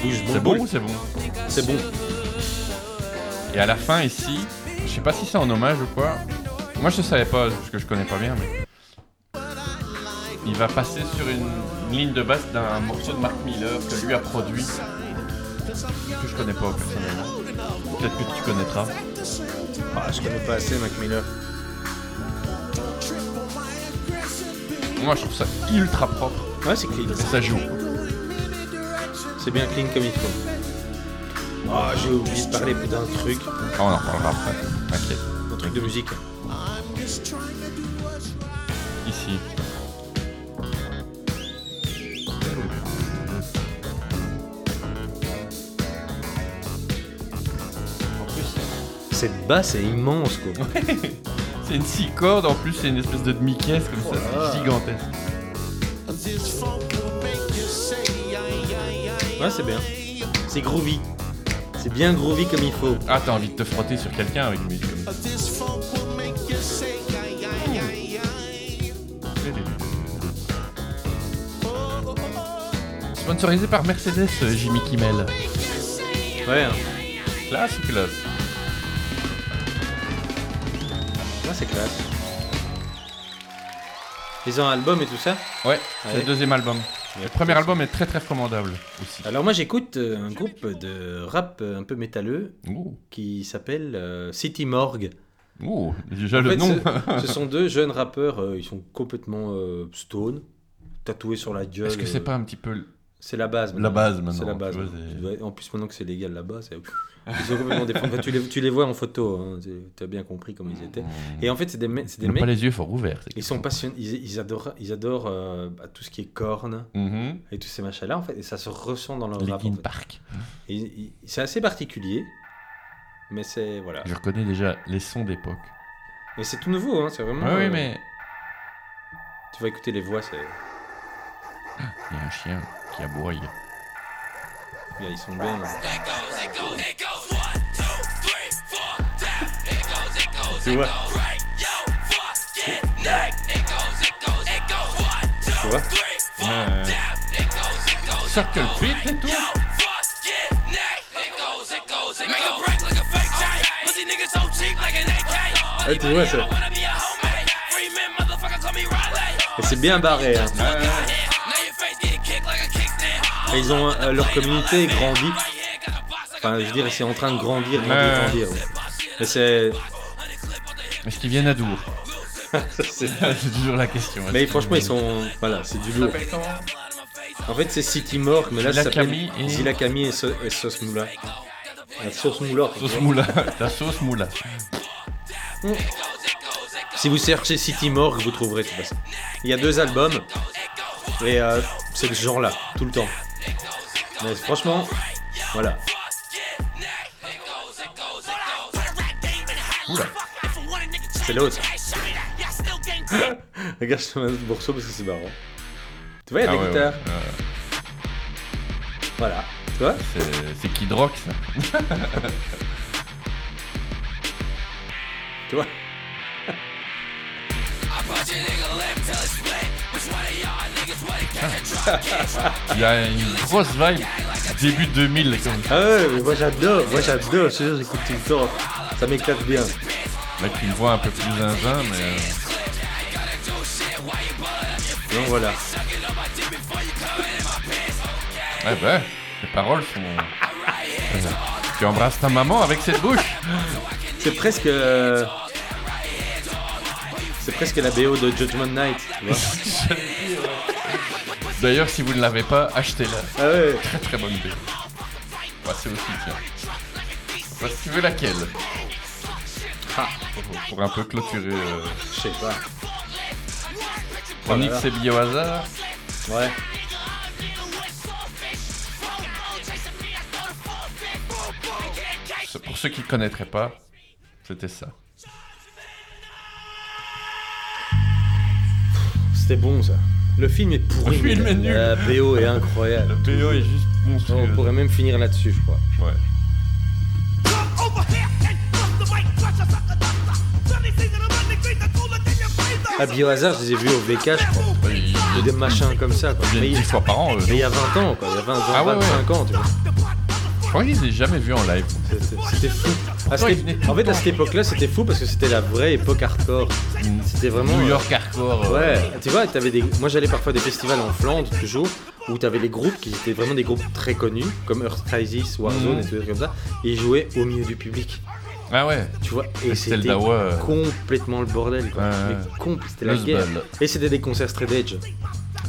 C'est bon ou c'est bon C'est bon. Et à la fin ici, je sais pas si c'est en hommage ou quoi. Moi je savais pas parce que je connais pas bien mais. Il va passer sur une, une ligne de basse d'un morceau de Mark Miller que lui a produit. Que je connais pas personnellement. Peut-être que tu connaîtras. Ah, je connais pas assez Mac Miller. Moi je trouve ça ultra propre. Ouais, c'est clean. ça joue. C'est bien clean comme il faut. Ah, j'ai oublié de parler d'un truc. Ah, on en parlera après. T'inquiète. Un truc de musique. Ici. Cette basse est immense quoi. C'est une six cordes, en plus, c'est une espèce de demi-caisse comme ça, c'est gigantesque. Ouais, c'est bien. C'est groovy. C'est bien groovy comme il faut. Ah, t'as envie de te frotter sur quelqu'un avec une musique comme ça. Sponsorisé par Mercedes, euh, Jimmy Kimmel. Ouais, hein. Classe ou classe Ouais, c'est classe. Ils ont un album et tout ça Ouais, c'est le deuxième album. Le premier album est très très recommandable aussi. Alors moi j'écoute euh, un groupe de rap euh, un peu métalleux qui s'appelle euh, City Morgue. Ouh, déjà En le fait, nom. Ce, ce sont deux jeunes rappeurs, euh, ils sont complètement euh, stone, tatoués sur la gueule. Est-ce que c'est euh, pas un petit peu le- C'est la base. La base, maintenant, C'est la tu base. vois, maintenant. Tu dois- En plus maintenant que c'est légal là-bas, c'est... ils sont complètement déformés. Enfin, tu, les, tu les vois en photo, hein, tu- tu as bien compris comment ils étaient. Et en fait c'est des, me- c'est des Ils n'ont mecs... Hmm. pas les yeux fort ouverts, c'est Ils sont passionnés, ils, ils adorent, ils adorent euh, bah, tout ce qui est corne Mhm. et tous ces machins-là en fait, et ça se ressent dans leur Les rap. Linkin en fait. Park. Et- et- c'est assez particulier, mais c'est voilà. Je reconnais déjà les sons d'époque. Mais c'est tout nouveau, hein, c'est vraiment. Ouais, oui, mais- Tu vas écouter les voix, c'est. Il y a un chien qui aboie. Bien, ils sont bien. hein. Tu vois Tu vois Euh, Circle Pit et tout Ouais, tu vois ça. Et c'est bien barré. hein. Et ils ont euh, leur communauté grandit. Enfin, je veux dire, c'est en train de grandir, grandir, Ouais. grandir. Et c'est. Est-ce qu'ils viennent à Dour C'est C'est toujours la question. Mais franchement, ils sont. Voilà, c'est du lourd. En fait, c'est City Morgue, mais là, ça Zila s'appelle Kami et- Zila Kami et, so et Sauce Moula. La sauce moula. Sauce moula. La sauce moula. Ah Si vous cherchez City Morgue, vous trouverez de toute façon. Il y a deux albums, et euh, c'est le genre-là, tout le temps. Mais franchement, voilà. Oula. C'est l'autre. Regarde ce morceau parce que c'est marrant. Tu vois, il y a Ah des ouais, guitares. ouais, ouais. Voilà. Tu vois C'est- C'est Kid Rock ça. Tu vois Il y a une grosse vibe début 2000 comme Ah ouais, mais moi j'adore, moi j'adore, je te jure, j'écoute tout le temps. Ça m'éclate bien. Avec une voix un peu plus zinzin, mais. euh, Donc voilà. Ouais, bah, les paroles sont. Euh, Tu embrasses ta maman avec cette bouche C'est presque. euh, C'est presque la BO de Judgment Night, tu vois. D'ailleurs, si vous ne l'avez pas, achetez-la. Ah ouais. Très très bonne idée. Bah, c'est aussi tiens. Bah, si tu veux laquelle Ah, pour, pour un peu clôturer. euh, Je sais pas. Chronique, Voilà. c'est billet au hasard. Ouais. C'est- Pour ceux qui ne connaîtraient pas, c'était ça. C'était bon ça. Le film est pourri. Le film mais est nul. La BO est incroyable. Le BO est juste monstrueux. On pourrait même finir là-dessus, je crois. Ouais. Ah, Biohazard, je les ai vus au VK, je crois. Ou des machins comme ça, quoi. Mais il- Fois par an, eux. mais il y a 20 ans, quoi. Il y a 20, 20 Ah ouais, ouais. 25 ans, tu vois. Je crois qu'ils ne jamais vu en live. C'était fou. À cette- En fait, à cette époque-là, c'était fou parce que c'était la vraie époque hardcore. C'était vraiment. New York hardcore. euh, Ouais, tu vois, t'avais des... moi j'allais parfois à des festivals en Flandre, toujours, où t'avais les groupes qui étaient vraiment des groupes très connus, comme Earth Crisis, Warzone Mhm. et tout des trucs comme ça, et ils jouaient au milieu du public. Ah ouais. Tu vois, et C'était le c'était dawa, euh. complètement le bordel, quoi. Ouais. Mais compl- c'était la Los guerre. Ball. Et c'était des concerts straight edge.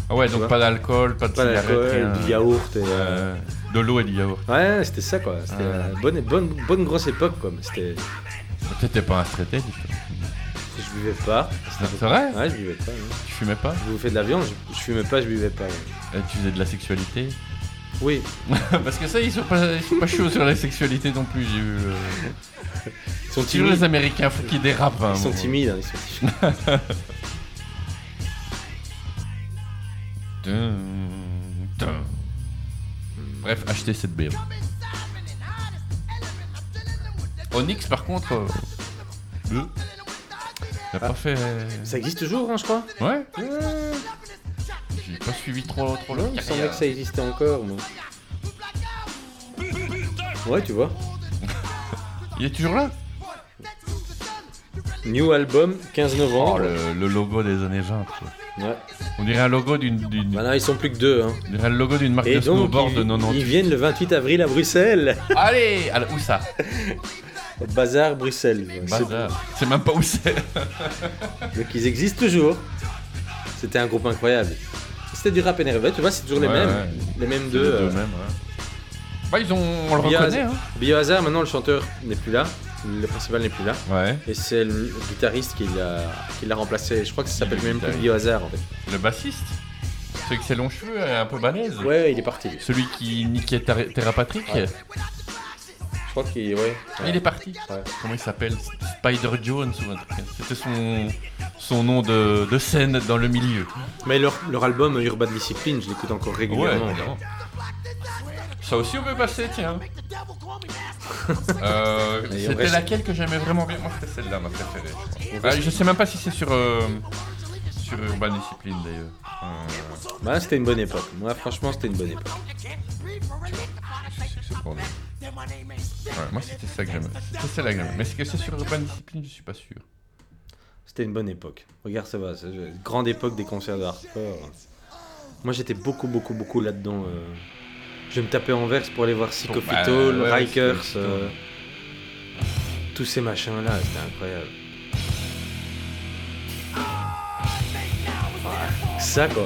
Ah ouais, Tu donc vois. pas d'alcool, pas de Pas cigarette, d'alcool, rien. du yaourt et, euh, Ouais, de l'eau et du yaourt. Ouais, c'était ça, quoi. C'était Ouais. la bonne, bonne, bonne grosse époque, quoi. Mais C'était. T'étais pas un straight edge, Je buvais pas. C'était- Ah, C'est vrai Ouais, je buvais pas. ouais. Tu fumais pas Je bouffais de la viande, je, je fumais pas, je buvais pas. ouais. Euh, Tu faisais de la sexualité Oui. Parce que ça, ils sont pas, ils sont pas chauds sur la sexualité non plus, j'ai eu. euh, Ils sont toujours les Américains, faut qu'ils dérapent. hein, Ils sont bon. timides, hein, ils sont timides. Dun, dun. Bref, achetez cette BO. Onyx, par contre. euh, euh, n'a pas fait. euh, Ça existe toujours, hein, je crois Ouais. J'ai pas suivi trop, trop Ouais, leur il me semblait carrière. que ça existait encore, moi. Ouais, tu vois. Il est toujours là New album, 15 novembre. Oh, le, le logo des années 20. quoi. Ouais. On dirait un logo d'une. d'une- Maintenant, ils sont plus que deux. Hein. On dirait le logo d'une marque Et de donc, snowboard ils, de 90. ils viennent le 28 avril à Bruxelles. Allez alors, Où ça Au Bazar Bruxelles. ouais. Bazar. C'est même pas où c'est. C'est- Donc, ils existent toujours. C'était un groupe incroyable. C'était du rap énervé, tu vois, c'est toujours les Ouais, mêmes. ouais. Les mêmes C'est deux. les deux euh, mêmes, ouais. Bah, ils ont. On le Biohazard- reconnaît, hein. Biohazard, maintenant, le chanteur n'est plus là. Le principal n'est plus là. Ouais. Et c'est le guitariste qui l'a, qui l'a remplacé. Je crois que ça s'appelle Le même plus guitariste. Biohazard, en fait. Le bassiste Celui avec ses longs cheveux, euh, un peu balèze Ouais, il est parti. Celui qui niquait Tar- Terra Patrick Ouais. Je crois qu'il ouais. Il est parti. Comment il s'appelle Spider Jones ou un truc. C'était son, son nom de, de scène dans le milieu. Mais leur, leur album Urban Discipline, je l'écoute encore régulièrement. Ouais, évidemment. Ça aussi, on peut passer, tiens. Euh, Mais on C'était reste- laquelle que j'aimais vraiment bien Moi, c'était celle-là, ma préférée. je On crois. Ah, reste- je sais même pas si c'est sur, euh, sur Urban Discipline, d'ailleurs. Euh, Bah, c'était une bonne époque. Moi, franchement, c'était une bonne époque. c'est pour nous. Ouais, moi, c'était ça que j'aimais. C'était celle-là que j'aimais. Mais est-ce que c'est sur Urban Discipline Je suis pas sûr. C'était une bonne époque. Regarde, ça va. c'est- c'est- Grande époque des concerts de hardcore. Moi, j'étais beaucoup, beaucoup, beaucoup là-dedans. euh. Je me tapais en verse pour aller voir Psycho Bah, Fetal, ouais, ouais, Rikers, Psycho euh, tous ces machins-là. C'était incroyable. Ouais, Ça, quoi.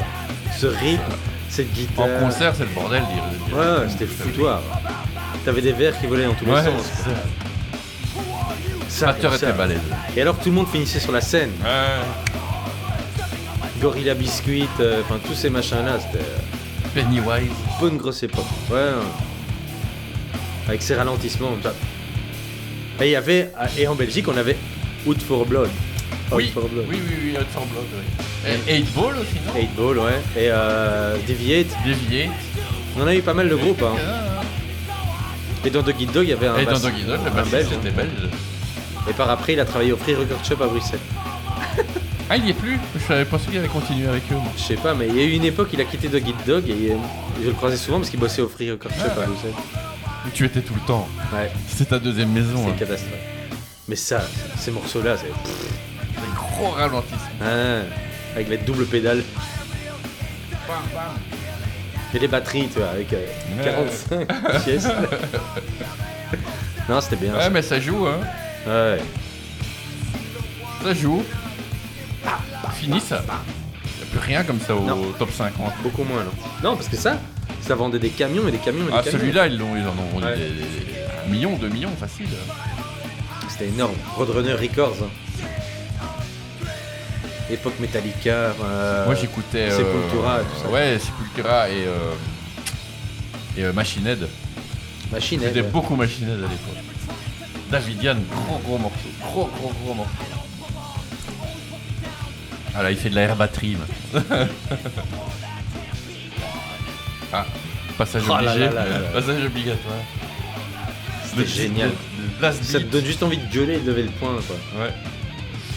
Ce rythme, cette En guitare. concert, c'est le bordel. dire- dire- Ouais, ouais, c'était foutoir. T'avais des verres qui volaient dans tous Ouais, les sens. quoi. Ça, Batteur ça. était balèze. Et alors tout le monde finissait sur la scène. Gorilla Biscuit, euh, enfin tous ces machins-là, c'était euh, Pennywise. bonne grosse époque. Ouais. hein. Avec ses ralentissements. comme ça. Et il y avait euh, et en Belgique on avait Out for Blood. Out Oui, for Blood. oui, oui, oui, Hot for Blood, oui. Et 8 Ball aussi, non Eight Ball, ouais. Et euh, Deviate. Deviate. On en a eu pas mal de groupes. Hein. Et dans Doggy Dog, il y avait un Et dans bass- Doggy Dog, le un bassiste, belge, c'était hein. belge. Et par après, il a travaillé au Free Record Shop à Bruxelles. Ah, il y est plus Je savais pas qu'il avait continué avec eux. moi. Je sais pas, mais il y a eu une époque, il a quitté Doggy Dog et euh, je le croisais souvent parce qu'il bossait au Free Record Shop Ah. à Bruxelles. Mais tu étais tout le temps. Ouais. C'était ta deuxième maison. C'est hein. une catastrophe. Mais ça, ces morceaux-là, c'est. Des gros ralentissements. Ah, avec les doubles pédales. Et les batteries, tu vois, avec euh, Ouais. 45 pièces. non, c'était bien. Ouais, ça. mais ça joue, hein. Ouais. Ça joue. Fini ça. Y a plus rien comme ça au top 50. Beaucoup moins, non Non, parce que ça, ça vendait des camions et des camions et des Ah, camions. celui-là, ils, l'ont- ils en ont vendu Ouais. des, des- des- un million, deux millions, facile. C'était énorme. Roadrunner Records. hein. Époque Metallica. euh, Moi, j'écoutais. euh, Sepultura et tout ça. Ouais, Sepultura et. euh, et euh, Machine Head. Machine Head, J'étais ouais. beaucoup Machine Head à l'époque. David Yann, gros gros morceau. Gros gros gros morceau. Ah là, il fait de la air batterie. là. ah, passage Oh là obligé. là là là là. Passage obligatoire. C'était Le- génial. le- le blast Ça te beat. donne juste envie de gueuler et de lever le poing, quoi. Ouais.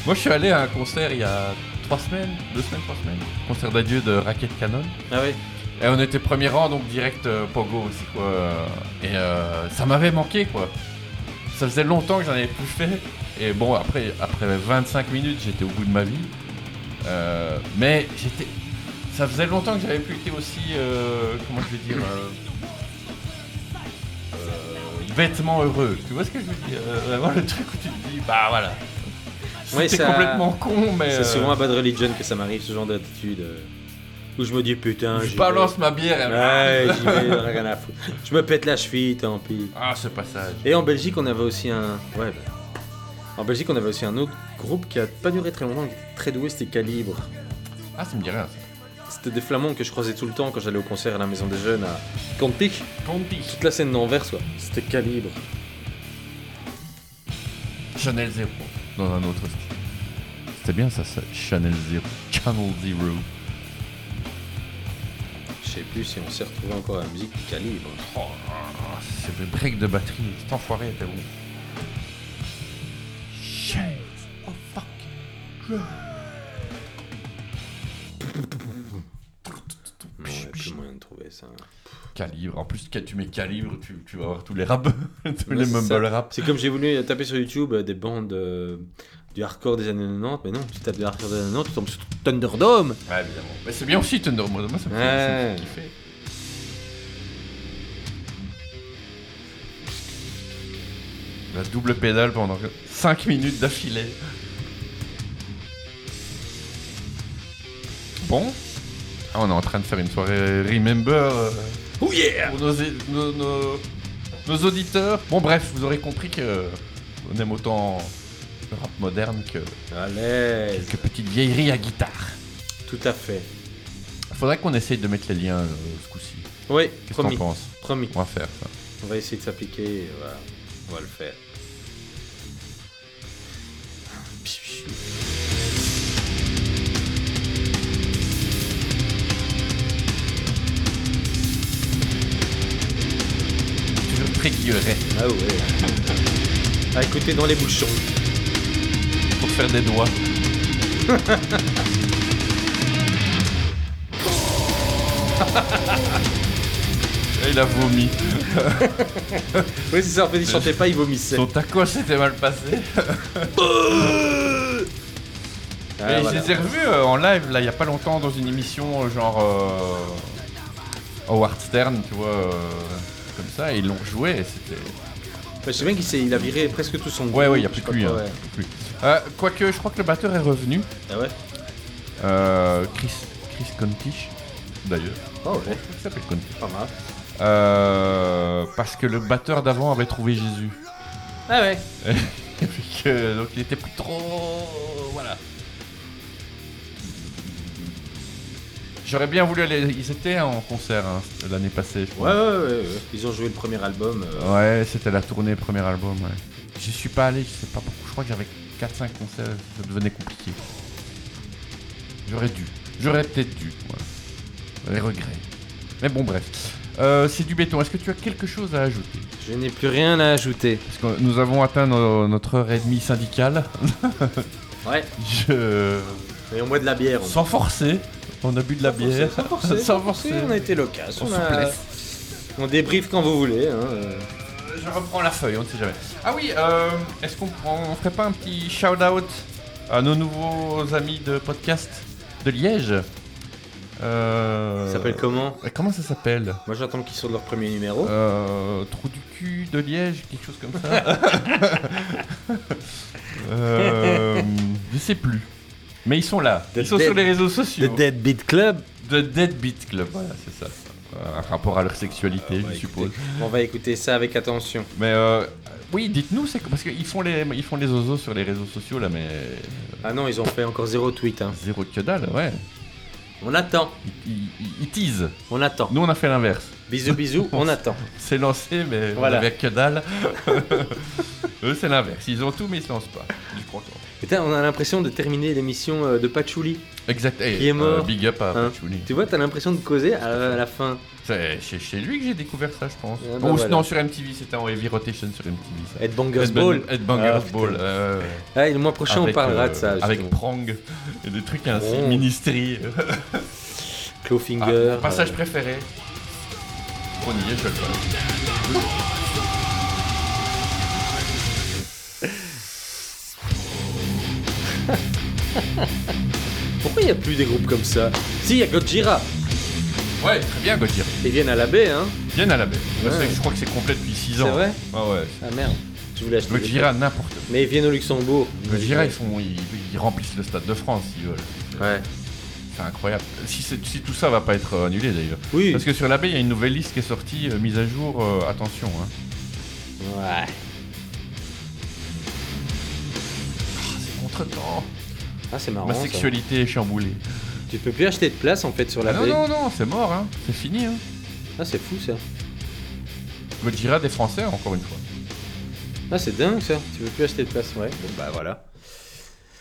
Moi, je suis allé à un concert il y a trois semaines, deux semaines, trois semaines. Concert d'adieu de Racket Cannon. Ah ouais Et on était premier rang, donc direct euh, Pogo aussi, quoi. Euh, Et euh, ça m'avait manqué, quoi. Ça faisait longtemps que j'en avais plus fait. Et bon, après, après 25 minutes, j'étais au bout de ma vie. Euh, mais j'étais. Ça faisait longtemps que j'avais plus été aussi. euh, comment je vais dire euh, euh, Bêtement heureux. Tu vois ce que je veux dire Euh, Vraiment le truc où tu te dis, bah voilà. Ouais, C'était ça- complètement con, mais. C'est euh, souvent à Bad Religion que ça m'arrive, ce genre d'attitude. euh, Où je me dis putain. Je j'y balance vais. ma bière et- Ouais, j'y vais, rien à foutre. Je me pète la cheville, tant pis. Ah, ce passage. Et en Belgique, on avait aussi un. Ouais, bah. En Belgique, on avait aussi un autre groupe qui a pas duré très longtemps, qui était très doué, c'était Calibre. Ah, ça me dit rien. C'était des flamands que je croisais tout le temps quand j'allais au concert à la Maison des Jeunes à Pontic. Pontic. Toute la scène d'Anvers, quoi. C'était Calibre. Chanel Zero dans un autre style. C'était bien ça, ça, Chanel Zero. Channel Zero. Je sais plus si on s'est retrouvé encore à la musique du calibre. Oh, c'est le break de batterie, cet enfoiré était bon. Shit. Oh fuck. Non, ouais, plus moyen de trouver ça. Calibre. En plus, quand tu mets calibre, tu, tu vas avoir tous les raps, tous Ouais, les c'est mumble ça. rap. C'est comme j'ai voulu taper sur YouTube euh, des bandes euh, du hardcore des années 90, mais non, tu tapes du hardcore des années 90, tu tombes sur Thunderdome. Ouais, évidemment. Mais c'est bien aussi Thunder Mode, moi ça me fait, ça me Ouais. fait kiffer. La double pédale pendant 5 minutes d'affilée. Bon. Ah, on est en train de faire une soirée Remember. euh, Pour nos, é- nos- nos- nos auditeurs. Bon, bref, vous aurez compris que on aime autant le rap moderne que Allez, quelques petites vieilleries à guitare. tout à fait. Faudrait qu'on essaye de mettre les liens euh, ce coup-ci. Oui, Qu'est-ce que promis. t'en penses Promis. On va faire ça. On va essayer de s'appliquer, et voilà. on va le faire. Toujours très guilleret. Ah ouais. À écouter dans les bouchons. Pour faire des doigts. Et il a vomi. oui, c'est ça, en fait, il chantait pas, il vomissait. Euh, Son taco s'était mal passé. Ah, Et voilà. je les ai revus euh, en live là il y a pas longtemps dans une émission euh, genre euh, Howard Stern, tu vois, euh, comme ça, et ils l'ont joué et c'était. Bah, je sais bien qu'il s'est- il a viré presque tout son Ouais, groupe, ouais, il n'y a plus je sais que pas lui. quoi, hein, ouais. plus. Euh, Quoique, je crois que le batteur est revenu. Ah ouais Euh, Chris, Chris Contich, d'ailleurs. Ah ouais. Il s'appelle Contich. Pas mal. Euh, parce que le batteur d'avant avait trouvé Jésus. Ah ouais. Et que, donc il était plus trop. Voilà. J'aurais bien voulu aller. Ils étaient en concert hein, l'année passée, je Ouais, ouais, crois. ouais, ouais. Ils ont joué le premier album. euh, Ouais, c'était la tournée premier album. Ouais. J'y suis pas allé, je sais pas pourquoi. Je crois que j'avais 4-5 concerts, ça devenait compliqué. J'aurais dû. J'aurais peut-être dû. voilà. Les regrets. Mais bon, bref. Euh, c'est du béton. Est-ce que tu as quelque chose à ajouter Je n'ai plus rien à ajouter. Parce que nous avons atteint no- notre heure et demie syndicale. Ouais. Je... Et on boit de la bière. on- Sans forcer, on a bu de la bière. Sans forcer, sans forcer, on a été loquace. Sans On, a- souplesse. on débriefe quand vous voulez. hein, euh. Je reprends la feuille, on ne sait jamais. Ah oui, euh, est-ce qu'on on ferait pas un petit shout-out à nos nouveaux amis de podcast de Liège euh... Ça s'appelle comment Euh, Comment ça s'appelle Moi j'attends qu'ils sortent leur premier numéro. euh, Trou du cul de Liège, quelque chose comme ça. euh, je sais plus. Mais ils sont là. The ils sont Dead- sur les réseaux sociaux. The Deadbeat Club. The Deadbeat Club, voilà, c'est ça. Euh, Un rapport à leur sexualité, Ah, je suppose. On va écouter ça avec attention. Mais euh, oui, dites-nous, c'est parce qu'ils font les ils font les ozos sur les réseaux sociaux là, mais Ah non, ils ont fait encore zéro tweet. hein. zéro que dalle, ouais. On attend. Ils, ils, ils teasent. On attend. Nous, on a fait l'inverse. Bisous, bisous, on attend. C'est lancé, mais Voilà. on avait que dalle. Eux, c'est l'inverse. Ils ont tout, mais ils se lancent pas. Je crois que- Putain, on a l'impression de terminer l'émission euh, de Patchouli. Exact. Eh, Qui est mort. euh, big up à Hein. Patchouli. Tu vois, t'as l'impression de causer à la, à la fin. C'est chez, chez lui que j'ai découvert ça, je pense. Ah, Ou bah voilà. sinon sur MTV, c'était en heavy rotation sur MTV. Ça. Ed Bangers Ed Ban- Ball. Ed Bangers Ah, putain. Ball. euh, Ah, et le mois prochain, on avec, parlera euh, de ça. Avec justement. Prong et des trucs ainsi, Prong. Ministry. Ah, Clawfinger. mon passage préféré. On y est, je le vois. Pourquoi il n'y a plus des groupes comme ça Si, il y a Gojira. Ouais, très bien, Gojira. Ils viennent à la baie, hein Vienne à la baie. Bah, Ouais. c'est- Je crois que c'est complet depuis 6 C'est ans. vrai Ah ouais. Ah merde, je voulais acheter. des Gojira, trucs. n'importe quoi. Mais ils viennent au Luxembourg. Gojira, ils, font, ils, ils remplissent le stade de France, s'ils veulent. Ouais. C'est incroyable. Si, c'est- si tout ça va pas être euh, annulé d'ailleurs. Oui. Parce que sur la baie, il y a une nouvelle liste qui est sortie, euh, mise à jour, euh, attention. Hein. Ouais. C'est contre-temps. Ah, c'est marrant. Ma ça. sexualité est chamboulée. Tu peux plus acheter de place en fait sur la Ah non, baie. non, non, c'est mort, hein. c'est fini. Hein. Ah, c'est fou ça. Gojira des Français, encore une fois. Ah, c'est dingue ça. Tu veux plus acheter de place, ouais. Bon, bah voilà.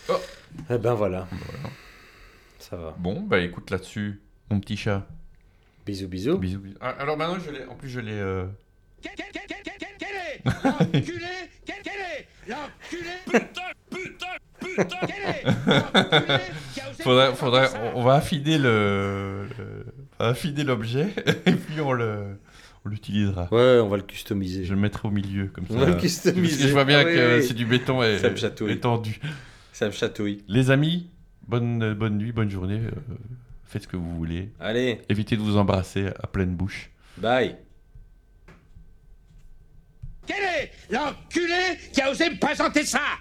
Oh. Eh ben voilà. Voilà. Ça va. Bon, bah écoute là-dessus, mon petit chat. Bisous, bisous. Bisous, bisous. Ah, Alors maintenant, je l'ai. En plus, je l'ai. euh, Quel, quel, quel, quel, quel, quel est L'enculé Quel, quel est L'enculé Putain, putain, putain Quel est L'enculé qui a osé Faudrait, me faudrait, présenter on on va affiner le, le- on va affiner l'objet et puis on le, on l'utilisera. Ouais, on va le customiser. Je le mettrai au milieu comme ça. On va le customiser. Je vois bien Ah oui, que oui. c'est du béton et Ça me chatouille. étendu. Ça me chatouille. Les amis, bonne euh, bonne nuit, bonne journée. euh, faites ce que vous voulez. Allez, Évitez de vous embrasser à pleine bouche. bye. Quel est L'enculé qui a osé me présenter ça